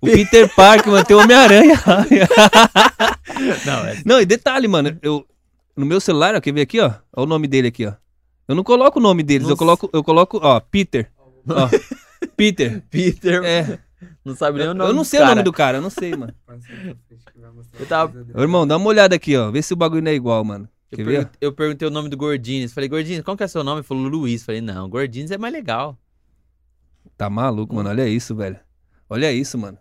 Speaker 2: O Peter Parker, mano, tem o Homem-Aranha.
Speaker 1: Não, é...
Speaker 2: <laughs> Não, e detalhe, mano, eu no meu celular, ó, quer ver aqui, ó, ó o nome dele aqui, ó. Eu não coloco o nome deles, eu
Speaker 1: Nossa.
Speaker 2: coloco, eu coloco, ó, Peter. Ó, Peter.
Speaker 1: <laughs> Peter.
Speaker 2: É,
Speaker 1: Não sabe nem
Speaker 2: eu,
Speaker 1: o nome
Speaker 2: não sei o nome do cara, eu não sei, mano.
Speaker 1: Eu tava-
Speaker 2: Ô, irmão, dá uma olhada aqui, ó, vê se o bagulho não é igual, mano.
Speaker 1: Eu,
Speaker 2: Quer
Speaker 1: pergun-
Speaker 2: ver?
Speaker 1: eu perguntei o nome do Gordines. Falei, Gordines, qual que é seu nome? Ele falou Luiz. Falei, não, Gordines é mais legal.
Speaker 2: Tá maluco, mano, olha isso, velho. Olha isso, mano.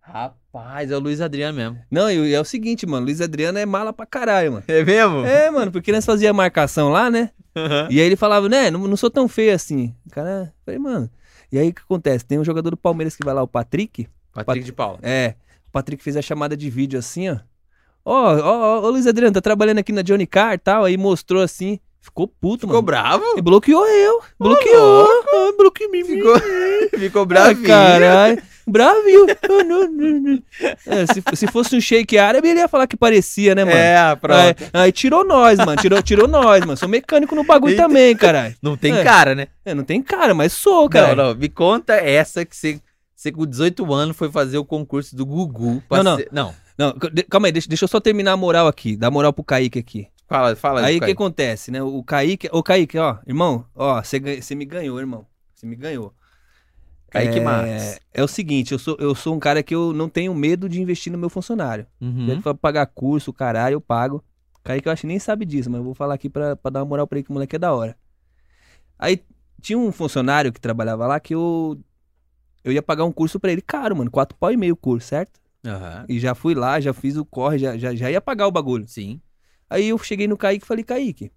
Speaker 1: Rapaz, é o Luiz Adriano mesmo.
Speaker 2: Não, e o- e é o seguinte, mano, Luiz Adriano é mala pra caralho,
Speaker 1: <laughs>
Speaker 2: mano.
Speaker 1: É Uhum. mesmo?
Speaker 2: É, mano, porque nós fazia marcação lá, né? E aí ele falava, né, não, não sou tão feio assim. O Cara, falei, mano. E aí o que acontece? Tem um jogador do Palmeiras que vai lá, o Patrick.
Speaker 1: Patrick de Paula.
Speaker 2: É, o Patrick fez a chamada de vídeo assim, ó. Ó, ó, ó, ô Luiz Adriano, tá trabalhando aqui na Johnny Car e tal, aí mostrou assim. Ficou puto,
Speaker 1: Ficou
Speaker 2: mano.
Speaker 1: bravo?
Speaker 2: E bloqueou eu. Bloqueou. Ah, bloqueou mim.
Speaker 1: Ficou, <laughs> ficou
Speaker 2: Ah,
Speaker 1: bravinho.
Speaker 2: caralho. Bravinho. <laughs> Ah, não, não, não. É, se, se fosse um shake árabe, ele ia falar que parecia, né, mano?
Speaker 1: É, pronto.
Speaker 2: Aí, aí tirou nós, mano. Tirou, tirou nós, mano. Sou mecânico no bagulho
Speaker 1: Eita.
Speaker 2: também, caralho.
Speaker 1: Não tem
Speaker 2: É.
Speaker 1: cara, né?
Speaker 2: É, não tem cara, mas sou, cara.
Speaker 1: Então- Não, não. Me conta essa que você, você com 18 anos foi fazer o concurso do Gugu. pra
Speaker 2: Não, não.
Speaker 1: ser- não.
Speaker 2: Não, de- calma aí, deixa, deixa eu só terminar a moral aqui, dar moral pro Kaique aqui.
Speaker 1: Fala, fala.
Speaker 2: Aí o que
Speaker 1: Caio.
Speaker 2: acontece, né? O Kaique, ô Kaique, ó, irmão, ó, você ganha- você me ganhou, irmão. Você me ganhou.
Speaker 1: Kaique
Speaker 2: é,
Speaker 1: Marques.
Speaker 2: É o seguinte, eu sou, eu sou um cara que eu não tenho medo de investir no meu funcionário. Se ele
Speaker 1: Uhum.
Speaker 2: for pagar curso, caralho, eu pago. Kaique, eu acho que nem sabe disso, mas eu vou falar aqui pra, pra dar uma moral pra ele que o moleque é da hora. Aí tinha um funcionário que trabalhava lá que eu. Eu ia pagar um curso pra ele caro, mano. Quatro pau e meio o curso, certo?
Speaker 1: Aham.
Speaker 2: E já fui lá, já fiz o corre, já, já, já ia pagar o bagulho.
Speaker 1: Sim.
Speaker 2: Aí eu cheguei no Kaique e falei, Kaique.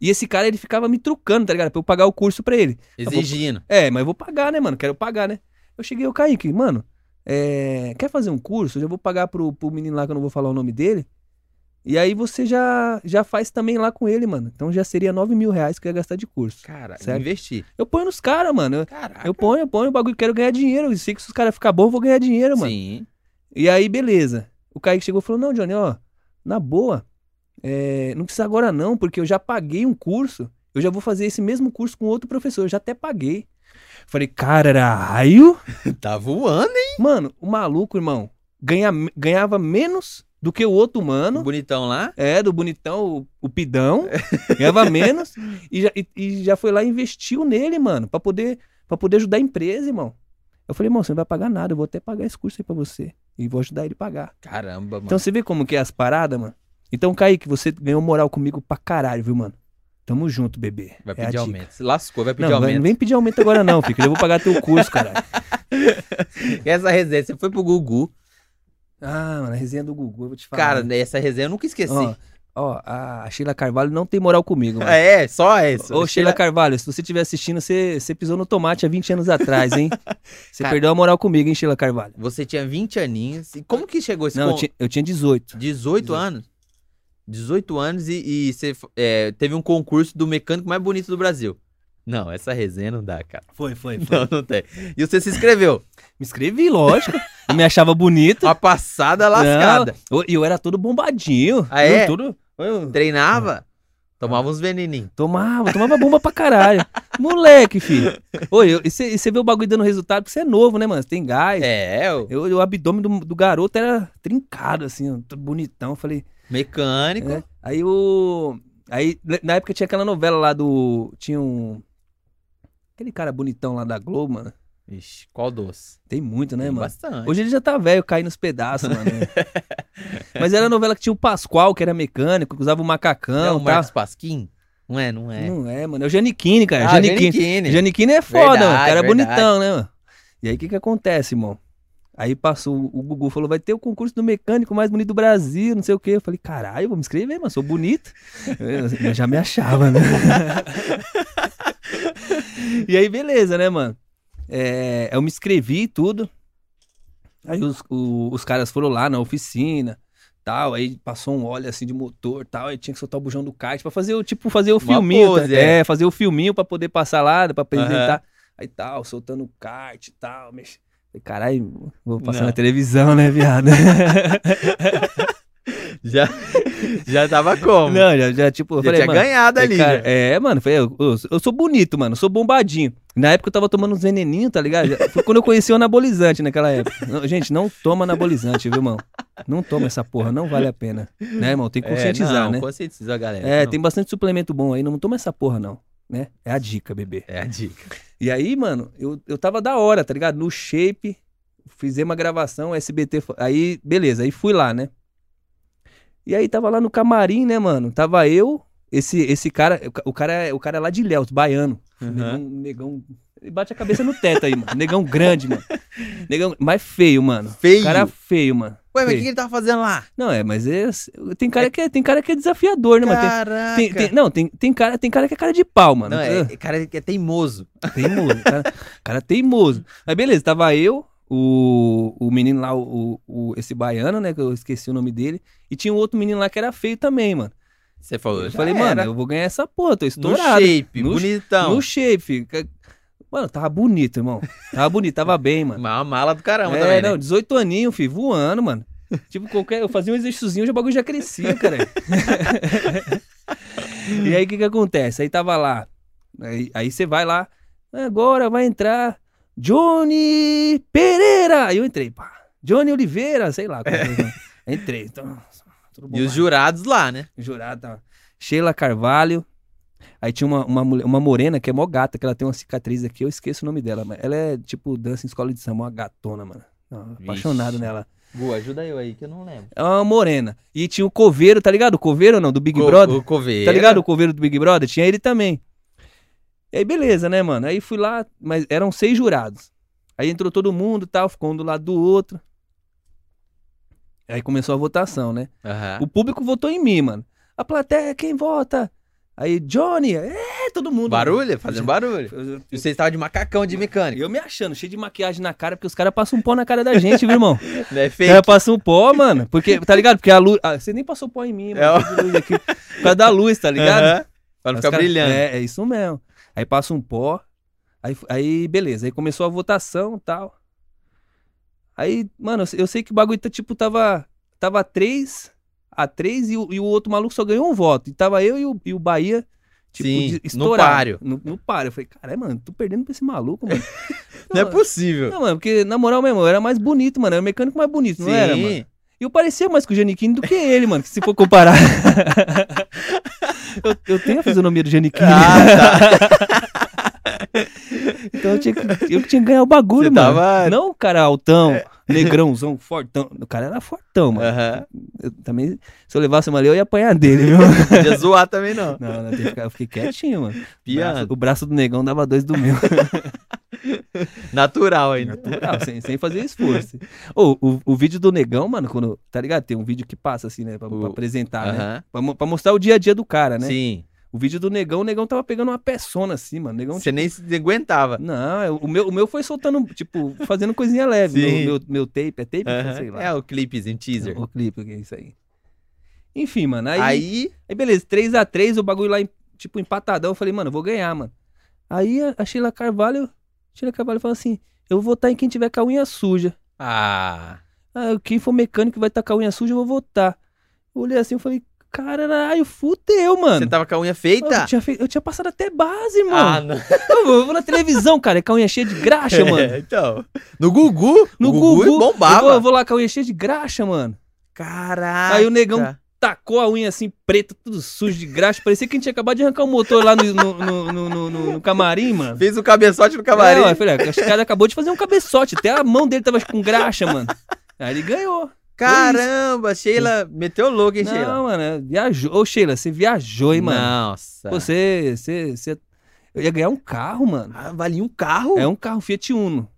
Speaker 2: E esse cara, ele ficava me trucando, tá ligado? Pra eu pagar o curso pra ele.
Speaker 1: Exigindo.
Speaker 2: É, mas eu vou pagar, né, mano? Quero pagar, né? Eu cheguei ao Kaique, mano, é, quer fazer um curso? Eu já vou pagar pro, pro menino lá que eu não vou falar o nome dele. E aí você já, já faz também lá com ele, mano. Então já seria 9 mil reais que eu ia gastar de curso.
Speaker 1: Cara,
Speaker 2: Certo.
Speaker 1: investir.
Speaker 2: Eu ponho nos caras, mano. Eu,
Speaker 1: Caraca.
Speaker 2: eu ponho, eu ponho o bagulho, quero ganhar dinheiro. Eu sei que se os caras ficar bom, eu vou ganhar dinheiro, mano.
Speaker 1: Sim.
Speaker 2: E aí, beleza. O Kaique chegou e falou: Não, Johnny, ó, na boa, é, não precisa agora não, porque eu já paguei um curso, eu já vou fazer esse mesmo curso com outro professor, eu já até paguei. Falei: Caralho!
Speaker 1: Tá voando, hein?
Speaker 2: Mano, o maluco, irmão, ganha, ganhava menos do que o outro
Speaker 1: O
Speaker 2: humano.
Speaker 1: bonitão lá.
Speaker 2: É, do bonitão, o, o pidão, ganhava menos e já, e- e já foi lá e investiu nele, mano, pra poder, pra poder ajudar a empresa, irmão. Eu falei, irmão, você não vai pagar nada, eu vou até pagar esse curso aí pra você e vou ajudar ele a pagar.
Speaker 1: Caramba, mano.
Speaker 2: Então você vê como que é as paradas, mano? Então, Kaique, você ganhou moral comigo pra caralho, viu, mano? Tamo junto, bebê.
Speaker 1: vai
Speaker 2: É a
Speaker 1: pedir
Speaker 2: dica.
Speaker 1: aumento. Se lascou, vai pedir
Speaker 2: Não, vai-
Speaker 1: aumento.
Speaker 2: não vem pedir aumento agora não, filho. que Eu vou pagar teu
Speaker 1: <laughs>
Speaker 2: curso, caralho.
Speaker 1: Essa resenha, você foi pro Gugu.
Speaker 2: Ah, mano, a resenha do Gugu, eu vou te falar.
Speaker 1: Cara,
Speaker 2: né?
Speaker 1: né, essa resenha eu nunca esqueci.
Speaker 2: Ó, ó, a Sheila Carvalho não tem moral comigo, mano.
Speaker 1: é, só essa.
Speaker 2: Ô, Sheila Carvalho, se você estiver assistindo, você, você pisou no tomate há 20 anos atrás,
Speaker 1: <laughs>
Speaker 2: hein? Você
Speaker 1: Cara-
Speaker 2: perdeu a moral comigo, hein, Sheila Carvalho?
Speaker 1: Você tinha 20 aninhos. E como que chegou esse
Speaker 2: Não, eu
Speaker 1: con-
Speaker 2: tinha, eu tinha 18.
Speaker 1: 18 anos? 18 anos e, e você é, teve um concurso do mecânico mais bonito do Brasil. Não, essa resenha não dá, cara. <laughs>
Speaker 2: Foi, foi,
Speaker 1: Não, não tem. E você se inscreveu.
Speaker 2: Me inscrevi, lógico. Eu me achava bonito. <laughs>
Speaker 1: A passada lascada.
Speaker 2: Não, eu- eu era todo bombadinho.
Speaker 1: Ah,
Speaker 2: Eu
Speaker 1: é?
Speaker 2: todo- eu
Speaker 1: Treinava, tomava uns veneninhos.
Speaker 2: tomava, tomava bomba pra caralho. Moleque, filho. Oi, você vê o bagulho dando resultado, porque você é novo, né, mano? Você tem gás.
Speaker 1: É, o
Speaker 2: Eu, o abdômen do, do garoto era trincado, assim, ó, todo bonitão. Eu Falei,
Speaker 1: mecânico.
Speaker 2: é. Aí o. Aí, na- na época tinha aquela novela lá do. Tinha um. Aquele cara bonitão lá da Globo, mano.
Speaker 1: Ixi, qual doce?
Speaker 2: Tem muito, né,
Speaker 1: Tem
Speaker 2: mano?
Speaker 1: Bastante.
Speaker 2: Hoje ele já tá velho, caindo nos
Speaker 1: <laughs>
Speaker 2: pedaços, mano. Mas era a novela que tinha o Pascoal, que era mecânico, que usava o
Speaker 1: não,
Speaker 2: macacão.
Speaker 1: é o
Speaker 2: tá?
Speaker 1: Marcos Pasquim? Não é, não é.
Speaker 2: Não é, mano. É o Janiquini, cara.
Speaker 1: Ah,
Speaker 2: Janiquini.
Speaker 1: Giannichini.
Speaker 2: Janiquini é foda,
Speaker 1: Verdade,
Speaker 2: mano. O cara é
Speaker 1: verdade.
Speaker 2: bonitão, né, mano? E aí o que que acontece, irmão? Aí passou, o Gugu falou, vai ter o concurso do mecânico mais bonito do Brasil, não sei o quê. Eu falei, caralho, vou me inscrever, mano, sou bonito. <laughs> Eu já me achava, né? <laughs> e aí, beleza, né, mano? É, eu me inscrevi e tudo. Aí os, o- os caras foram lá na oficina, tal, aí passou um óleo assim de motor, tal, aí tinha que soltar o bujão do kart pra fazer o tipo fazer o
Speaker 1: Uma
Speaker 2: filminho, tá?
Speaker 1: pose, é.
Speaker 2: é. fazer o filminho pra poder passar lá, pra apresentar. Aí tal, soltando o kart e tal, mexe. Falei, Caralho, vou passar
Speaker 1: Não.
Speaker 2: na televisão, né, viado?
Speaker 1: Já, <laughs> já tava <laughs> como?
Speaker 2: Não, já, já tipo, eu
Speaker 1: já
Speaker 2: falei,
Speaker 1: tinha
Speaker 2: mano,
Speaker 1: ganhado ali.
Speaker 2: falei, cara,
Speaker 1: já.
Speaker 2: é, mano, falei, eu, eu- eu sou bonito, mano, eu sou bombadinho. Na época eu tava tomando uns veneninhos, tá ligado? Já- Foi quando eu conheci o anabolizante naquela época. Não, gente, não toma anabolizante, viu, irmão? Não toma essa porra, não vale a pena. Né, irmão? Tem que
Speaker 1: É,
Speaker 2: conscientizar,
Speaker 1: não,
Speaker 2: né?
Speaker 1: Conscientizar, galera.
Speaker 2: É,
Speaker 1: Não,
Speaker 2: tem bastante suplemento bom aí, não toma essa porra, não. Né? É a dica, bebê.
Speaker 1: É a dica.
Speaker 2: E aí, mano, eu, eu tava da hora, tá ligado? No shape, fizemos uma gravação, SBT. fo- Aí, beleza, aí fui lá, né? E aí tava lá no camarim, né, mano? Tava eu, esse, esse cara, o ca- o cara, é- o cara é lá de Léus, baiano. Negão, negão. Ele bate a cabeça no teto aí, mano. Negão grande, mano. Negão, mas feio, mano.
Speaker 1: Feio.
Speaker 2: Cara feio, mano.
Speaker 1: Ué, mas o
Speaker 2: feio.
Speaker 1: que ele tá fazendo lá?
Speaker 2: Não, é, mas é- tem, cara que é, tem cara que é desafiador, né, mano?
Speaker 1: Caraca.
Speaker 2: Tem- tem- tem- não, tem, tem, cara, tem cara que é cara de pau, mano.
Speaker 1: Não, é, é- cara, é teimoso.
Speaker 2: Teimoso, cara, cara é teimoso. Mas beleza, tava eu, o, o menino lá, o, o- esse baiano, né? Que eu esqueci o nome dele. E tinha um outro menino lá que era feio também, mano.
Speaker 1: Você falou.
Speaker 2: Eu
Speaker 1: já
Speaker 2: falei,
Speaker 1: era.
Speaker 2: mano, eu vou ganhar essa porra, tô
Speaker 1: no
Speaker 2: estourado.
Speaker 1: shape, então.
Speaker 2: No-
Speaker 1: bonitão.
Speaker 2: No shape. filho. Ca- Mano, tava bonito, irmão. Tava bonito, tava bem, mano.
Speaker 1: Uma mala do caramba
Speaker 2: é,
Speaker 1: também, né?
Speaker 2: não, 18 aninho, filho, voando, mano. Tipo, qualquer. Eu fazia um exercíciozinho, já o bagulho já
Speaker 1: <laughs>
Speaker 2: crescia, cara. e aí o que que acontece? Aí tava lá. Aí aí você vai lá. Agora vai entrar Johnny Pereira. Aí eu entrei, pá. Johnny Oliveira, sei lá. qual foi o nome. Entrei. Então, tudo bom,
Speaker 1: É. E os jurados lá, né?
Speaker 2: Jurado, tá. Sheila Carvalho. Aí tinha uma, uma, mulher- uma morena que é mó gata, que ela tem uma cicatriz aqui, eu esqueço o nome dela, mas ela é tipo dança em escola de samba, uma gatona, mano. Não,
Speaker 1: Vixe.
Speaker 2: apaixonado nela.
Speaker 1: Boa, ajuda eu aí, que eu não lembro.
Speaker 2: É uma morena. E tinha o coveiro, tá ligado? O coveiro não, do Big Brother.
Speaker 1: O Coveiro.
Speaker 2: Tá ligado? O coveiro do Big Brother? Tinha ele também. E aí, beleza, né, mano? Aí fui lá, mas eram seis jurados. Aí entrou todo mundo e tal, ficou um do lado do outro. Aí começou a votação, né?
Speaker 1: Aham.
Speaker 2: O público votou em mim, mano. A plateia, quem vota? Aí, Johnny, é, todo mundo.
Speaker 1: Barulho? Fazendo barulho.
Speaker 2: Eu, eu-
Speaker 1: E você estava de macacão de mecânico,
Speaker 2: eu me achando, cheio de maquiagem na cara, porque os caras passam um pó na
Speaker 1: <laughs>
Speaker 2: cara da gente, viu, irmão? Os
Speaker 1: né?
Speaker 2: caras
Speaker 1: Fake.
Speaker 2: passam um pó, mano. Porque, tá ligado? Porque a luz. ah, você nem passou pó em mim, mano.
Speaker 1: É, ó.
Speaker 2: por causa de luz aqui. Por causa da luz, tá ligado?
Speaker 1: Aham. Pra não
Speaker 2: Os
Speaker 1: ficar
Speaker 2: cara-
Speaker 1: brilhando.
Speaker 2: É, é isso mesmo. Aí passa um pó. Aí, aí beleza. Aí começou a votação e tal. Aí, mano, eu sei- eu sei que o bagulho, tá, tipo, tava. Tava 3 a 3 e, o- e o outro maluco só ganhou um voto. E tava eu e o, e o Bahia, tipo,
Speaker 1: Sim,
Speaker 2: de-
Speaker 1: no
Speaker 2: estourado.
Speaker 1: páreo.
Speaker 2: No, no páreo. Eu falei, caralho, mano, tô perdendo pra esse maluco, mano.
Speaker 1: <laughs> Não é possível.
Speaker 2: não, mano, porque na moral mesmo, eu era mais bonito, mano. Eu Era o mecânico mais bonito, não era, mano? E eu parecia mais com o Janiquini do que ele, mano, que se for comparar.
Speaker 1: <laughs>
Speaker 2: eu, eu tenho a fisionomia do Janiquini. <laughs>
Speaker 1: Ah, tá.
Speaker 2: Então eu tinha que, eu que tinha que ganhar o bagulho,
Speaker 1: Você
Speaker 2: mano.
Speaker 1: tava- É.
Speaker 2: Não o cara altão, negrãozão, fortão. O cara era fortão, mano.
Speaker 1: Aham.
Speaker 2: Eu também, se eu levasse uma ali, eu ia apanhar dele, viu?
Speaker 1: Podia zoar também, não.
Speaker 2: Não, não, eu, ficar, eu fiquei quietinho, mano. O braço,
Speaker 1: Piano.
Speaker 2: o braço do negão dava dois do meu.
Speaker 1: Natural ainda.
Speaker 2: Natural, sem, sem fazer esforço. Ô, o, o vídeo do negão, mano, quando. Tá ligado? Tem um vídeo que passa assim, né? Pra, pra
Speaker 1: O-
Speaker 2: apresentar, né?
Speaker 1: Aham.
Speaker 2: Pra, mo- pra mostrar o dia a dia do cara, né?
Speaker 1: Sim.
Speaker 2: O vídeo do negão, o negão tava pegando uma peçona assim, mano. O negão
Speaker 1: Você nem se aguentava.
Speaker 2: Não, eu- o meu, o meu foi soltando, tipo, fazendo coisinha leve.
Speaker 1: Sim.
Speaker 2: Meu, meu, meu tape, é tape?
Speaker 1: Aham.
Speaker 2: Sei lá.
Speaker 1: É o clipezinho, teaser.
Speaker 2: O clipe, que é isso aí. Enfim, mano, aí, aí...
Speaker 1: Aí,
Speaker 2: beleza, 3x3, o bagulho lá, em- tipo, empatadão. Eu falei, mano, eu vou ganhar, mano. Aí a a Sheila Carvalho, Sheila Carvalho falou assim, eu vou votar em quem tiver com a unha suja.
Speaker 1: Ah,
Speaker 2: Ah, quem for mecânico e vai estar com a unha suja, eu vou votar. Eu olhei assim, eu falei, caralho, fudeu, mano.
Speaker 1: você tava com a unha
Speaker 2: Eu
Speaker 1: feita?
Speaker 2: tinha, fe- eu tinha passado até base,
Speaker 1: Ah,
Speaker 2: mano.
Speaker 1: não.
Speaker 2: Eu vou- eu vou na televisão, cara, é com a unha cheia de graxa, mano.
Speaker 1: É, <laughs> então. No Gugu?
Speaker 2: No
Speaker 1: o Gugu,
Speaker 2: Gugu,
Speaker 1: bombava.
Speaker 2: Eu vou, eu vou lá com a unha cheia de graxa, mano.
Speaker 1: Caraca.
Speaker 2: Aí o negão tacou a unha assim, preta, tudo sujo de graxa. Parecia que a gente tinha acabado de arrancar o motor lá no, no, no, no- no- no camarim, mano.
Speaker 1: Fez o cabeçote no
Speaker 2: É, ó,
Speaker 1: camarim.
Speaker 2: eu falei, ah, acho que o cara acabou de fazer um cabeçote. Até a mão dele tava com graxa, mano. Aí ele ganhou.
Speaker 1: Caramba, Sheila meteu louco, hein, Sheila?
Speaker 2: Não, mano, é, viajou. Ô, Sheila, você viajou, hein, mano.
Speaker 1: Nossa.
Speaker 2: Você, você, você. Eu ia ganhar um carro, mano.
Speaker 1: Ah, valia um carro?
Speaker 2: É um carro Fiat Uno.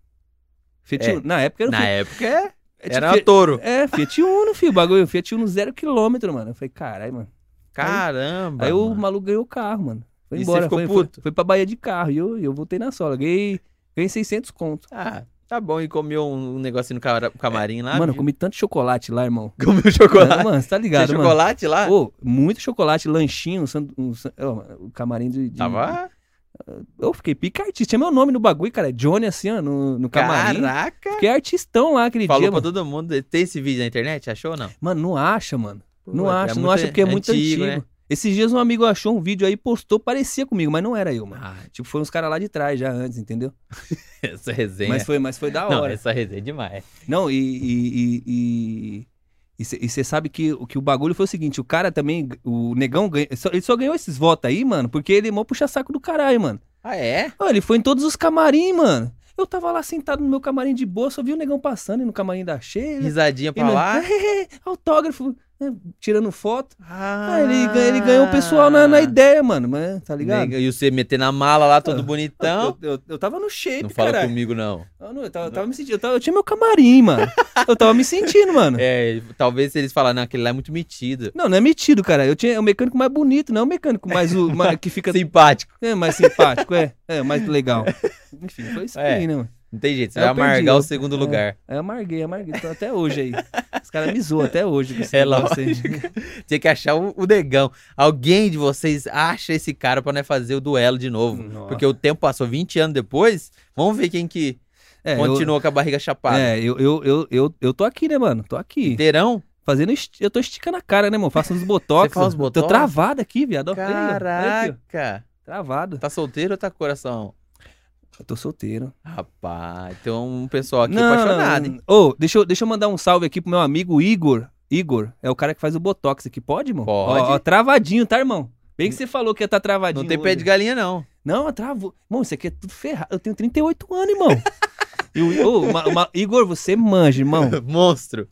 Speaker 2: Fiat
Speaker 1: É.
Speaker 2: Uno. Na época era um
Speaker 1: Na
Speaker 2: Fiat,
Speaker 1: época é-
Speaker 2: é,
Speaker 1: era
Speaker 2: Fiat-
Speaker 1: touro.
Speaker 2: é, Fiat Uno, filho. Bagulho, Fiat Uno zero quilômetro, mano. Eu falei, caralho, mano.
Speaker 1: Caramba.
Speaker 2: Aí o
Speaker 1: mano.
Speaker 2: maluco ganhou o carro, mano. Foi
Speaker 1: E você
Speaker 2: embora.
Speaker 1: ficou
Speaker 2: foi,
Speaker 1: puto?
Speaker 2: Foi, foi pra Bahia de carro. E eu, eu voltei na sola. Ganhei, ganhei 600 conto.
Speaker 1: Ah, tá bom. E comeu um um negocinho no cara- camarim lá?
Speaker 2: mano, eu
Speaker 1: viu?
Speaker 2: comi tanto chocolate lá, irmão.
Speaker 1: comeu <laughs> chocolate.
Speaker 2: Mano, você tá
Speaker 1: Tinha
Speaker 2: ligado, mano.
Speaker 1: chocolate lá?
Speaker 2: Ô, muito chocolate, lanchinho, sandu... um san- ó, mano, o camarim de, de-
Speaker 1: Tava.
Speaker 2: Eu fiquei pica artista. Tinha meu nome no bagulho, cara. Johnny, assim, ó, no, no camarim.
Speaker 1: Caraca.
Speaker 2: Fiquei artistão lá aquele
Speaker 1: Falou
Speaker 2: dia,
Speaker 1: pra
Speaker 2: mano.
Speaker 1: todo mundo. Tem esse vídeo na internet? Achou ou não?
Speaker 2: Mano, não acha, mano. Não
Speaker 1: Pô, é
Speaker 2: acha, não
Speaker 1: muito
Speaker 2: acha porque é muito antigo.
Speaker 1: né?
Speaker 2: Esses dias um amigo achou um vídeo aí, postou, parecia comigo, mas não era eu, mano.
Speaker 1: Ah,
Speaker 2: Tipo, foi uns caras lá de trás já antes, entendeu?
Speaker 1: <laughs> essa resenha.
Speaker 2: Mas foi, mas foi da
Speaker 1: é. não,
Speaker 2: hora.
Speaker 1: essa resenha é demais.
Speaker 2: Não, e. e- e- e você sabe que, o- que o bagulho foi o seguinte, o cara também, o negão, ganha- só- ele só ganhou esses votos aí, mano, porque ele é mó puxa-saco do caralho, mano.
Speaker 1: Ah, é?
Speaker 2: Ó, ele foi em todos os camarim, mano. Eu tava lá sentado no meu camarim de boa, só vi o negão passando e no camarim da Sheila.
Speaker 1: Risadinha
Speaker 2: e é?
Speaker 1: pra
Speaker 2: no-
Speaker 1: lá.
Speaker 2: <laughs> Autógrafo, né, tirando foto.
Speaker 1: Ah,
Speaker 2: Ah, ele, ganha- ele ganhou o pessoal na, na ideia, mano, mas, tá ligado?
Speaker 1: Nega, E você meter na mala lá, todo
Speaker 2: Ah,
Speaker 1: bonitão.
Speaker 2: Eu, eu- eu tava no shape,
Speaker 1: Não fala
Speaker 2: caralho.
Speaker 1: comigo, não.
Speaker 2: Eu, não- eu tava, eu tava me sentindo, eu, tava- eu tinha meu camarim, mano. eu tava me sentindo, mano.
Speaker 1: <laughs> É, talvez se eles falarem, não, aquele lá é muito metido.
Speaker 2: Não, não é metido, cara. Eu tinha é o mecânico mais bonito, não é o mecânico mais o mais- que fica
Speaker 1: Simpático.
Speaker 2: é, mais simpático, é, é mais legal. Enfim, foi isso
Speaker 1: É.
Speaker 2: aí, né? mano?
Speaker 1: Não tem jeito, você
Speaker 2: Eu
Speaker 1: vai amargar
Speaker 2: perdi,
Speaker 1: o
Speaker 2: eu-
Speaker 1: segundo
Speaker 2: é.
Speaker 1: lugar.
Speaker 2: Aí eu amarguei, amarguei. Tô até hoje aí. Os caras me zoam até hoje. com esse
Speaker 1: É
Speaker 2: negócio aí. <laughs>
Speaker 1: Tinha que achar o, o negão. Alguém de vocês acha esse cara pra nós fazer o duelo de novo.
Speaker 2: Nossa.
Speaker 1: Porque o tempo passou 20 anos depois. Vamos ver quem que
Speaker 2: É, eu-
Speaker 1: continuou com a barriga chapada.
Speaker 2: É, eu, eu, eu, eu, eu tô aqui, né, mano? Tô aqui.
Speaker 1: Inteirão?
Speaker 2: Fazendo. esti- Eu tô esticando a cara, né, mano? Faço uns botox.
Speaker 1: Você faz
Speaker 2: ó.
Speaker 1: botox?
Speaker 2: Tô travado aqui, viado. ó. Olha aí, ó. Olha aqui, ó.
Speaker 1: Caraca.
Speaker 2: Travado.
Speaker 1: Tá solteiro ou tá com coração?
Speaker 2: Eu tô solteiro.
Speaker 1: Rapaz, então um pessoal aqui apaixonado, hein?
Speaker 2: Ô, deixa, eu, deixa eu mandar um salve aqui pro meu amigo Igor. Igor é o cara que faz o Botox aqui. Pode, irmão?
Speaker 1: Pode.
Speaker 2: Ó, ó, travadinho, tá, irmão? Bem que você falou que ia tá travadinho.
Speaker 1: Não tem
Speaker 2: hoje.
Speaker 1: pé de galinha, não.
Speaker 2: Não, travou. Irmão, isso aqui é tudo ferrado. Eu tenho 38 anos, irmão. E o- ô, ma- ma- Igor, você manja, irmão.
Speaker 1: <laughs> Monstro.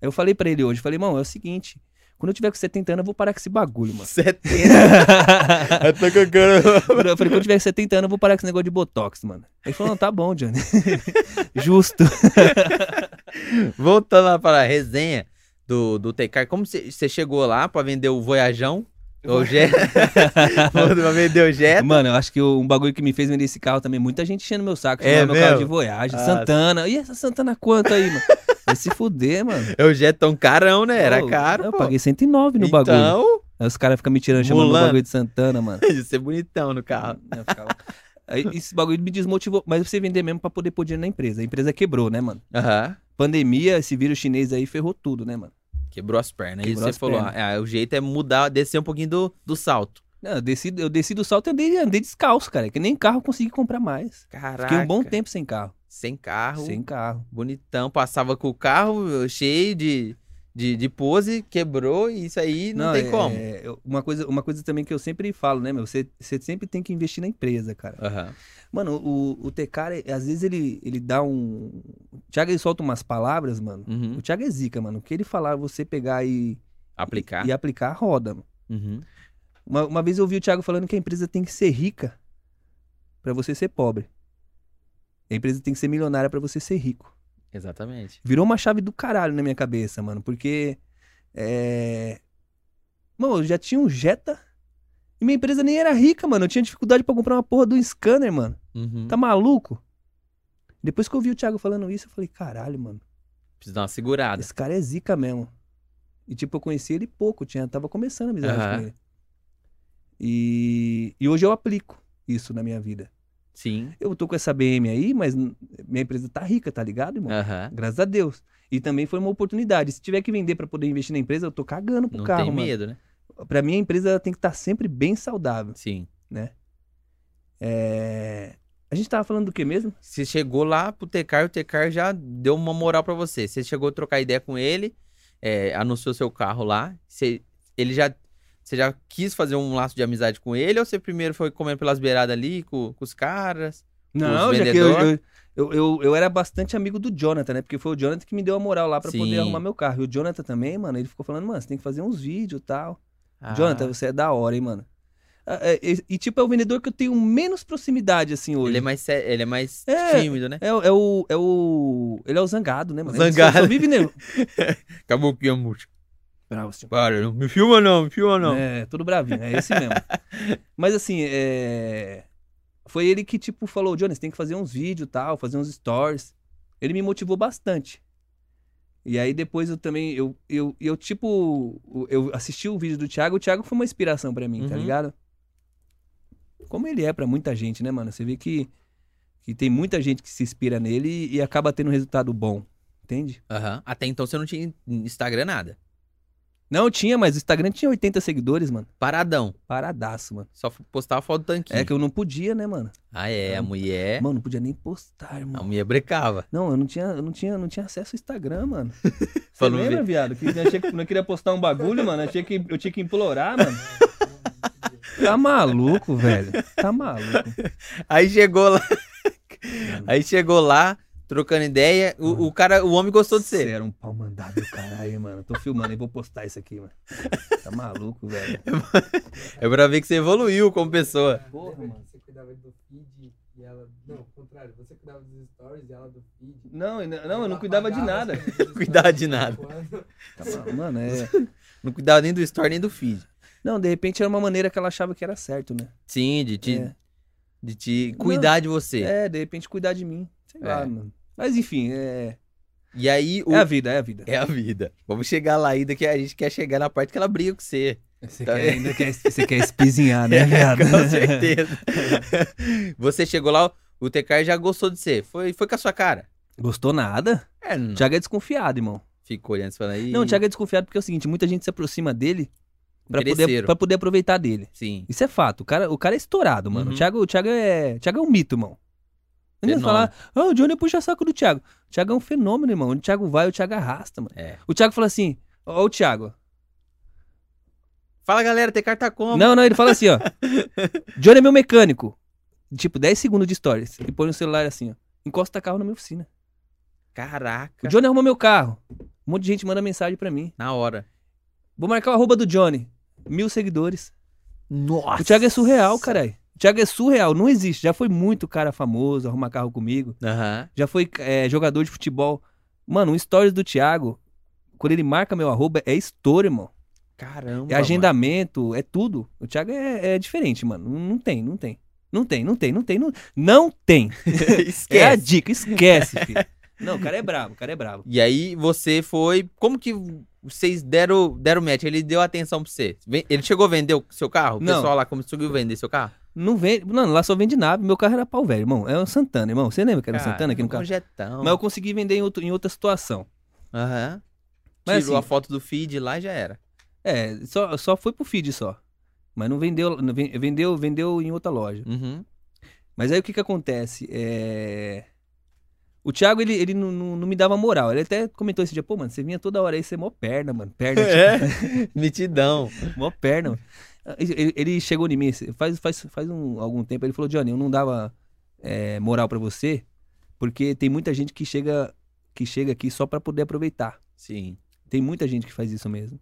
Speaker 2: Eu falei pra ele hoje, falei, irmão, é o seguinte. Quando eu tiver com 70 anos, eu vou parar com esse bagulho, mano. <laughs>
Speaker 1: 70. Eu tô com cara-
Speaker 2: Eu falei, quando eu tiver 70 anos, eu vou parar com esse negócio de Botox, mano. Ele falou, não, tá bom, Johnny. <laughs> Justo.
Speaker 1: <laughs> Voltando lá para a resenha do, do Tecar, como você chegou lá para vender o Voyajão? Ou <laughs> Jetta? pra vender o Jetta?
Speaker 2: Mano, eu acho que o- um bagulho que me fez vender esse carro também, muita gente enchendo meu saco,
Speaker 1: É
Speaker 2: chamando meu carro
Speaker 1: mesmo?
Speaker 2: de voyagem,
Speaker 1: Ah.
Speaker 2: Santana. E essa Santana quanto aí, mano? Vai se fuder, mano.
Speaker 1: É o Jetta tão carão, né? Era
Speaker 2: Ô,
Speaker 1: caro,
Speaker 2: Eu
Speaker 1: pô.
Speaker 2: paguei 109 no bagulho.
Speaker 1: Então, <laughs>
Speaker 2: Aí os caras ficam me tirando, chamando o
Speaker 1: Mulan.
Speaker 2: bagulho de Santana, mano.
Speaker 1: isso é bonitão no carro.
Speaker 2: Eu ficava- Aí esse bagulho me desmotivou, mas eu precisei vender mesmo pra poder pôr dinheiro na empresa. A empresa quebrou, né, mano?
Speaker 1: Aham.
Speaker 2: Pandemia, esse vírus chinês aí ferrou tudo, né, mano?
Speaker 1: Quebrou as pernas.
Speaker 2: Quebrou
Speaker 1: e você
Speaker 2: as
Speaker 1: falou,
Speaker 2: pernas.
Speaker 1: ah, é, o jeito é mudar, descer um pouquinho do, do salto.
Speaker 2: Não, eu desci, eu desci do salto e andei, andei descalço, cara, que nem carro eu consegui comprar mais.
Speaker 1: Caraca.
Speaker 2: Fiquei um bom tempo sem carro.
Speaker 1: Sem carro,
Speaker 2: Sem carro.
Speaker 1: bonitão. Passava com o carro cheio de, de, de pose, quebrou e isso aí não, tem
Speaker 2: é-
Speaker 1: como.
Speaker 2: é, eu- uma, coisa, uma coisa também que eu sempre falo, né, meu? Você, você sempre tem que investir na empresa, cara.
Speaker 1: Aham.
Speaker 2: Mano, o, o Tecara, às vezes ele, ele dá um. O Thiago ele solta umas palavras, mano.
Speaker 1: Uhum.
Speaker 2: O Thiago é zica, mano. O que ele falar, você pegar e.
Speaker 1: Aplicar.
Speaker 2: E, aplicar roda, mano.
Speaker 1: Uhum.
Speaker 2: Uma, uma vez eu ouvi o Thiago falando que a empresa tem que ser rica pra você ser pobre. A empresa tem que ser milionária pra você ser rico.
Speaker 1: Exatamente.
Speaker 2: Virou uma chave do caralho na minha cabeça, mano, porque. É. Mano, eu já tinha um Jetta e minha empresa nem era rica, mano. Eu tinha dificuldade pra comprar uma porra do scanner, mano.
Speaker 1: Uhum.
Speaker 2: Tá maluco? Depois que eu vi o Thiago falando isso, eu falei, caralho, mano,
Speaker 1: Preciso dar uma segurada.
Speaker 2: esse cara é zica mesmo. E tipo, eu conheci ele pouco, tinha, tava começando a amizade
Speaker 1: Aham.
Speaker 2: com ele. E, e hoje eu aplico isso na minha vida.
Speaker 1: Sim.
Speaker 2: Eu tô com essa BM aí, mas n- minha empresa tá rica, tá ligado, irmão?
Speaker 1: Aham.
Speaker 2: Graças a Deus. E também foi uma oportunidade. Se tiver que vender pra poder investir na empresa, eu tô cagando pro
Speaker 1: Não
Speaker 2: carro,
Speaker 1: tem
Speaker 2: mano.
Speaker 1: medo, né?
Speaker 2: Pra mim, a empresa ela tem que estar sempre bem saudável.
Speaker 1: Sim.
Speaker 2: É... A gente tava falando do que mesmo?
Speaker 1: Você chegou lá pro Tecar, o Tecar já deu uma moral pra você. Você chegou a trocar ideia com ele, é, anunciou seu carro lá. Você ele já. Você já quis fazer um laço de amizade com ele ou você primeiro foi comendo pelas beiradas ali com, com os caras?
Speaker 2: Não,
Speaker 1: Os
Speaker 2: já que eu,
Speaker 1: vendedor?
Speaker 2: eu, eu, eu- eu era bastante amigo do Jonathan, né? Porque foi o Jonathan que me deu a moral lá pra
Speaker 1: Sim.
Speaker 2: poder arrumar meu carro. E o Jonathan também, mano, ele ficou falando, mano, você tem que fazer uns vídeos e tal.
Speaker 1: Ah,
Speaker 2: Jonathan, você é da hora, hein, mano. Ah, é, E, e, tipo, é o vendedor que eu tenho menos proximidade, assim, hoje.
Speaker 1: ele é mais, sé- ele é mais
Speaker 2: É.
Speaker 1: tímido, né?
Speaker 2: É, o- é o, é o. Ele é o zangado, né, mano? Ele
Speaker 1: Zangado.
Speaker 2: Só, só vive
Speaker 1: <laughs>
Speaker 2: nego.
Speaker 1: Caboclo muito.
Speaker 2: Bravo, <laughs> senhor.
Speaker 1: Para, não me filma não, me filma não.
Speaker 2: É, tudo bravinho, é esse
Speaker 1: <laughs>
Speaker 2: mesmo. Mas assim, é. Foi ele que, tipo, falou, Johnny, você tem que fazer uns vídeos e tal, fazer uns stories. Ele me motivou bastante. E aí depois eu também, eu, eu, eu tipo, eu assisti o vídeo do Thiago, o Thiago foi uma inspiração pra mim, tá
Speaker 1: Uhum.
Speaker 2: ligado? Como ele é pra muita gente, né, mano? Você vê que, que tem muita gente que se inspira nele e acaba tendo um resultado bom, entende?
Speaker 1: Aham. Até então você não tinha Instagram nada.
Speaker 2: Não tinha, mas o Instagram tinha 80 seguidores, mano.
Speaker 1: Paradão.
Speaker 2: Paradaço, mano.
Speaker 1: Só f- postava foto do tanquinho.
Speaker 2: É que eu não podia, né, mano?
Speaker 1: Ah, é. A
Speaker 2: Então,
Speaker 1: mulher.
Speaker 2: Mano, não podia nem postar,
Speaker 1: A
Speaker 2: irmão.
Speaker 1: mulher brecava.
Speaker 2: Não, eu não tinha, eu não tinha, não tinha acesso ao
Speaker 1: <laughs>
Speaker 2: Instagram, mano. Você
Speaker 1: Falou
Speaker 2: lembra, viado? Que eu achei que não queria postar um bagulho, mano. Achei que eu tinha que implorar, mano. Tá maluco, velho. Tá maluco.
Speaker 1: Aí chegou lá. Aí chegou lá, trocando ideia. O, o cara, o homem gostou de
Speaker 2: Você
Speaker 1: você.
Speaker 2: era um pau mandado do caralho, mano. Tô filmando e vou postar isso aqui, mano. Tá maluco, velho.
Speaker 1: É pra ver que você evoluiu como pessoa.
Speaker 2: Porra,
Speaker 3: Porra,
Speaker 2: mano.
Speaker 3: mano. Você cuidava do feed e ela. Não, ao contrário. Você cuidava dos stories e ela do feed.
Speaker 2: Não, e não, não, eu não cuidava de nada. <laughs>
Speaker 1: Cuidava de nada.
Speaker 2: Tá maluco, mano, é.
Speaker 1: Não cuidava nem do story, nem do feed.
Speaker 2: Não, de repente era uma maneira que ela achava que era certo, né?
Speaker 1: Sim, de te,
Speaker 2: É.
Speaker 1: de te cuidar de você.
Speaker 2: É, de repente cuidar de mim. Sei lá,
Speaker 1: É.
Speaker 2: mano. Mas enfim, é.
Speaker 1: E aí o.
Speaker 2: É a vida, é a vida.
Speaker 1: É a vida. Vamos chegar lá ainda que a gente quer chegar na parte que ela briga com você.
Speaker 2: Você
Speaker 1: Tá
Speaker 2: quer,
Speaker 1: vendo?
Speaker 2: ainda quer, você quer
Speaker 1: <laughs>
Speaker 2: espizinhar, né, viado?
Speaker 1: É, Com certeza. você chegou lá, o TK já gostou de você. Foi, foi com a sua cara.
Speaker 2: <laughs> Gostou nada?
Speaker 1: É,
Speaker 2: O
Speaker 1: não.
Speaker 2: Thiago é desconfiado, irmão.
Speaker 1: Ficou olhando e falando aí.
Speaker 2: Não, o Thiago é desconfiado porque é o seguinte, muita gente se aproxima dele pra poder,
Speaker 1: Interesseiro.
Speaker 2: pra poder aproveitar dele.
Speaker 1: Sim.
Speaker 2: Isso é fato. O cara, o cara é estourado, mano.
Speaker 1: Uhum.
Speaker 2: O, Thiago, o Thiago é. o Thiago é um mito, irmão. Não adianta
Speaker 1: Fenômeno.
Speaker 2: falar, ah, o Johnny puxa saco do Thiago. O Thiago é um fenômeno, irmão. Onde o Thiago vai, o Thiago arrasta, mano.
Speaker 1: É.
Speaker 2: O Thiago fala assim, ó, o Thiago.
Speaker 1: Fala galera, TK tá como?
Speaker 2: Não, não, ele fala assim, ó. Johnny é meu mecânico. Tipo, 10 segundos de stories. E põe no celular assim, ó. Encosta carro na minha oficina. O
Speaker 1: Caraca.
Speaker 2: Johnny arrumou meu carro. Um monte de gente manda mensagem pra mim.
Speaker 1: Na hora.
Speaker 2: Vou marcar o arroba do Johnny. Mil seguidores.
Speaker 1: Nossa.
Speaker 2: O Thiago é surreal, caralho. O Thiago é surreal, não existe. Já foi muito cara famoso arrumar carro comigo.
Speaker 1: Aham.
Speaker 2: Já foi é, jogador de futebol. Mano, um stories do Thiago, quando ele marca meu arroba, é estouro, irmão.
Speaker 1: Caramba.
Speaker 2: É agendamento, é tudo. O Thiago é, é diferente, mano. Não, não tem, não tem. Não tem, não tem, não tem. Não, não tem. <laughs>
Speaker 1: mano. <laughs>
Speaker 2: É a
Speaker 1: Esquece.
Speaker 2: dica, esquece, filho. Não, o cara é brabo, o cara é brabo.
Speaker 1: E aí você foi. Como que vocês deram, deram match? Ele deu atenção pra você. Ven- Ele chegou a vender o seu carro? O
Speaker 2: Não.
Speaker 1: pessoal lá conseguiu vender seu carro?
Speaker 2: Não vende. Mano, lá só vende nave. Meu carro era pau velho, irmão. É um Santana, irmão. Você lembra que era um Santana aqui no
Speaker 1: um
Speaker 2: carro?
Speaker 1: projetão.
Speaker 2: Mas eu consegui vender em, outro- em outra situação.
Speaker 1: Aham.
Speaker 2: Mas
Speaker 1: Tirou
Speaker 2: assim-
Speaker 1: a foto do feed lá e já era.
Speaker 2: É, só, só foi pro feed só. Mas não vendeu, não ven- vendeu, vendeu em outra loja.
Speaker 1: Uhum.
Speaker 2: Mas aí o que que acontece? É... O Thiago, ele, ele não, não- não me dava moral. Ele até comentou esse dia, pô, mano, você vinha toda hora aí, você é mó perna, mano.
Speaker 1: <laughs>
Speaker 2: Perna,
Speaker 1: É?
Speaker 2: <laughs>
Speaker 1: Mitidão.
Speaker 2: tipo, mó perna. mano." Ele, ele- ele chegou em mim, esse- faz, faz, faz um- algum tempo, ele falou, Johnny, eu não dava é, moral pra você, porque tem muita gente que chega, que chega aqui só pra poder aproveitar.
Speaker 1: Sim.
Speaker 2: Tem muita gente que faz isso mesmo.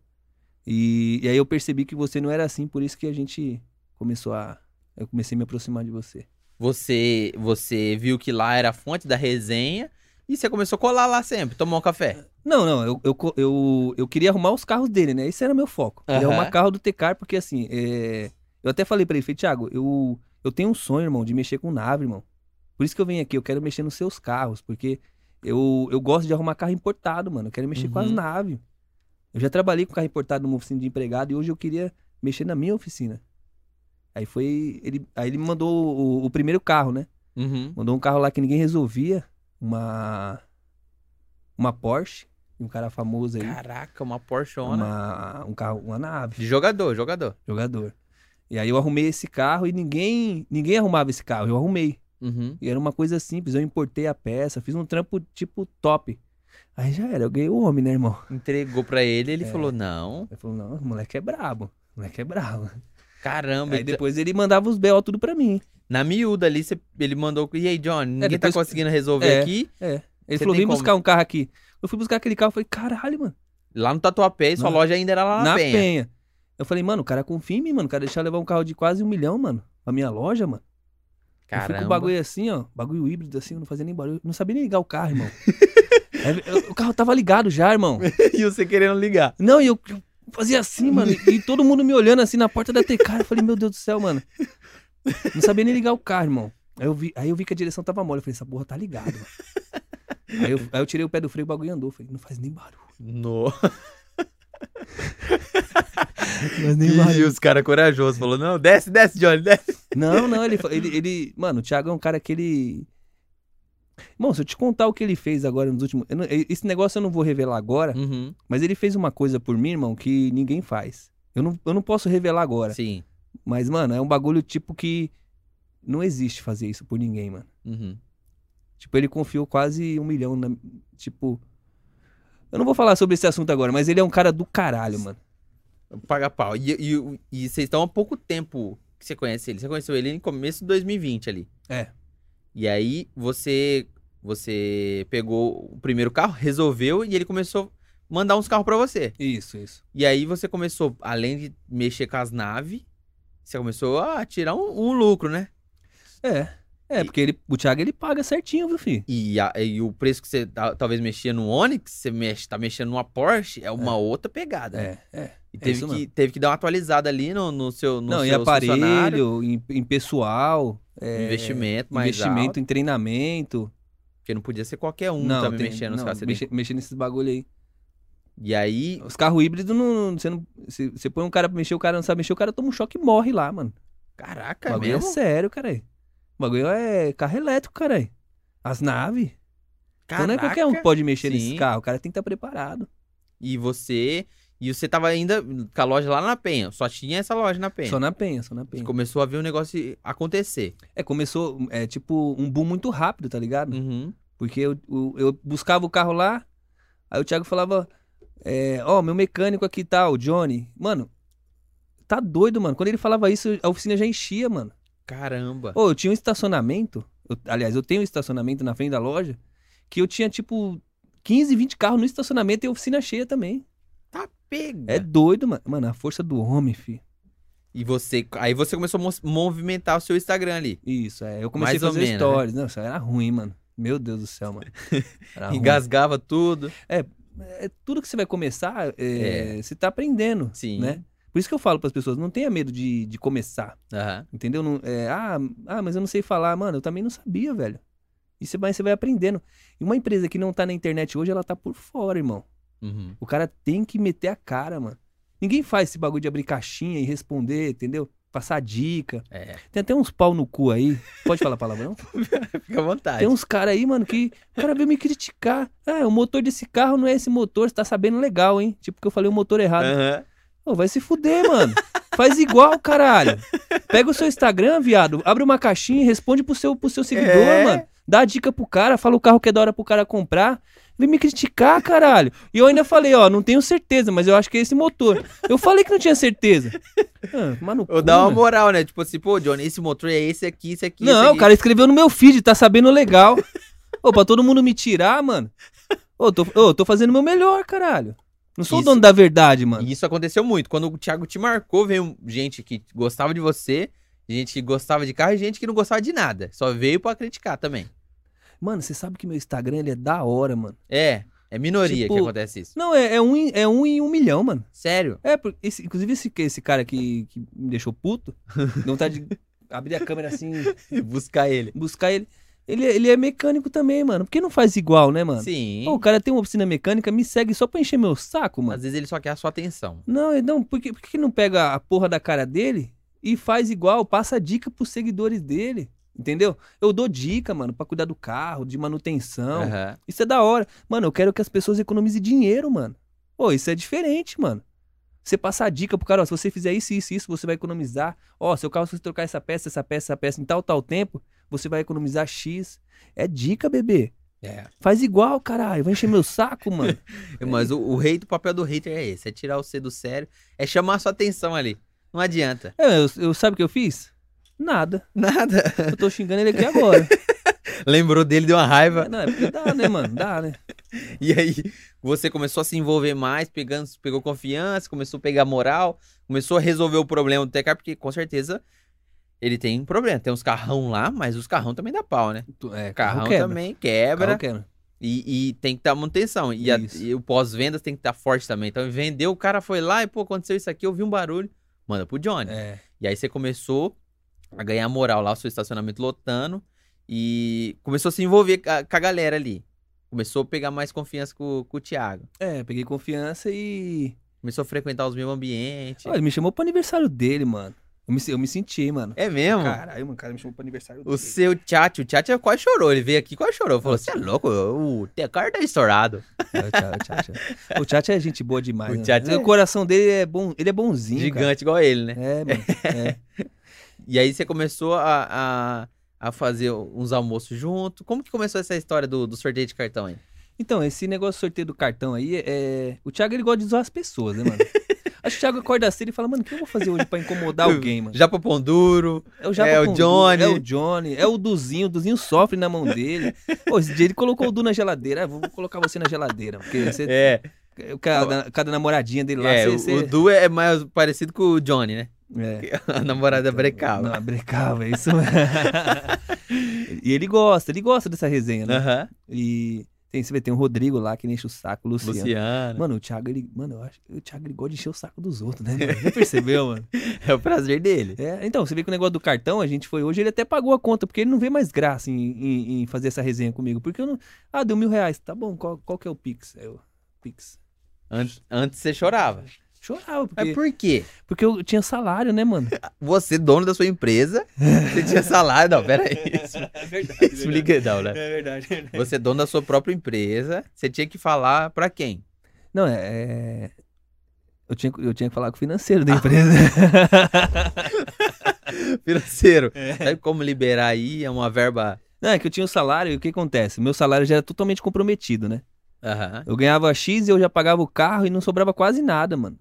Speaker 2: E, e aí eu percebi que você não era assim, por isso que a gente começou a. Eu comecei a me aproximar de você.
Speaker 1: Você, você viu que lá era a fonte da resenha e você começou a colar lá sempre, tomar um café.
Speaker 2: Não, não, eu, eu, co- eu, eu queria arrumar os carros dele, né? Esse era meu foco. Queria
Speaker 1: Aham.
Speaker 2: arrumar carro do Tecar, porque assim, é, eu até falei pra ele, falei, Thiago, eu, eu tenho um sonho, irmão, de mexer com nave, irmão. Por isso que eu venho aqui, eu quero mexer nos seus carros, porque eu, eu gosto de arrumar carro importado, mano. Eu quero mexer com as
Speaker 1: Uhum.
Speaker 2: naves. Eu já trabalhei com carro importado numa oficina de empregado e hoje eu queria mexer na minha oficina. Aí foi. Ele, aí ele me mandou o- o primeiro carro, né?
Speaker 1: Uhum.
Speaker 2: Mandou um carro lá que ninguém resolvia. Uma. Uma Porsche. Um cara famoso aí.
Speaker 1: Caraca, uma Porschona.
Speaker 2: Uma, um carro, uma nave,
Speaker 1: De jogador, jogador.
Speaker 2: jogador. E aí eu arrumei esse carro e ninguém. Ninguém arrumava esse carro. Eu arrumei.
Speaker 1: Uhum.
Speaker 2: E era uma coisa simples. Eu importei a peça, fiz um trampo tipo top. Aí já era, eu ganhei o homem, né, irmão?
Speaker 1: Entregou pra ele, ele
Speaker 2: É.
Speaker 1: falou, não,
Speaker 2: Ele falou, não, o moleque é brabo. O moleque é brabo.
Speaker 1: caramba.
Speaker 2: Aí
Speaker 1: então-
Speaker 2: depois ele mandava os B.O. tudo pra mim.
Speaker 1: Na miúda ali, cê- ele mandou, e aí, John, ninguém
Speaker 2: depois-
Speaker 1: tá conseguindo resolver
Speaker 2: É.
Speaker 1: aqui.
Speaker 2: Ele
Speaker 1: Você
Speaker 2: falou,
Speaker 1: tem
Speaker 2: vem
Speaker 1: como?
Speaker 2: buscar um carro aqui. Eu fui buscar aquele carro, eu falei, caralho, mano,
Speaker 1: Lá no Tatuapé, e sua
Speaker 2: Na-
Speaker 1: loja ainda era lá na,
Speaker 2: na penha.
Speaker 1: Penha.
Speaker 2: Eu falei, mano, o cara confia em mim, mano, o cara deixar eu levar um carro de quase um milhão, mano, pra minha loja, mano. Eu fui
Speaker 1: Caramba.
Speaker 2: com o bagulho assim, ó. Bagulho híbrido assim, eu não fazia nem barulho. eu Não sabia nem ligar o
Speaker 1: <laughs>
Speaker 2: carro, irmão. Aí, eu- o carro tava ligado já, irmão.
Speaker 1: <laughs> e você querendo ligar.
Speaker 2: Não, e eu, eu fazia assim, mano. E, e todo mundo me olhando assim na porta da TK. Eu falei, meu Deus do céu, mano. Não sabia nem ligar o carro, irmão. Aí eu vi, aí eu vi que a direção tava mole. Eu falei, essa porra tá ligada, mano. Aí eu, aí eu tirei o pé do freio, o bagulho andou. Eu falei, não faz nem barulho.
Speaker 1: No.
Speaker 2: Não faz
Speaker 1: <laughs>
Speaker 2: nem
Speaker 1: E
Speaker 2: barulho.
Speaker 1: os caras corajosos, falou, não, desce, desce, Johnny, desce.
Speaker 2: Não, não, ele, fa- ele, ele. Mano, o Thiago é um cara que ele. Irmão, se eu te contar o que ele fez agora nos últimos. eu não- esse negócio eu não vou revelar agora.
Speaker 1: Uhum.
Speaker 2: Mas ele fez uma coisa por mim, irmão, que ninguém faz. Eu não, eu não posso revelar agora.
Speaker 1: Sim.
Speaker 2: Mas, mano, é um bagulho tipo que não existe fazer isso por ninguém, mano.
Speaker 1: Uhum.
Speaker 2: Tipo, ele confiou quase um milhão na. Tipo. Eu não vou falar sobre esse assunto agora, mas ele é um cara do caralho, mano.
Speaker 1: Paga pau. E e- e vocês estão há pouco tempo que você conhece ele. Você conheceu ele no começo de 2020 ali.
Speaker 2: É.
Speaker 1: E aí você você pegou o primeiro carro, resolveu e ele começou a mandar uns carros pra você.
Speaker 2: Isso, isso.
Speaker 1: E aí você começou, além de mexer com as naves, você começou a tirar um, um lucro, né?
Speaker 2: É. É,
Speaker 1: E-
Speaker 2: porque ele, o Thiago ele paga certinho, viu, filho?
Speaker 1: E, a- e o preço que você ta- talvez mexia no Onix, você mexe, tá mexendo numa Porsche, é uma outra pegada. né?
Speaker 2: É, é.
Speaker 1: E teve,
Speaker 2: isso
Speaker 1: que,
Speaker 2: mesmo.
Speaker 1: teve que dar uma atualizada ali no, no seu no
Speaker 2: não, em
Speaker 1: seu funcionário,
Speaker 2: aparelho, em, em pessoal, é,
Speaker 1: investimento mais
Speaker 2: investimento
Speaker 1: alto,
Speaker 2: em treinamento.
Speaker 1: porque não podia ser qualquer um também
Speaker 2: tem-
Speaker 1: mexendo nos
Speaker 2: não,
Speaker 1: cacetes.
Speaker 2: mexe- mexer nesses bagulho aí.
Speaker 1: E aí,
Speaker 2: Os carros híbridos, não, não- você, não, você, você põe um cara pra mexer, o cara não sabe mexer, o cara toma um choque e morre lá, mano.
Speaker 1: caraca,
Speaker 2: O
Speaker 1: é
Speaker 2: bagulho
Speaker 1: mesmo?
Speaker 2: é sério, caralho. O bagulho é carro elétrico, caralho. As naves. Então não é qualquer um que
Speaker 1: Caraca.
Speaker 2: pode mexer
Speaker 1: Sim.
Speaker 2: nesse carro. O cara tem que estar preparado.
Speaker 1: E você. E você tava ainda com a loja lá na Penha. Só tinha essa loja na Penha.
Speaker 2: Só na penha, só na penha.
Speaker 1: Você começou a ver o negócio acontecer.
Speaker 2: É, começou, é tipo, um boom muito rápido, tá ligado?
Speaker 1: Uhum.
Speaker 2: Porque eu, o- eu buscava o carro lá, aí o Thiago falava, é, ó, meu mecânico aqui tá, o Johnny. Mano, tá doido, mano. Quando ele falava isso, a oficina já enchia, mano.
Speaker 1: Caramba.
Speaker 2: Ô, eu tinha um estacionamento, eu- aliás, eu tenho um estacionamento na frente da loja, que eu tinha, tipo, 15, 20 carros no estacionamento e a oficina cheia também.
Speaker 1: Tá pega.
Speaker 2: É doido, mano. Mano, a força do homem, fi.
Speaker 1: E você. Aí você começou a mos- movimentar o seu Instagram ali.
Speaker 2: Isso, é. Eu comecei
Speaker 1: Mais
Speaker 2: a
Speaker 1: ou
Speaker 2: fazer
Speaker 1: menos, né?
Speaker 2: stories. Não, isso era ruim, mano. Meu Deus do céu, mano. Era ruim.
Speaker 1: Engasgava tudo.
Speaker 2: É, tudo que você vai começar, é, você tá aprendendo,
Speaker 1: Sim.
Speaker 2: né? Por isso que eu falo pras pessoas, não tenha medo de, de começar,
Speaker 1: Aham.
Speaker 2: entendeu? Não- é, ah, ah, mas eu não sei falar. Mano, eu também não sabia, velho. E você vai, você vai aprendendo. E uma empresa que não tá na internet hoje, ela tá por fora, irmão. <laughs>
Speaker 1: Uhum.
Speaker 2: O cara tem que meter a cara, mano. Ninguém faz esse bagulho de abrir caixinha e responder, entendeu? Passar dica.
Speaker 1: É.
Speaker 2: Tem até uns pau no cu aí. Pode falar palavrão?
Speaker 1: Fica à vontade.
Speaker 2: Tem uns caras aí, mano, que o cara veio me criticar. Ah, o motor desse carro não é esse motor, você tá sabendo legal, hein? Tipo que eu falei o motor errado.
Speaker 1: Aham.
Speaker 2: Ô, vai se fuder, mano. Faz igual, caralho. Pega o seu Instagram, viado, abre uma caixinha e responde pro seu, pro seu seguidor,
Speaker 1: É.
Speaker 2: mano. Dá a dica pro cara, fala o carro que é da hora pro cara comprar. Vem me criticar, caralho. E eu ainda falei, ó, não tenho certeza, mas eu acho que é esse motor. Eu falei que não tinha certeza. Ah, mano,
Speaker 1: Ou dá uma moral, né? Tipo assim, pô, Johnny, esse motor é esse aqui, esse aqui. esse
Speaker 2: não,
Speaker 1: aqui.
Speaker 2: o cara escreveu no meu feed, tá sabendo legal. Ô, pra todo mundo me tirar, mano. Ô, tô, ô, tô fazendo o meu melhor, caralho. Não sou o
Speaker 1: Isso.
Speaker 2: dono da verdade, mano.
Speaker 1: E isso aconteceu muito. Quando o Thiago te marcou, veio gente que gostava de você, gente que gostava de carro e gente que não gostava de nada. Só veio pra criticar também.
Speaker 2: Mano, você sabe que meu Instagram ele é da hora, mano.
Speaker 1: É, é minoria
Speaker 2: Tipo-
Speaker 1: que acontece isso.
Speaker 2: Não, é, é um, em- é um em um milhão, mano.
Speaker 1: Sério?
Speaker 2: É, por- esse- inclusive esse, esse cara que, que me deixou puto, deu vontade de abrir a câmera assim,
Speaker 1: Buscar ele.
Speaker 2: <laughs> buscar ele. Ele, é- ele é mecânico também, mano. Por que não faz igual, né, mano?
Speaker 1: Sim.
Speaker 2: Pô, o cara tem uma oficina mecânica, me segue só pra encher meu saco, mano.
Speaker 1: Às vezes ele só quer a sua atenção.
Speaker 2: Não, ele não, por que, por que não pega a porra da cara dele e faz igual, passa a dica pros seguidores dele, entendeu? Eu dou dica, mano, pra cuidar do carro, de manutenção.
Speaker 1: Aham.
Speaker 2: Isso é da hora. Mano, eu quero que as pessoas economizem dinheiro, mano. Pô, isso é diferente, mano. Você passar a dica pro cara, ó, se você fizer isso, isso, isso, você vai economizar. Ó, seu carro, se você trocar essa peça, essa peça, essa peça em tal, tal tempo, você vai economizar X. É dica, bebê.
Speaker 1: É.
Speaker 2: Faz igual, caralho. Vai encher meu saco, <laughs> mano.
Speaker 1: Mas o, o rei do papel do hater é esse, é tirar o C do sério, é chamar a sua atenção ali. Não adianta.
Speaker 2: É, eu, eu- sabe o que eu fiz? Nada.
Speaker 1: Nada.
Speaker 2: Eu tô xingando ele aqui agora.
Speaker 1: <laughs> Lembrou dele, deu uma raiva.
Speaker 2: Não, <laughs> é porque dá, né, mano? Dá, né?
Speaker 1: <laughs> E aí, você começou a se envolver mais, pegando, pegou confiança, começou a pegar moral, começou a resolver o problema do Tecar, porque com certeza ele tem um problema. Tem uns carrão lá, mas os carrão também dá pau, né?
Speaker 2: Tu- É, né,
Speaker 1: Carrão
Speaker 2: quebra.
Speaker 1: também
Speaker 2: Carro
Speaker 1: quebra
Speaker 2: quebra.
Speaker 1: e, e tem que dar manutenção. E, a-
Speaker 2: Isso.
Speaker 1: e o pós-vendas tem que estar forte também. Então, vendeu, o cara foi lá e, pô, aconteceu isso aqui, eu vi um barulho. Manda pro Johnny.
Speaker 2: É.
Speaker 1: E aí você começou a ganhar moral lá, o seu estacionamento lotando. E começou a se envolver ca- com a, galera ali. Começou a pegar mais confiança com, com o Thiago.
Speaker 2: É, peguei confiança e.
Speaker 1: Começou a frequentar os mesmos ambientes.
Speaker 2: Olha, ele me chamou pro aniversário dele, mano. Eu me, se- eu me senti, mano.
Speaker 1: É mesmo?
Speaker 2: Caralho, mano, o cara me chamou pro aniversário
Speaker 1: O seu chat, o chat é quase chorou. Ele veio aqui e quase chorou. Falou: Você é louco? O Tecar tá estourado.
Speaker 2: É, o Tchat- o Tchat- o <laughs> Tchat- O Tchat é gente boa demais.
Speaker 1: O
Speaker 2: né?
Speaker 1: Tchat é-
Speaker 2: O coração dele é bom. Ele é bonzinho. cara.
Speaker 1: Gigante igual ele, né?
Speaker 2: É, mano. é.
Speaker 1: E aí você começou a, a, a fazer uns almoços junto. Como que começou essa história do, do sorteio de cartão aí?
Speaker 2: <laughs> Então, esse negócio de sorteio do cartão aí é. O Thiago ele gosta de zoar as pessoas, <laughs> né, mano? Acho que o Thiago acorda cedo e fala, mano, o que eu vou fazer hoje pra <laughs> incomodar alguém, mano?
Speaker 1: Já pro Pão Duro.
Speaker 2: É o, Japa
Speaker 1: É o
Speaker 2: com
Speaker 1: Johnny.
Speaker 2: É o Johnny. É o Duzinho. O Duzinho sofre na mão dele. Pô, esse dia ele colocou o Du na geladeira. Ah, vou colocar você na geladeira. Porque você
Speaker 1: É,
Speaker 2: Cada, cada namoradinha dele lá,
Speaker 1: é,
Speaker 2: você.
Speaker 1: o, o Du é mais parecido com o Johnny, né?
Speaker 2: É.
Speaker 1: <laughs> A namorada brecava.
Speaker 2: Não, brecava, é isso mesmo. <laughs> E ele gosta, ele gosta dessa resenha, né?
Speaker 1: Aham.
Speaker 2: E tem, você vê, tem o Rodrigo lá que ele enche o saco, o Luciano.
Speaker 1: Luciano.
Speaker 2: Mano, o Thiago, ele. Mano, eu acho que o Thiago ele gosta de encher o saco dos outros, né, mano? Já percebeu, <laughs> mano?
Speaker 1: É o prazer dele.
Speaker 2: É, então, você vê que o negócio do cartão, a gente foi hoje, ele até pagou a conta, porque ele não vê mais graça em, em- em fazer essa resenha comigo. Porque eu não. Ah, deu mil reais. Tá bom, qual, qual que é o Pix? É o Pix.
Speaker 1: Antes, antes você chorava.
Speaker 2: Chorava, porque,
Speaker 1: Mas por quê?
Speaker 2: porque eu tinha salário, né, mano?
Speaker 1: Você, dono da sua empresa, você tinha salário. Não, peraí.
Speaker 2: <laughs> <laughs> É verdade. É
Speaker 1: Explica, não,
Speaker 2: <laughs>
Speaker 1: né?
Speaker 2: verdade.
Speaker 1: Você, dono da sua própria empresa, você tinha que falar pra quem? <laughs>
Speaker 2: Não, é. é- Eu tinha, que- eu tinha que falar com o financeiro
Speaker 1: Ah.
Speaker 2: da empresa.
Speaker 1: <laughs> Financeiro. Sabe como liberar aí? É uma verba.
Speaker 2: Não, é que eu tinha o salário e o que acontece? Meu salário já era totalmente comprometido, né?
Speaker 1: Aham.
Speaker 2: Eu ganhava X e eu já pagava o carro e não sobrava quase nada, mano.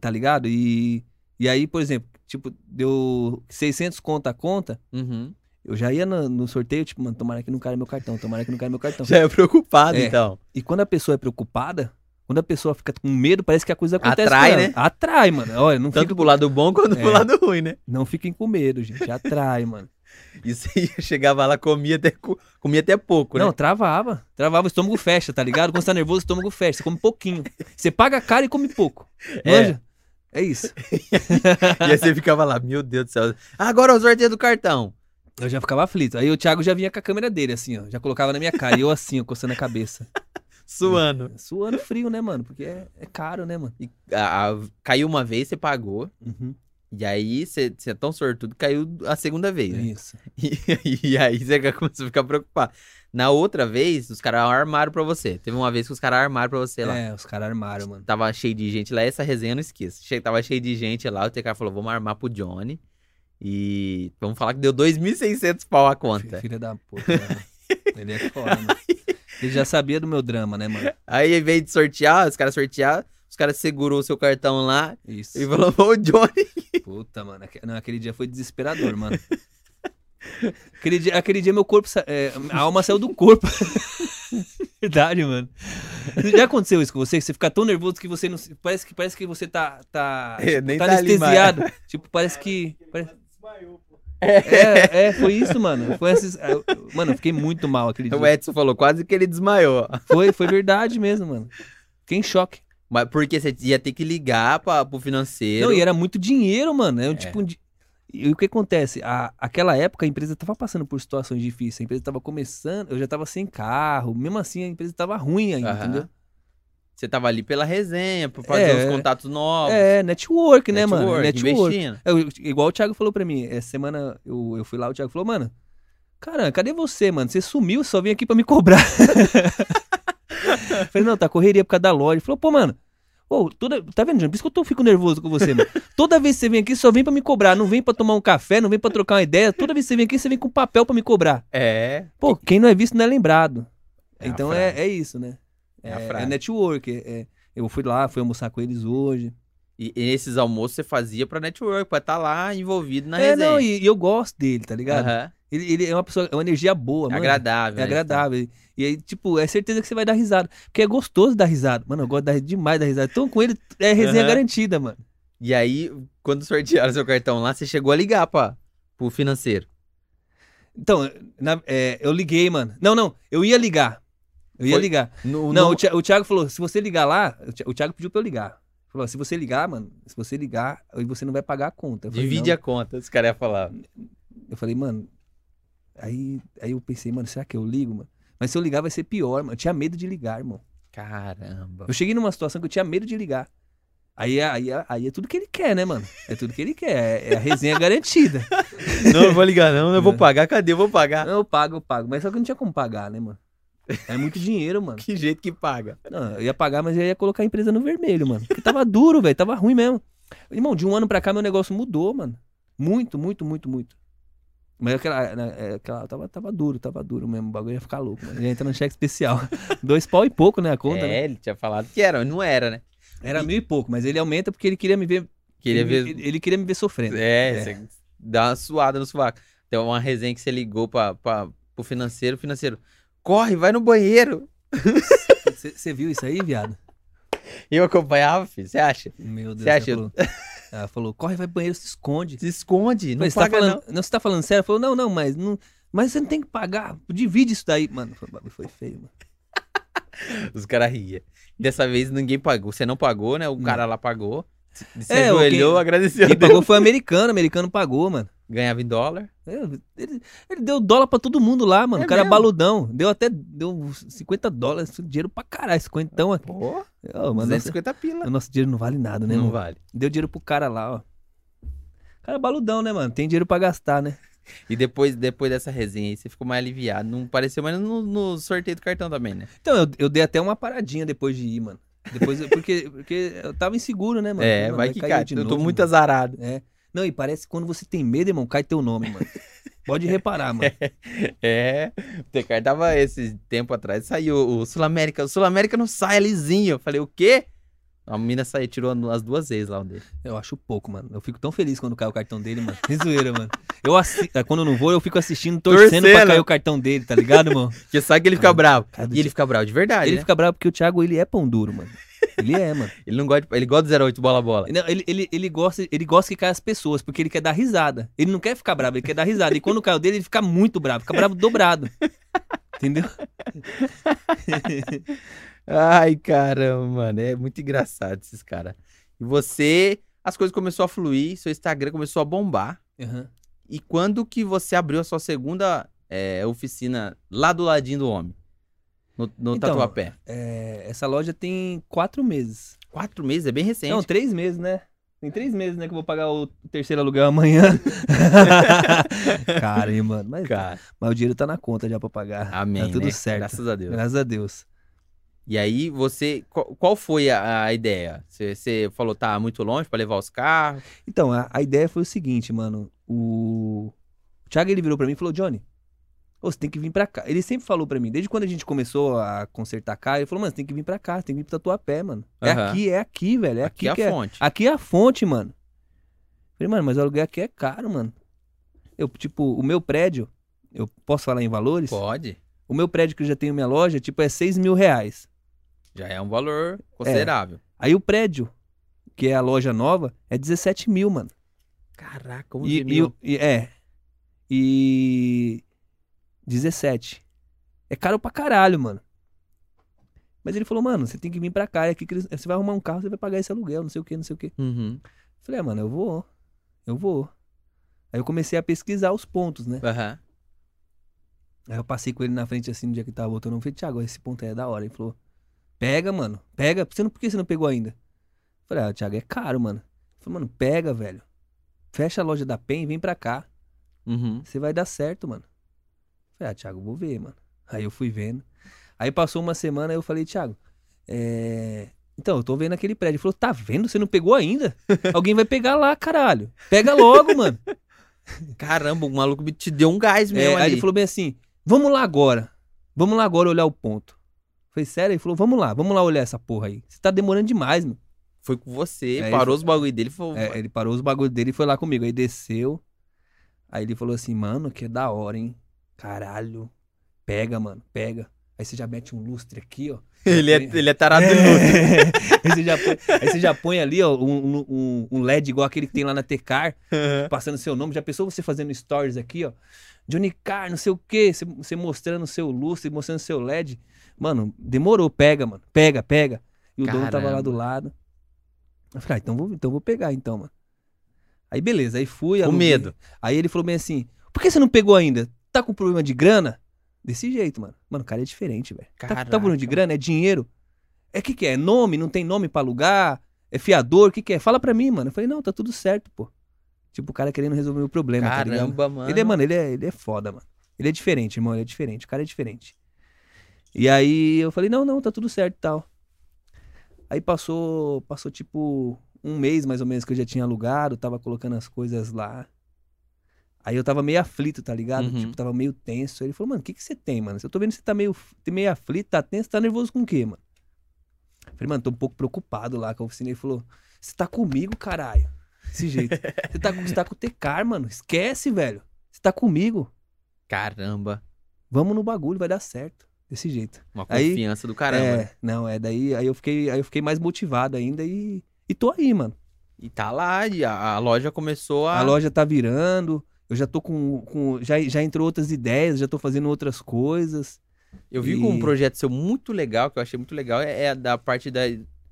Speaker 2: Tá ligado? E, e aí, por exemplo, tipo, deu 600 conta a conta,
Speaker 1: Uhum.
Speaker 2: eu já ia no, no sorteio, tipo, mano, tomara que não caia meu cartão, tomara que não caia meu cartão.
Speaker 1: Já é preocupado,
Speaker 2: Então. É.
Speaker 1: então.
Speaker 2: E quando a pessoa é preocupada, quando a pessoa fica com medo, parece que a coisa acontece
Speaker 1: Atrai,
Speaker 2: com ela.
Speaker 1: né?
Speaker 2: Atrai, mano. Olha, não,
Speaker 1: Tanto
Speaker 2: fica-
Speaker 1: pro lado bom quanto pro
Speaker 2: É.
Speaker 1: lado ruim, né?
Speaker 2: não fiquem com medo, gente. Atrai, mano.
Speaker 1: E você ia- chegava lá, comia até, co- comia até pouco,
Speaker 2: Não,
Speaker 1: né?
Speaker 2: travava. Travava, o estômago fecha, tá ligado? Quando você tá nervoso, o estômago fecha. Você come pouquinho. Você paga caro e come pouco.
Speaker 1: É.
Speaker 2: Manja? É, isso.
Speaker 1: E aí você ficava lá, meu Deus do céu. Agora o sorteio do cartão.
Speaker 2: Eu já ficava aflito. Aí o Thiago já vinha com a câmera dele, assim, ó. Já colocava na minha cara. e eu assim, ó, coçando a cabeça.
Speaker 1: Suando.
Speaker 2: Suando frio, né, mano? Porque é, é caro, né, mano?
Speaker 1: E, a- a- caiu uma vez, você pagou.
Speaker 2: Uhum.
Speaker 1: E aí você, você é tão sortudo, caiu a segunda vez. né?
Speaker 2: é Isso.
Speaker 1: <laughs> E, e aí você <laughs> começou a ficar preocupado. Na outra vez, os caras armaram pra você. Teve uma vez que os caras armaram pra você lá.
Speaker 2: É, os caras armaram, mano.
Speaker 1: Tava cheio de gente lá, essa resenha eu não esqueço. Che- Tava cheio de gente lá, o TK falou, vamos armar pro Johnny. E vamos falar que deu 2.600 pau a
Speaker 2: Fi-
Speaker 1: conta.
Speaker 2: Filha da puta, né? <laughs> Ele é foda, mano. Ele já sabia do meu drama, né, mano?
Speaker 1: Aí, em vez de sortear, os caras sortearam, os caras segurou o seu cartão lá
Speaker 2: Isso.
Speaker 1: e falou, ô Johnny.
Speaker 2: Puta, mano. aque- Não, aquele dia foi desesperador, mano. <laughs> Aquele dia, aquele dia meu corpo. sa- é, a alma saiu do corpo. <laughs> Verdade, mano. Já aconteceu isso com você? Você fica tão nervoso que você não. se- Parece que, parece que você tá. tá
Speaker 1: É, <laughs> nem
Speaker 2: tá
Speaker 1: tá ali,
Speaker 2: anestesiado. tipo, parece que. pare-
Speaker 3: Desmaiou, pô.
Speaker 2: É, é, foi isso, mano. Foi esses... ah, eu- eu- Mano, eu fiquei muito mal aquele
Speaker 1: Então, O
Speaker 2: dia.
Speaker 1: Edson falou, quase que ele desmaiou. <laughs>
Speaker 2: Foi, foi verdade mesmo, mano. Fiquei em choque.
Speaker 1: Mas porque você ia ter que ligar pra, pro financeiro.
Speaker 2: Não, e era muito dinheiro, mano. É um tipo. um di- E o que acontece? A, aquela época a empresa tava passando por situações difíceis. A empresa tava começando, eu já tava sem carro. Mesmo assim, a empresa tava ruim ainda,
Speaker 1: Aham.
Speaker 2: entendeu?
Speaker 1: Você tava ali pela resenha, pra fazer
Speaker 2: É.
Speaker 1: uns contatos novos.
Speaker 2: É, network, né, mano?
Speaker 1: Network,
Speaker 2: Network.
Speaker 1: Investindo.
Speaker 2: É, eu- igual o Thiago falou pra mim, essa semana eu, eu fui lá, o Thiago falou, mano. Cara, cadê você, mano? Você sumiu, só vim aqui pra me cobrar. <laughs> Falei, não, tá correria por causa da loja. Ele Falou, pô, mano, pô, toda... tá vendo, Jean? Por isso que eu tô, fico nervoso com você, mano. Toda vez que você vem aqui, só vem pra me cobrar. Não vem pra tomar um café, não vem pra trocar uma ideia. Toda vez que você vem aqui, você vem com papel pra me cobrar.
Speaker 1: É.
Speaker 2: Pô, quem não é visto não é lembrado.
Speaker 1: É a
Speaker 2: então
Speaker 1: frase.
Speaker 2: é, é isso, né?
Speaker 1: É a
Speaker 2: é
Speaker 1: frase.
Speaker 2: network. é- é- eu fui lá, fui almoçar com eles hoje.
Speaker 1: E, e esses almoços você fazia pra network, pra estar lá envolvido na
Speaker 2: é,
Speaker 1: resenha.
Speaker 2: não, e, e eu gosto dele, tá ligado?
Speaker 1: Aham.
Speaker 2: Ele, ele é uma pessoa, é uma energia boa,
Speaker 1: É
Speaker 2: mano.
Speaker 1: agradável.
Speaker 2: É
Speaker 1: né?
Speaker 2: agradável. E aí, tipo, é certeza que você vai dar risada. Porque é gostoso dar risada. Mano, eu gosto da- demais da risada. Então, com ele, é resenha
Speaker 1: Aham.
Speaker 2: garantida, mano.
Speaker 1: E aí, quando sortearam seu cartão lá, você chegou a ligar pra, pro financeiro.
Speaker 2: Então, na- é, eu liguei, mano. Não, não, eu ia ligar. Eu ia
Speaker 1: Foi?
Speaker 2: ligar.
Speaker 1: No-
Speaker 2: Não,
Speaker 1: no-
Speaker 2: o Thi- o Thiago falou, se você ligar lá, o Thi- o Thiago pediu pra eu ligar. Falou, se você ligar, mano, se você ligar, aí você não vai pagar a conta. Eu falei,
Speaker 1: divide a conta, esse cara ia falar.
Speaker 2: não. Eu falei, mano, aí, aí eu pensei, mano, será que eu ligo, mano? Mas se eu ligar vai ser pior, mano. Eu tinha medo de ligar, irmão.
Speaker 1: Caramba.
Speaker 2: Eu cheguei numa situação que eu tinha medo de ligar. Aí, é- aí, é- aí é tudo que ele quer, né, mano? É tudo que ele quer. É, é a resenha garantida.
Speaker 1: <laughs> <laughs> não, eu vou ligar não, eu vou
Speaker 2: É.
Speaker 1: pagar, cadê? Eu vou pagar.
Speaker 2: Não, eu pago, eu pago. Mas só que eu não tinha como pagar, né, mano? É muito dinheiro, <laughs> mano.
Speaker 1: Que jeito que paga.
Speaker 2: Não, eu ia pagar, mas eu ia colocar a empresa no vermelho, mano. Porque tava duro, velho. Tava ruim mesmo. Irmão, de um ano pra cá meu negócio mudou, mano. Muito, muito, muito, muito. Mas aquela. na- é, aquela tava, tava duro, tava duro mesmo. O bagulho ia ficar louco, mano. Ia entrar no cheque especial. <laughs> Dois pau e pouco, né? A conta,
Speaker 1: é,
Speaker 2: né?
Speaker 1: ele tinha falado que era, mas não era, né?
Speaker 2: Era mil e pouco, mas ele aumenta porque ele queria me ver.
Speaker 1: Queria
Speaker 2: ele,
Speaker 1: ver...
Speaker 2: ele- ele queria me ver sofrendo.
Speaker 1: É,
Speaker 2: É.
Speaker 1: você dá uma suada no sovaco. Tem uma resenha que você ligou pra, pra, pro financeiro, o financeiro, corre, vai no banheiro.
Speaker 2: Você viu isso aí, viado?
Speaker 1: Eu acompanhava, filho, você acha?
Speaker 2: Meu Deus.
Speaker 1: Cê
Speaker 2: ela
Speaker 1: acha?
Speaker 2: falou- Ela falou: corre, vai pro banheiro, se esconde.
Speaker 1: Se esconde, não
Speaker 2: Falei, você tá
Speaker 1: paga
Speaker 2: falando, não. você tá falando sério? Falou, não, não, mas não. Mas você não tem que pagar. Divide isso daí. Mano, foi, um bagulho foi feio, mano.
Speaker 1: não. Os caras riam. Dessa vez ninguém pagou, você não pagou, né? O
Speaker 2: Hum.
Speaker 1: cara lá pagou, se se
Speaker 2: É, o
Speaker 1: ajoelhou,
Speaker 2: quem-
Speaker 1: agradeceu.
Speaker 2: Quem
Speaker 1: a Deus.
Speaker 2: pagou foi o americano, o americano pagou, mano.
Speaker 1: Ganhava em dólar.
Speaker 2: Eu- Ele, ele deu dólar pra todo mundo lá, mano.
Speaker 1: É
Speaker 2: o cara
Speaker 1: mesmo?
Speaker 2: baludão. Deu até. Deu 50 dólares, dinheiro pra caralho. 50 aqui.
Speaker 1: Pô,
Speaker 2: Ô, mano, nosso,
Speaker 1: 250 pila.
Speaker 2: o nosso dinheiro não vale nada, né,
Speaker 1: Não
Speaker 2: mano?
Speaker 1: vale.
Speaker 2: Deu dinheiro pro cara lá, ó. Cara, é baludão, né, mano? Tem dinheiro pra gastar, né?
Speaker 1: E depois, depois dessa resenha aí, você ficou mais aliviado. Não pareceu, mas no, no sorteio do cartão também, né?
Speaker 2: Então, eu, eu dei até uma paradinha depois de ir, mano. Depois, eu- porque, <laughs> porque eu tava inseguro, né, mano?
Speaker 1: é,
Speaker 2: Mano,
Speaker 1: vai que
Speaker 2: cair
Speaker 1: cai.
Speaker 2: de
Speaker 1: Eu tô
Speaker 2: novo,
Speaker 1: muito
Speaker 2: mano.
Speaker 1: azarado.
Speaker 2: É. Não, e parece que quando você tem medo, irmão, cai teu nome, mano.
Speaker 1: <laughs>
Speaker 2: Pode reparar, mano.
Speaker 1: <laughs> É, o Tecar tava esse tempo atrás, saiu o Sul América. O Sul América não sai lisinho. Eu falei, o quê? A menina saiu, tirou as duas vezes lá um dele.
Speaker 2: Eu acho pouco, mano. Eu fico tão feliz quando cai o cartão dele, mano. Que zoeira, mano. Eu assi... ah, Quando eu não vou, eu fico assistindo, torcendo pra
Speaker 1: Torcendo. né?
Speaker 2: cair o cartão dele, tá ligado,
Speaker 1: <laughs>
Speaker 2: mano?
Speaker 1: Porque sabe que ele fica
Speaker 2: Mano,
Speaker 1: bravo.
Speaker 2: cara do
Speaker 1: E ele fica bravo de verdade,
Speaker 2: Ele
Speaker 1: né?
Speaker 2: fica bravo porque o Thiago, ele é pão duro, mano. Ele
Speaker 1: <laughs>
Speaker 2: é, mano.
Speaker 1: Ele não gosta, de- ele gosta do 08 bola a bola.
Speaker 2: Não, ele, ele, ele, gosta, ele gosta que caia as pessoas, porque ele quer dar risada. Ele não quer ficar bravo, ele quer dar risada. E quando cai o dele, ele fica muito bravo, fica bravo dobrado. Entendeu?
Speaker 1: Ai, caramba, mano, é muito engraçado esses caras. E você, as coisas começaram a fluir, seu Instagram começou a bombar.
Speaker 2: Aham.
Speaker 1: E quando que você abriu a sua segunda é, oficina lá do ladinho do homem? No, no
Speaker 2: Então,
Speaker 1: Tatuapé.
Speaker 2: É, essa loja tem quatro meses.
Speaker 1: Quatro meses, é bem recente.
Speaker 2: Não, três meses, né? Tem três meses, né? Que eu vou pagar o terceiro
Speaker 1: <laughs>
Speaker 2: aluguel amanhã. Cara, hein, mano.
Speaker 1: <laughs>
Speaker 2: Mas,
Speaker 1: cara.
Speaker 2: mas o dinheiro tá na conta já pra pagar.
Speaker 1: Amém.
Speaker 2: Tá tudo
Speaker 1: né?
Speaker 2: certo. Graças,
Speaker 1: Graças a Deus.
Speaker 2: a Deus.
Speaker 1: E aí, você. Qual, qual foi a, a ideia? Você, você falou, tá muito longe pra levar os carros.
Speaker 2: Então, a, a ideia foi o seguinte, mano. O... o Thiago, ele virou pra mim e falou, Johnny, ô, você tem que vir pra cá. Ele sempre falou pra mim, desde quando a gente começou a consertar carro, ele falou, mano, você tem que vir pra cá, você tem que vir pro Tatuapé, mano. É
Speaker 1: Aham.
Speaker 2: aqui, é aqui, velho. É
Speaker 1: aqui
Speaker 2: aqui,
Speaker 1: é a
Speaker 2: que é,
Speaker 1: fonte.
Speaker 2: Aqui é a fonte, mano. Falei, mano, mas o aluguel aqui é caro, mano. Eu, tipo, o meu prédio, eu posso falar em valores?
Speaker 1: Pode.
Speaker 2: O meu prédio que eu já tenho minha loja, tipo, é 6 mil reais.
Speaker 1: Já é um valor considerável.
Speaker 2: Aí o prédio, que é a loja nova, é 17 mil, mano.
Speaker 1: Caraca, 11
Speaker 2: E, e
Speaker 1: mil.
Speaker 2: o- e- é. E 17. É caro pra caralho, mano. Mas ele falou, mano, você tem que vir pra cá, é aqui que eles- você vai arrumar um carro, você vai pagar esse aluguel, não sei o que, não sei o que.
Speaker 1: Uhum.
Speaker 2: Falei, ah, mano, eu vou. Eu vou. Aí eu comecei a pesquisar os pontos, né?
Speaker 1: Aham.
Speaker 2: Aí eu passei com ele na frente assim no dia que tava voltando. Eu falei, Thiago, esse ponto aí é da hora. Ele falou, pega, mano, pega. Você não, por que você não pegou ainda? Eu falei, ah, Thiago, é caro, mano. Ele falou, mano, pega, velho. Fecha a loja da PEN e vem pra cá.
Speaker 1: Uhum.
Speaker 2: Você vai dar certo, mano. Eu falei, ah, Thiago, vou ver, mano. Aí eu fui vendo. Aí passou uma semana, eu falei, Thiago, é... Então, eu tô vendo aquele prédio. Ele falou, tá vendo? Você não pegou ainda? Alguém vai pegar lá, caralho. Pega logo, mano.
Speaker 1: Caramba, o maluco me- te deu um gás
Speaker 2: É,
Speaker 1: mesmo.
Speaker 2: aí
Speaker 1: ali.
Speaker 2: ele falou bem assim: vamos lá agora. Vamos lá agora olhar o ponto. Falei, sério? Ele falou, vamos lá, vamos lá olhar essa porra aí. Você tá demorando demais, meu.
Speaker 1: Foi com você,
Speaker 2: É,
Speaker 1: parou
Speaker 2: ele-
Speaker 1: os bagulho dele e falou.
Speaker 2: É, ele parou os bagulhos dele e foi lá comigo. Aí desceu. Aí ele falou assim, mano, que da hora, hein? Caralho. Pega, mano, pega. Aí você já mete um lustre aqui, ó.
Speaker 1: <laughs> ele, é, ele é tarado de luta.
Speaker 2: É. <laughs> aí, você já põe, aí você já põe ali, ó, um, um- um LED igual aquele que tem lá na Tecar, passando seu nome. Já pensou você fazendo stories aqui, ó? Johnny Car, não sei o quê. Você, você mostrando seu lustre, mostrando seu LED. Mano, demorou, pega, mano. Pega, pega. E o dono tava lá
Speaker 1: Caramba.
Speaker 2: do lado. Eu falei, ah, então vou, então vou pegar, então, mano. Aí beleza, aí fui.
Speaker 1: Com
Speaker 2: aluguei.
Speaker 1: medo.
Speaker 2: Aí ele falou bem assim: por que você não pegou ainda? Tá com problema de grana? Desse jeito, mano. Mano, o cara é diferente, velho. Tá, tá com problema de
Speaker 1: Caraca.
Speaker 2: grana? É dinheiro? É que que é? É nome? Não tem nome pra alugar? É fiador? O que que é? Fala pra mim, mano. Eu falei, não, tá tudo certo, pô. Tipo, o cara querendo resolver o problema, tá ligado?
Speaker 1: Caramba, mano.
Speaker 2: Ele é, mano, ele é, ele é foda, mano. Ele é diferente, irmão, ele é diferente. O cara é diferente. E aí eu falei, não, não, tá tudo certo e tal. Aí passou, passou tipo um mês mais ou menos que eu já tinha alugado, tava colocando as coisas lá. Aí eu tava meio aflito, tá ligado?
Speaker 1: Uhum.
Speaker 2: Tipo, tava meio tenso. Ele falou, mano, o que que você tem, mano? Eu tô vendo que você tá meio, meio aflito, tá tenso, tá nervoso com o quê, mano? Eu falei, mano, tô um pouco preocupado lá com a oficina. Ele falou, você tá comigo, caralho.
Speaker 1: <laughs>
Speaker 2: Desse jeito. Você tá, com- você tá com o Tecar, mano. Esquece, velho. Você tá comigo.
Speaker 1: Caramba.
Speaker 2: Vamos no bagulho, vai dar certo. Desse jeito.
Speaker 1: Uma
Speaker 2: Aí-
Speaker 1: confiança do caramba. né?
Speaker 2: É, não, é daí aí eu fiquei, aí eu fiquei mais motivado ainda e, e tô aí, mano.
Speaker 1: E tá lá, e a, a loja começou a.
Speaker 2: A loja tá virando, eu já tô com, com já, já entrou outras ideias, já tô fazendo outras coisas.
Speaker 1: Eu vi com um
Speaker 2: E-
Speaker 1: projeto seu muito legal, que eu achei muito legal, é, é a da parte da,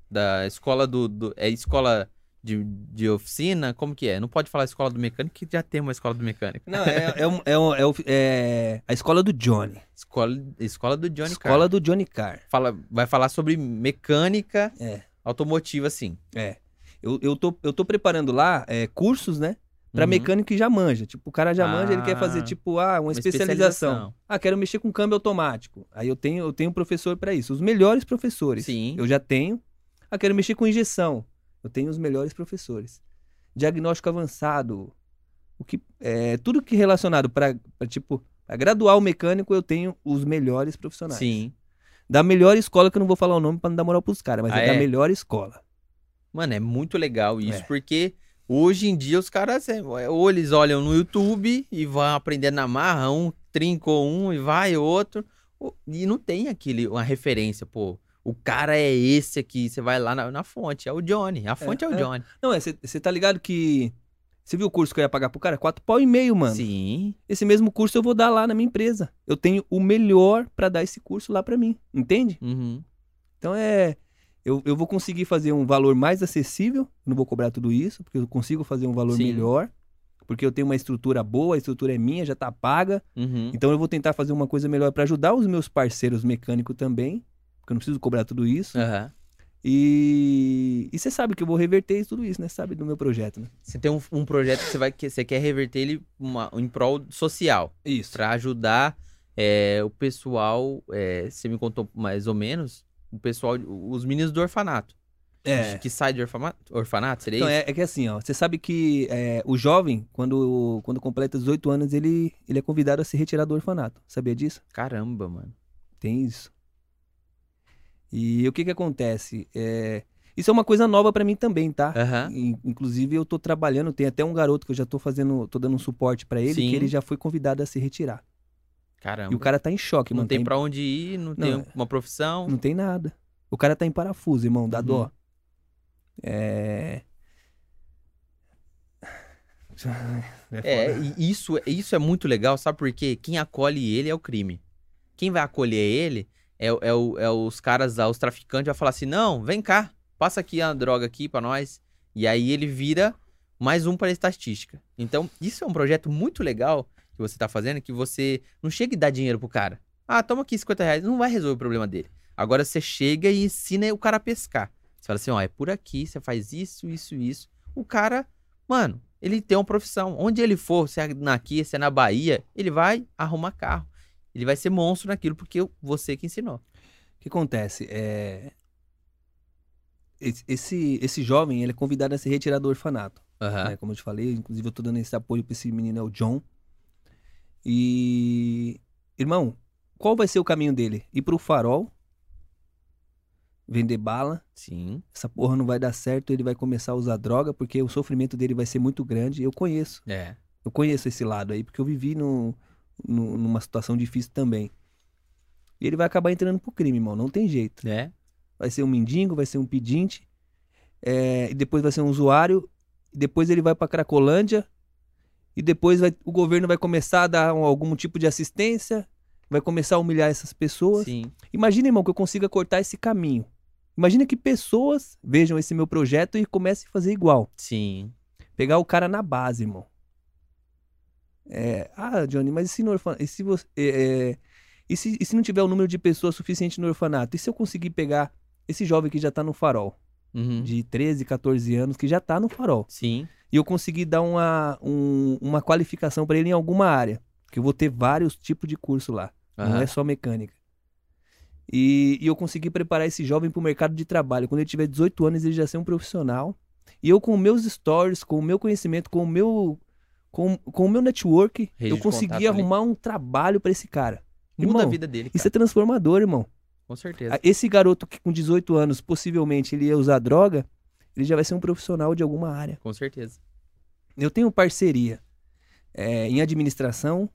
Speaker 1: da escola do, do- É escola de, de oficina? Como que é? Não pode falar escola do mecânico, que já tem uma escola do mecânico.
Speaker 2: Não, é, é, um- é, um- é, o- é a escola do Johnny.
Speaker 1: Escola, escola do Johnny
Speaker 2: escola
Speaker 1: Carr.
Speaker 2: do Johnny Carr.
Speaker 1: Fala, vai falar sobre mecânica
Speaker 2: É.
Speaker 1: automotiva, assim. sim.
Speaker 2: Eu, eu, tô, eu tô preparando lá é, cursos, né? Pra
Speaker 1: Uhum.
Speaker 2: mecânico que já manja. Tipo, o cara já manja, ele quer
Speaker 1: Ah,
Speaker 2: fazer, tipo, ah, uma,
Speaker 1: Uma
Speaker 2: especialização. Ah, quero mexer com câmbio automático. Aí eu tenho, eu tenho um professor pra isso. Os melhores professores.
Speaker 1: Sim.
Speaker 2: Eu já tenho. Ah, quero mexer com injeção. Eu tenho os melhores professores. Diagnóstico avançado. O que, é, tudo que relacionado para tipo pra graduar o mecânico, eu tenho os melhores profissionais.
Speaker 1: Sim.
Speaker 2: Da melhor escola, que eu não vou falar o nome pra não dar moral pros caras, mas
Speaker 1: Ah,
Speaker 2: é, da
Speaker 1: é?
Speaker 2: melhor escola.
Speaker 1: Mano, é muito legal isso,
Speaker 2: É.
Speaker 1: porque hoje em dia os caras, é, ou eles olham no YouTube e vão aprender na marra, um trincou um e vai outro, ou- e não tem aquele, uma referência, pô. O cara é esse aqui, você vai lá na, na fonte, é o Johnny, a fonte é, o
Speaker 2: é.
Speaker 1: Johnny.
Speaker 2: Não, é, você tá ligado que. Você viu o curso que eu ia pagar pro cara? Quatro pau e meio, mano.
Speaker 1: Sim,
Speaker 2: Esse mesmo curso eu vou dar lá na minha empresa. Eu tenho o melhor pra dar esse curso lá pra mim. Entende?
Speaker 1: uhum,
Speaker 2: Então é. Eu, eu vou conseguir fazer um valor mais acessível. Não vou cobrar tudo isso, porque eu consigo fazer um valor
Speaker 1: Sim.
Speaker 2: melhor. Porque eu tenho uma estrutura boa, a estrutura é minha, já tá paga.
Speaker 1: uhum.
Speaker 2: Então eu vou tentar fazer uma coisa melhor pra ajudar os meus parceiros mecânicos também. Porque eu não preciso cobrar tudo isso.
Speaker 1: Aham.
Speaker 2: E você sabe que eu vou reverter isso- tudo isso, né? Sabe do meu projeto, né?
Speaker 1: Você tem um, um projeto que você, vai, que você quer reverter ele uma- em prol social.
Speaker 2: Isso.
Speaker 1: para ajudar é, o pessoal. é, você me contou mais ou menos o pessoal, os meninos do orfanato
Speaker 2: É.
Speaker 1: que sai de orfanato, orfanato seria
Speaker 2: Então,
Speaker 1: isso?
Speaker 2: é, é que assim, ó, você sabe que é, o jovem, quando, quando completa 18 anos, ele, ele é convidado a se retirar do orfanato. Sabia disso?
Speaker 1: Caramba, mano.
Speaker 2: Tem isso. E o que que acontece? É, isso é uma coisa nova pra mim também, tá?
Speaker 1: Aham.
Speaker 2: In- Inclusive, eu tô trabalhando, tem até um garoto que eu já tô fazendo, tô dando um suporte pra ele,
Speaker 1: Sim.
Speaker 2: que ele já foi convidado a se retirar.
Speaker 1: Caramba.
Speaker 2: E o cara tá em choque,
Speaker 1: não
Speaker 2: mano.
Speaker 1: tem
Speaker 2: tá em-
Speaker 1: pra onde ir, não, tem
Speaker 2: Não, é.
Speaker 1: uma profissão.
Speaker 2: não tem nada. O cara tá em parafuso, irmão, dá
Speaker 1: Uhum.
Speaker 2: dó. É. <sighs>
Speaker 1: É, e isso, isso é muito legal, sabe por quê? Quem acolhe ele é o crime. Quem vai acolher ele é, o- é o- é os caras lá, os traficantes, vai falar assim: não, vem cá, passa aqui a droga aqui pra nós. E aí ele vira mais um pra estatística. Então, isso é um projeto muito legal que você tá fazendo, que você não chega e dá dinheiro pro cara. Ah, toma aqui 50 reais, não vai resolver o problema dele. Agora você chega e ensina o cara a pescar. Você fala assim: ó, é por aqui, você faz isso, isso, isso. O cara Mano, ele tem uma profissão. Onde ele for, se é aqui, se é na Bahia, ele vai arrumar carro. Ele vai ser monstro naquilo, porque você que ensinou.
Speaker 2: O que acontece? É... Esse, esse, esse jovem ele é convidado a se retirar do orfanato.
Speaker 1: É.
Speaker 2: né? Como eu te falei, inclusive eu tô dando esse apoio pra esse menino, é o John. E. Irmão, qual vai ser o caminho dele? Ir pro farol, vender bala,
Speaker 1: Sim.
Speaker 2: essa porra não vai dar certo, ele vai começar a usar droga, porque o sofrimento dele vai ser muito grande. Eu conheço,
Speaker 1: É.
Speaker 2: eu conheço esse lado aí, porque eu vivi num- num- numa situação difícil também. E ele vai acabar entrando pro crime, irmão, não tem jeito.
Speaker 1: É.
Speaker 2: Vai ser um mendigo, vai ser um pedinte, é, e depois vai ser um usuário, e depois ele vai pra Cracolândia, e depois vai- o governo vai começar a dar um- algum tipo de assistência, vai começar a humilhar essas pessoas.
Speaker 1: Sim.
Speaker 2: Imagina, irmão, que eu consiga cortar esse caminho. Imagina que pessoas vejam esse meu projeto e comecem a fazer igual.
Speaker 1: Sim.
Speaker 2: Pegar o cara na base, irmão. É, ah, Johnny, mas e se no orfanato? E se, você, é, é, e, se, e se não tiver o número de pessoas suficiente no orfanato? E se eu conseguir pegar esse jovem que já tá no farol,
Speaker 1: Uhum.
Speaker 2: de 13, 14 anos, que já tá no farol,
Speaker 1: Sim.
Speaker 2: e eu conseguir dar uma, um- uma qualificação pra ele em alguma área? Que eu vou ter vários tipos de curso lá. Não
Speaker 1: Aham.
Speaker 2: é só mecânica. E, e eu consegui preparar esse jovem para o mercado de trabalho. Quando ele tiver 18 anos, ele já ser um profissional. E eu, com meus stories, com o meu conhecimento, com o meu, com, com o meu network,
Speaker 1: Rede
Speaker 2: eu
Speaker 1: de
Speaker 2: consegui
Speaker 1: contato ali.
Speaker 2: arrumar um trabalho para esse cara.
Speaker 1: Muda
Speaker 2: irmão,
Speaker 1: a vida dele, cara.
Speaker 2: Isso é transformador, irmão.
Speaker 1: Com certeza.
Speaker 2: A- Esse garoto que com 18 anos, possivelmente, ele ia usar droga, ele já vai ser um profissional de alguma área.
Speaker 1: Com certeza.
Speaker 2: Eu tenho parceria eh, em administração,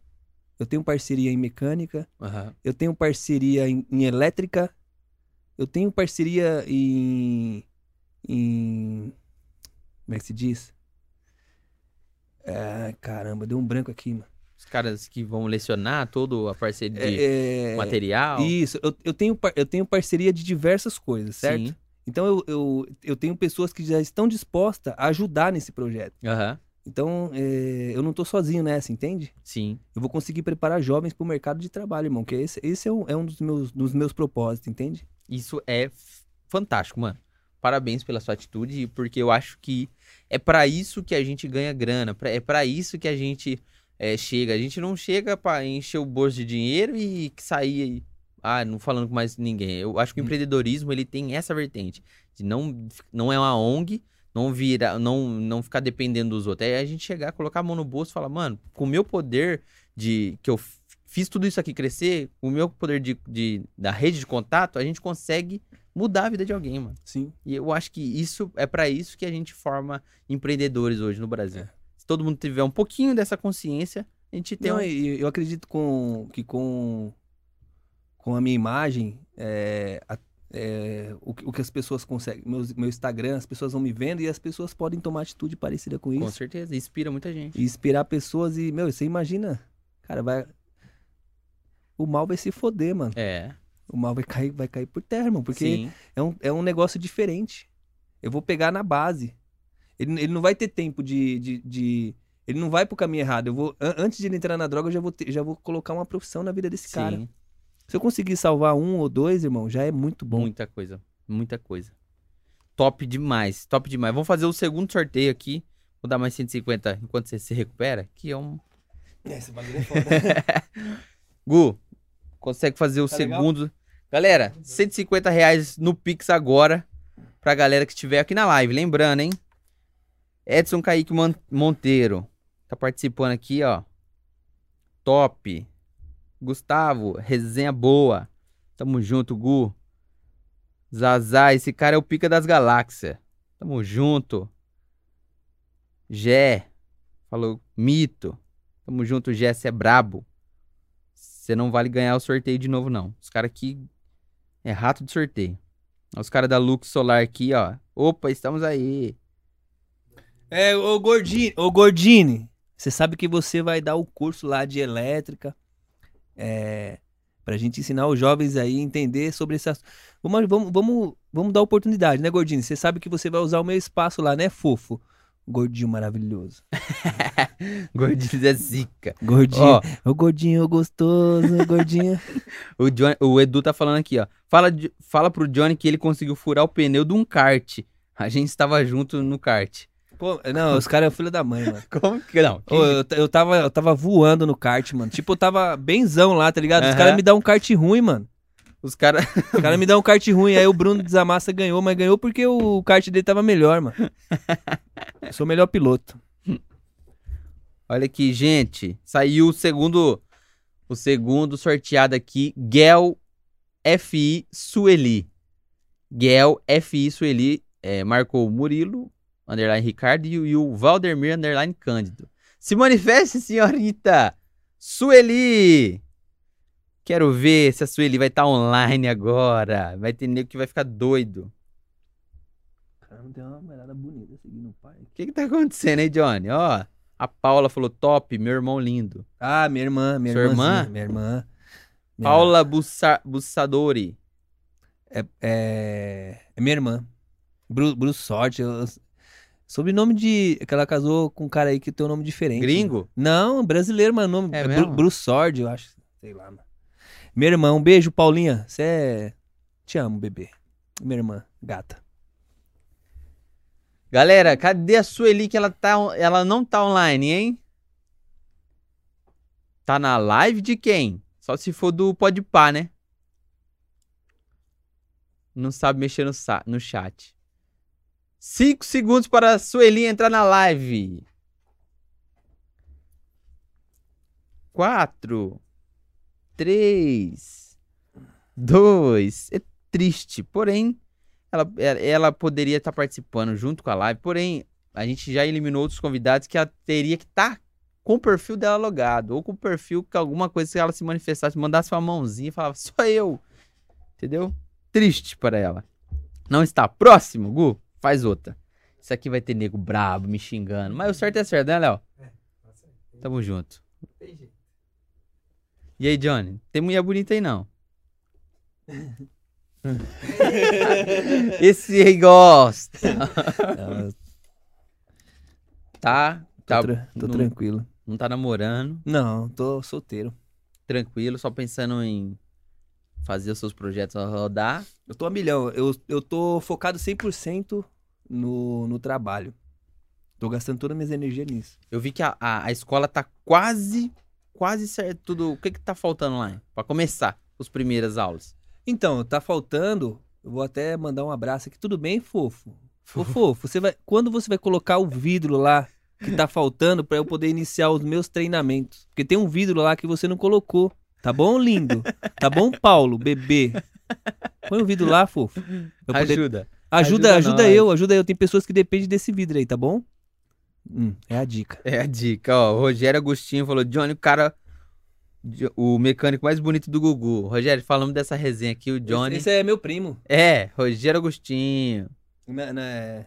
Speaker 2: eu tenho parceria em mecânica,
Speaker 1: Aham.
Speaker 2: eu tenho parceria em, em elétrica, eu tenho parceria em, em- Como é que se diz? Ah, caramba, deu um branco aqui, mano.
Speaker 1: Os caras que vão lecionar toda a parceria de
Speaker 2: É, é,
Speaker 1: material.
Speaker 2: Isso, eu, eu tenho, par- eu tenho parceria de diversas coisas, certo?
Speaker 1: Sim.
Speaker 2: Então eu, eu, eu tenho pessoas que já estão dispostas a ajudar nesse projeto.
Speaker 1: Aham.
Speaker 2: Então é, eu não tô sozinho nessa, entende?
Speaker 1: Sim.
Speaker 2: Eu vou conseguir preparar jovens para o mercado de trabalho, irmão, que esse, esse é, um, é um dos meus, dos meus propósitos, entende?
Speaker 1: Isso é f- fantástico, mano. Parabéns pela sua atitude, porque eu acho que é pra isso que a gente ganha grana, pra- é pra isso que a gente é, chega. A gente não chega pra encher o bolso de dinheiro e que sair ah, não falando com mais ninguém. Eu acho que o
Speaker 2: Hum.
Speaker 1: empreendedorismo ele tem essa vertente de não não é uma ONG, não vira, não não ficar dependendo dos outros. É a gente chegar, colocar a mão no bolso e falar, mano, com o meu poder de que eu f- fiz tudo isso aqui crescer, com o meu poder de, de- da rede de contato, a gente consegue mudar a vida de alguém, mano.
Speaker 2: Sim.
Speaker 1: E eu acho que isso é pra isso que a gente forma empreendedores hoje no Brasil.
Speaker 2: É.
Speaker 1: Se todo mundo tiver um pouquinho dessa consciência, a gente tem
Speaker 2: Não, é
Speaker 1: um...
Speaker 2: e- eu acredito com, que com, com a minha imagem, é, a- é, o, que- o que as pessoas conseguem, meus- meu Instagram, as pessoas vão me vendo e as pessoas podem tomar atitude parecida com
Speaker 1: com
Speaker 2: isso.
Speaker 1: certeza, inspira muita gente.
Speaker 2: E inspirar pessoas e, meu, você imagina, cara, vai... O mal vai se foder, mano.
Speaker 1: É,
Speaker 2: O mal vai cair, vai cair por terra, mano, porque
Speaker 1: sim,
Speaker 2: é um, é um negócio diferente. Eu vou pegar na base. Ele, ele não vai ter tempo de, de, de- Ele não vai pro caminho errado. Eu vou, an- antes de ele entrar na droga, eu já vou, ter- já vou colocar uma profissão na vida desse
Speaker 1: sim.
Speaker 2: cara. Se eu conseguir salvar um ou dois, irmão, já é muito bom.
Speaker 1: Muita coisa, muita coisa. Top demais, top demais. Vamos fazer o segundo sorteio aqui. Vou dar mais 150 enquanto você se recupera, que é um...
Speaker 3: Esse bagulho é foda.
Speaker 1: Gu, consegue fazer o
Speaker 2: Tá legal?
Speaker 1: segundo. Galera, 150 reais no Pix agora pra galera que estiver aqui na live. Lembrando, hein? Edson Kaique Mon- Monteiro tá participando aqui, ó. Top. Gustavo, resenha boa. Tamo junto, Gu. Zazá, esse cara é o pica das galáxias. Tamo junto. Gé, falou mito. Tamo junto, Gé, cê é brabo. Você não vale ganhar o sorteio de novo, não. Os caras aqui é rato de sorteio. Ó, Os caras da Lux Solar aqui, ó. Opa, estamos aí. <laughs>
Speaker 2: É, ô Gordini, ô Gordini, você sabe que você vai dar o curso lá de elétrica, é, pra gente ensinar os jovens aí a entender sobre esse assunto. Vamos, vamos, vamos, vamos dar oportunidade, né, Gordini? Você sabe que você vai usar o meu espaço lá, né, fofo? Gordinho maravilhoso.
Speaker 1: Gordinho é <laughs> zica.
Speaker 2: Gordinho,
Speaker 1: Ó,
Speaker 2: ô gordinho gostoso, gordinho.
Speaker 1: o, John- o Edu tá falando aqui, ó. Fala, de- fala pro Johnny que ele conseguiu furar o pneu de um kart. A gente estava junto no kart.
Speaker 2: <laughs> Pô, não, os caras é filho da mãe, mano.
Speaker 1: Como que não?
Speaker 2: Ô, eu, t- eu tava, eu tava voando no kart, mano. Tipo, eu tava benzão lá, tá ligado? Os
Speaker 1: Aham.
Speaker 2: caras me dão um kart ruim, mano.
Speaker 1: Os caras.
Speaker 2: O cara me dá um kart ruim, aí o Bruno Desamassa ganhou, mas ganhou porque o kart dele tava melhor, mano. Eu sou o melhor piloto.
Speaker 1: Olha aqui, gente. Saiu o segundo O segundo sorteado aqui, Gel FI Sueli. Gel FI Sueli é, marcou o Murilo, underline Ricardo, e o Valdemir, underline Cândido. Se manifeste, <laughs> senhorita! Sueli! Quero ver se a Sueli vai estar online agora. Vai ter nego que vai ficar doido.
Speaker 2: Caramba, tem uma mulherada bonita seguindo o pai.
Speaker 1: O que que tá acontecendo aí, Johnny? Ó, a Paula falou top, meu irmão lindo.
Speaker 2: Ah, minha irmã, minha
Speaker 1: Sua
Speaker 2: irmãzinha,
Speaker 1: irmã?
Speaker 2: Minha irmã. Minha-
Speaker 1: Paula Bussa, Bussadori.
Speaker 2: É, é minha irmã. Bruce, Bruce Sorte. eu- sobrenome de. que ela casou com um cara aí que tem um nome diferente.
Speaker 1: Gringo?
Speaker 2: Não, brasileiro, mano. Nome,
Speaker 1: É
Speaker 2: é
Speaker 1: mesmo?
Speaker 2: Bru, Bruce Sordi, eu acho. Sei lá, mano. Minha irmã, um beijo, Paulinha. Você é. Te amo, bebê. Minha irmã, gata.
Speaker 1: Galera, cadê a Sueli que ela, tá, ela não tá online, hein? Tá na live de quem? Só se for do Podpah, né? Não sabe mexer no, sa- no chat. Cinco segundos para a Sueli entrar na live. Quatro. Três. Dois. É triste, porém ela, ela- ela poderia estar participando junto com a live, porém, a gente já eliminou outros convidados que ela teria que estar com o perfil dela logado, ou com o perfil que alguma coisa que ela se manifestasse, mandasse uma mãozinha e falava, sou eu. Entendeu? Triste para ela. Não está próximo, Gu? Faz outra. Isso aqui vai ter nego brabo me xingando. Mas o certo é certo, né, Léo?
Speaker 3: Tá certo.
Speaker 1: Tamo junto.
Speaker 3: Tem jeito.
Speaker 1: E aí, Johnny? Tem mulher bonita aí,
Speaker 2: <laughs>
Speaker 1: não? Esse aí gosta.
Speaker 2: Ela-
Speaker 1: Tá,
Speaker 2: tô
Speaker 1: tá.
Speaker 2: tra- tô
Speaker 1: não-
Speaker 2: tranquilo.
Speaker 1: Não tá namorando,
Speaker 2: Não, tô solteiro.
Speaker 1: tranquilo, só pensando em fazer os seus projetos rodar.
Speaker 2: Eu tô a milhão. Eu, eu tô focado 100% no, no trabalho. Tô gastando todas as minhas energias nisso.
Speaker 1: Eu vi que a, a, a escola tá quase, quase certo tudo. O que que tá faltando lá? Pra começar as primeiras aulas.
Speaker 2: Então, tá faltando. Eu vou até mandar um abraço aqui. Tudo bem, fofo? Ô, fofo, você vai, quando você vai colocar o vidro lá que tá faltando pra eu poder iniciar os meus treinamentos? Porque tem um vidro lá que você não colocou. Tá bom, lindo? Tá bom, Paulo, bebê? Põe o vidro lá, fofo. Eu poder-
Speaker 1: Ajuda.
Speaker 2: Ajuda,
Speaker 1: ajuda
Speaker 2: ajuda,
Speaker 1: nós.
Speaker 2: eu, ajuda eu. Tem pessoas que dependem desse vidro aí, tá bom? Hum, é a dica.
Speaker 1: <laughs> É a dica, ó. O Rogério Agostinho falou: Johnny, o cara, de- o mecânico mais bonito do Gugu. Rogério, falamos dessa resenha aqui, o Johnny.
Speaker 2: Esse, esse é meu primo.
Speaker 1: É, Rogério Agostinho.
Speaker 2: Na- na-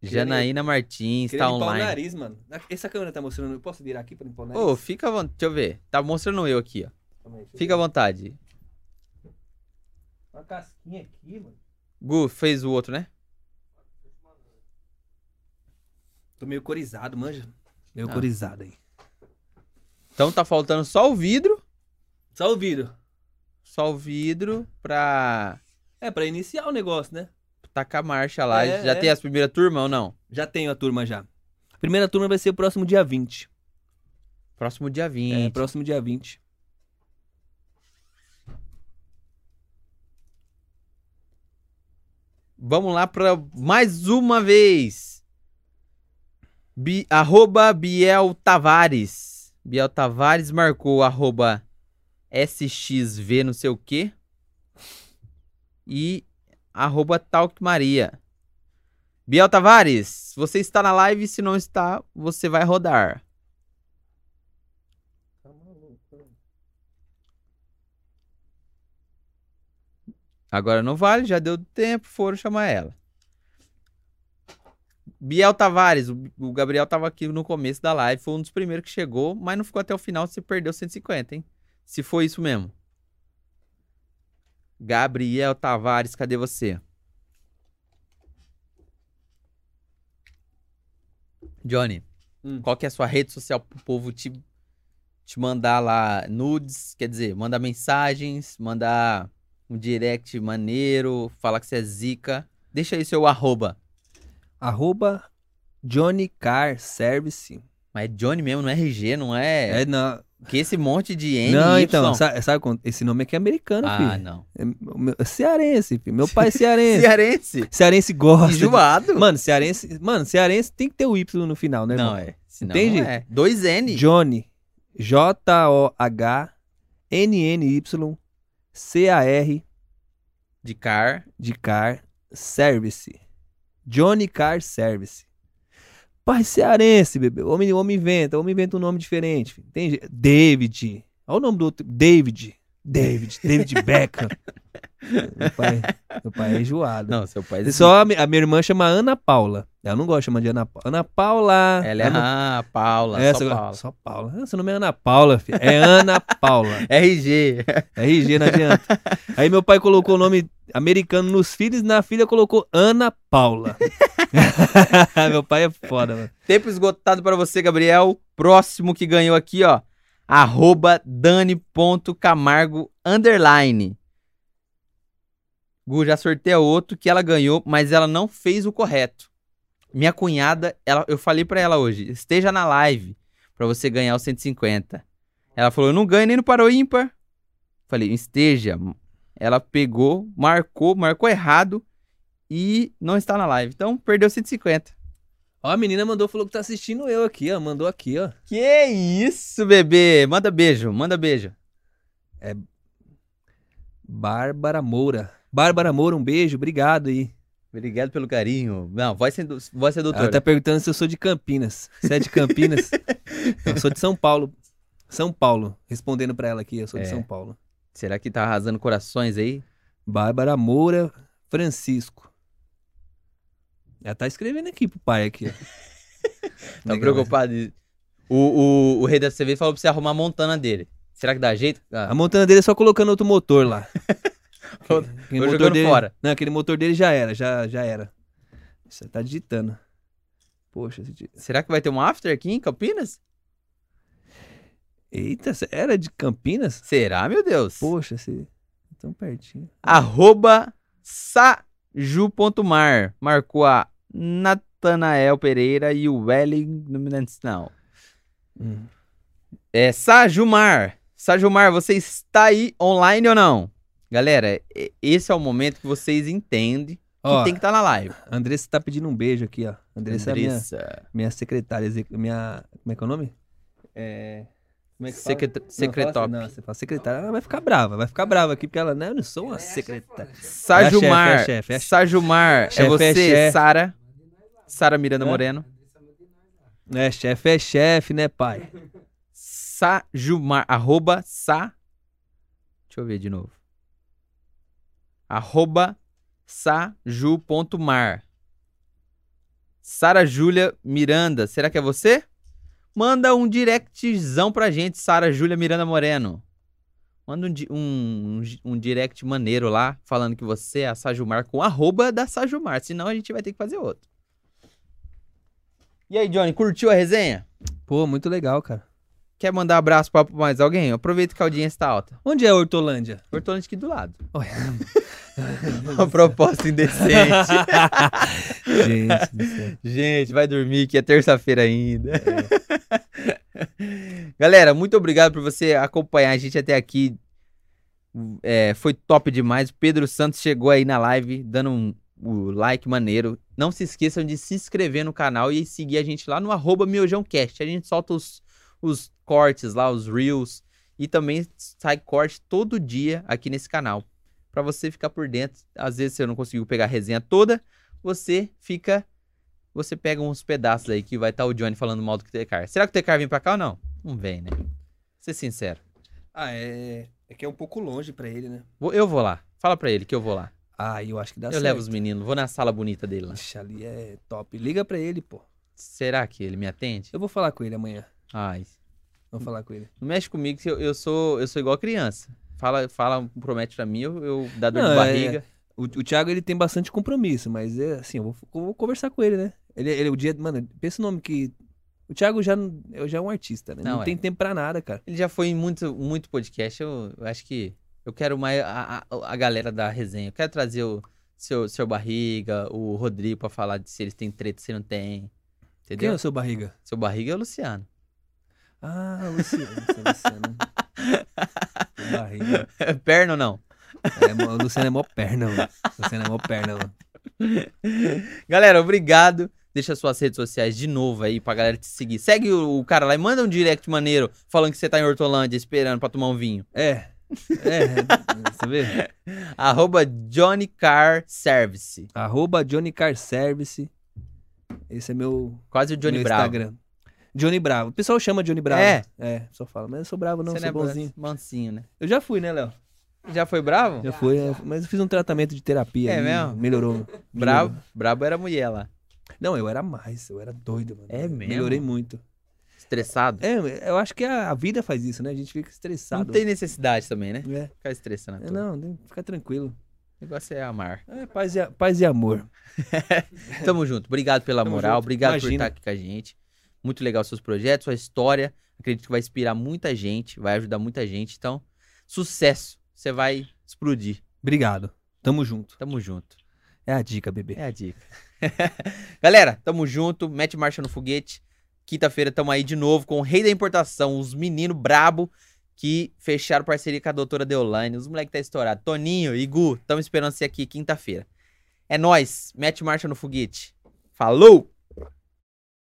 Speaker 2: Queria nem-
Speaker 1: Janaína Martins,
Speaker 2: queria
Speaker 1: tá
Speaker 2: limpar o
Speaker 1: online.
Speaker 2: nariz, mano. Essa câmera tá mostrando. Eu posso virar aqui pra limpar o nariz?
Speaker 1: Ô, fica à vontade. Deixa eu ver. Tá mostrando eu aqui, ó.
Speaker 2: Calma aí, deixa eu
Speaker 1: Fica à
Speaker 2: ver.
Speaker 1: vontade.
Speaker 2: Uma casquinha aqui, mano.
Speaker 1: Gu fez o outro, né?
Speaker 2: Tô meio corizado, manja. Meio
Speaker 1: Ah.
Speaker 2: corizado aí.
Speaker 1: Então tá faltando só o vidro.
Speaker 2: Só o vidro.
Speaker 1: Só o vidro pra
Speaker 2: É, pra iniciar o negócio, né?
Speaker 1: tacar marcha lá.
Speaker 2: É,
Speaker 1: Já
Speaker 2: é.
Speaker 1: tem as primeiras turmas ou não?
Speaker 2: Já tenho a turma já. Primeira turma vai ser o próximo dia 20.
Speaker 1: Próximo dia 20.
Speaker 2: É, próximo dia 20.
Speaker 1: Vamos lá pra mais uma vez. Bi- arroba Biel Tavares. Biel Tavares marcou arroba SXV não sei o quê. E arroba Talk Maria. Biel Tavares, você está na live, se não está, você vai rodar. Agora não vale, já deu tempo, foram chamar ela. Biel Tavares, o o Gabriel tava aqui no começo da live, foi um dos primeiros que chegou, mas não ficou até o final, você perdeu 150, hein? Se foi isso mesmo. Gabriel Tavares, cadê você? Johnny,
Speaker 2: Hum.
Speaker 1: qual que é a sua rede social pro povo te, te mandar lá nudes, quer dizer, mandar mensagens, mandar um direct maneiro, falar que você é zica. Deixa aí seu arroba.
Speaker 2: Arroba Johnny Car Service.
Speaker 1: Mas é Johnny mesmo, não é RG, não é.
Speaker 2: É, não.
Speaker 1: Que esse monte de N.
Speaker 2: não,
Speaker 1: y.
Speaker 2: então, sabe, sabe quando- esse nome aqui é americano,
Speaker 1: Ah,
Speaker 2: filho.
Speaker 1: não.
Speaker 2: É, meu- é cearense, filho. Meu
Speaker 1: <laughs>
Speaker 2: pai é cearense.
Speaker 1: Cearense.
Speaker 2: cearense gosta. de-
Speaker 1: Enjoado.
Speaker 2: Mano, cearense, mano, cearense tem que ter o Y no final, né?
Speaker 1: Não,
Speaker 2: irmão?
Speaker 1: é. Senão
Speaker 2: Entende?
Speaker 1: não é. Dois N.
Speaker 2: Johnny. J-O-H-N-N-Y-C-A-R
Speaker 1: De car.
Speaker 2: de Car Service. Johnny Car Service. Pai cearense, bebê. Homem, homem inventa, homem inventa um nome diferente. filho. Entende? David. Olha o nome do outro. David. David.
Speaker 1: <laughs>
Speaker 2: David Beckham. meu, pai, meu pai é enjoado.
Speaker 1: Não, seu pai.
Speaker 2: Uhum. Só a, mi- a minha irmã chama Ana Paula. Ela não gosta de chamar de Ana Paula. Ana Paula.
Speaker 1: Ela é
Speaker 2: Ana
Speaker 1: ah, Paula.
Speaker 2: É,
Speaker 1: só
Speaker 2: só,
Speaker 1: Paula.
Speaker 2: só Paula. Ah, seu nome é Ana Paula, filho. É Ana Paula.
Speaker 1: RG.
Speaker 2: RG,
Speaker 1: <laughs>
Speaker 2: não adianta. Aí meu pai colocou o nome americano nos filhos, na filha colocou Ana Paula. <laughs> meu pai é foda, mano.
Speaker 1: Tempo esgotado pra você, Gabriel. Próximo que ganhou aqui, ó. Arroba Dani.camargo underline. Gu, já sorteia outro que ela ganhou, mas ela não fez o correto. Minha cunhada, ela, eu falei pra ela hoje, esteja na live pra você ganhar os 150. Ela falou, eu não ganho nem no Parou Ímpar. Falei, esteja. Ela pegou, marcou, marcou errado e não está na live. Então, perdeu 150.
Speaker 2: Ó, a menina mandou, falou que tá assistindo eu aqui, ó. Mandou aqui, ó.
Speaker 1: Que isso, bebê! Manda beijo, manda beijo.
Speaker 2: Bárbara Moura. Bárbara Moura, um beijo, obrigado aí.
Speaker 1: Obrigado pelo carinho. Não, voz ser, do- voz ser doutora.
Speaker 2: Ela tá perguntando se eu sou de Campinas. Você é
Speaker 1: <laughs>
Speaker 2: de Campinas? eu sou de São Paulo. São Paulo. Respondendo pra ela aqui, eu sou de
Speaker 1: É.
Speaker 2: São Paulo.
Speaker 1: Será que tá arrasando corações aí?
Speaker 2: Bárbara Moura Francisco. Ela tá escrevendo aqui pro pai
Speaker 1: <laughs>
Speaker 2: aqui. ó.
Speaker 1: Tá
Speaker 2: Legal. né?
Speaker 1: preocupado? O, o, o rei da CV falou pra você arrumar a montana dele. Será que dá jeito? Ah,
Speaker 2: A montana dele é só colocando outro motor
Speaker 1: <laughs>
Speaker 2: lá.
Speaker 1: Tô-
Speaker 2: Aquele
Speaker 1: tô jogando
Speaker 2: dele,
Speaker 1: fora.
Speaker 2: Não, aquele motor dele já era, já, já era. Você tá digitando. Poxa, esse di-
Speaker 1: será que vai ter um after aqui em Campinas?
Speaker 2: eita, você era de Campinas?
Speaker 1: Será, meu Deus?
Speaker 2: Poxa, você tão pertinho.
Speaker 1: Arroba saju.mar. Marcou a Natanael Pereira e o Wellington. Não.
Speaker 2: Hum.
Speaker 1: É Sajumar. Sajumar, você está aí online ou não? Galera, e- esse é o momento que vocês entendem que
Speaker 2: Ó,
Speaker 1: tem que estar na live.
Speaker 2: a Andressa tá pedindo um beijo aqui, ó. Andressa, É
Speaker 1: Andressa.
Speaker 2: minha, minha secretária, exec- minha, como é que é o nome? É, como é que fala?
Speaker 1: secret-
Speaker 2: Não, fala
Speaker 1: Secretop.
Speaker 2: assim, Não, você fala secretária, ela vai ficar brava, vai ficar brava aqui, porque ela, não, eu não sou uma secretária.
Speaker 1: Sajumar.
Speaker 2: É a chefe, é a chefe, é a chefe.
Speaker 1: Sajumar. É
Speaker 2: Chefe, é
Speaker 1: você,
Speaker 2: chefe.
Speaker 1: Sara. Sara Miranda
Speaker 2: Hã?
Speaker 1: Moreno.
Speaker 2: É, chefe é chefe, né, pai?
Speaker 1: Sajumar. Arroba Sa. Deixa eu ver de novo. Arroba Saju.mar. Sara Júlia Miranda, será que é você? Manda um directzão pra gente, Sara Júlia Miranda Moreno. Manda um, di- um, um gi- um direct maneiro lá, falando que você é a Sajumar com arroba da Sajumar, senão a gente vai ter que fazer outro. E aí, Johnny, curtiu a resenha?
Speaker 2: Pô, muito legal, cara.
Speaker 1: Quer mandar abraço pra mais alguém? Aproveita que a audiência tá alta.
Speaker 2: Onde é a Hortolândia?
Speaker 1: Hortolândia aqui do lado.
Speaker 2: Olha.
Speaker 1: Uma proposta indecente.
Speaker 2: <laughs> Gente do céu.
Speaker 1: Gente, vai dormir que é terça-feira ainda. <laughs> Galera, muito obrigado por você acompanhar a gente até aqui. É, foi top demais. O Pedro Santos chegou aí na live, dando um, o like maneiro. Não se esqueçam de se inscrever no canal e seguir a gente lá no arroba miojãocast. A gente solta os, os cortes lá, os reels. E também sai corte todo dia aqui nesse canal. Pra você ficar por dentro. Às vezes você não conseguiu pegar a resenha toda, você fica você pega uns pedaços aí que vai estar o Johnny falando mal do Tecar. Será que o Tecar vem pra cá ou não? Não vem, né? Vou ser sincero.
Speaker 2: Ah, é. É que é um pouco longe pra ele, né?
Speaker 1: Vou- eu vou lá. Fala pra ele que eu vou lá.
Speaker 2: Ah, eu acho que dá
Speaker 1: eu
Speaker 2: certo.
Speaker 1: levo os meninos, vou na sala bonita dele lá.
Speaker 2: Ixi, ali é top. Liga pra ele, pô.
Speaker 1: Será que ele me atende?
Speaker 2: Eu vou falar com ele amanhã.
Speaker 1: Ai.
Speaker 2: Vou falar com ele.
Speaker 1: Não mexe comigo que eu, eu sou eu sou igual criança. Fala, fala, promete pra mim, eu, eu dá dor
Speaker 2: Não,
Speaker 1: de
Speaker 2: é-
Speaker 1: barriga.
Speaker 2: O, o Thiago, ele tem bastante compromisso, mas é assim, eu vou, eu vou conversar com ele, né? Ele, ele o dia. Mano, pensa o nome que. O Thiago já, não- eu já é um artista, né? Não,
Speaker 1: Não, é.
Speaker 2: tem tempo pra nada, cara.
Speaker 1: Ele já foi em muito, muito podcast. Eu, eu acho que eu quero mais a, a, a galera da resenha. Eu quero trazer o seu, seu barriga, o Rodrigo pra falar de se eles têm treta, se não tem.
Speaker 2: Quem é
Speaker 1: Entendeu?
Speaker 2: o seu barriga?
Speaker 1: Seu barriga é o Luciano. <laughs>
Speaker 2: Ah, Luciano, seu Luciano.
Speaker 1: <laughs>
Speaker 2: Seu barriga.
Speaker 1: Perna ou não?
Speaker 2: É, mó- o Luciano é mó perna, mano. O Luciano é mó perna, mano.
Speaker 1: Galera, obrigado. Deixa suas redes sociais de novo aí pra galera te seguir. Segue o, o cara lá e manda um direct maneiro falando que você tá em Hortolândia esperando pra tomar um vinho.
Speaker 2: É. É, você vê?
Speaker 1: <laughs> Arroba Johnny Car Service.
Speaker 2: Arroba Johnny Car Service. Esse é meu,
Speaker 1: Quase o Johnny
Speaker 2: meu
Speaker 1: Bravo.
Speaker 2: Instagram. Johnny Bravo. O pessoal chama Johnny Bravo.
Speaker 1: É?
Speaker 2: É, só fala. Mas eu sou bravo, não,
Speaker 1: você
Speaker 2: sou
Speaker 1: não é
Speaker 2: bonzinho.
Speaker 1: mansinho, né?
Speaker 2: Eu já fui, né, Léo?
Speaker 1: Já foi bravo?
Speaker 2: Já
Speaker 3: Já,
Speaker 2: fui,
Speaker 3: já.
Speaker 2: é, mas eu fiz um tratamento de terapia.
Speaker 1: É
Speaker 2: ali,
Speaker 1: mesmo?
Speaker 2: Melhorou. melhorou.
Speaker 1: Bravo, brabo era mulher lá.
Speaker 2: Não, eu era mais, eu era doido, mano.
Speaker 1: É mesmo?
Speaker 2: Melhorei muito.
Speaker 1: Estressado.
Speaker 2: É, eu acho que a, a vida faz isso, né? A gente fica estressado.
Speaker 1: Não tem necessidade também, né?
Speaker 2: É,
Speaker 1: Ficar estressando.
Speaker 2: é,
Speaker 1: Não. O
Speaker 2: não, tem- fica tranquilo.
Speaker 1: negócio é amar.
Speaker 2: É, paz, e, a- paz e amor.
Speaker 1: Tamo junto. Obrigado pela
Speaker 2: Tamo
Speaker 1: moral.
Speaker 2: junto.
Speaker 1: Obrigado por
Speaker 2: Imagina.
Speaker 1: estar aqui com a gente. Muito legal seus projetos, sua história. Acredito que vai inspirar muita gente, vai ajudar muita gente. Então, sucesso. Você vai explodir.
Speaker 2: Obrigado. Tamo junto.
Speaker 1: Tamo junto.
Speaker 2: É a dica, bebê.
Speaker 1: É a dica. <laughs> Galera, tamo junto. Mete marcha no foguete. Quinta-feira tamo aí de novo com o Rei da Importação, os meninos brabo que fecharam parceria com a doutora Deolane. Os moleques tá estourado. Toninho e Gu, tamo esperando você aqui quinta-feira. É nóis. Mete marcha no foguete. Falou!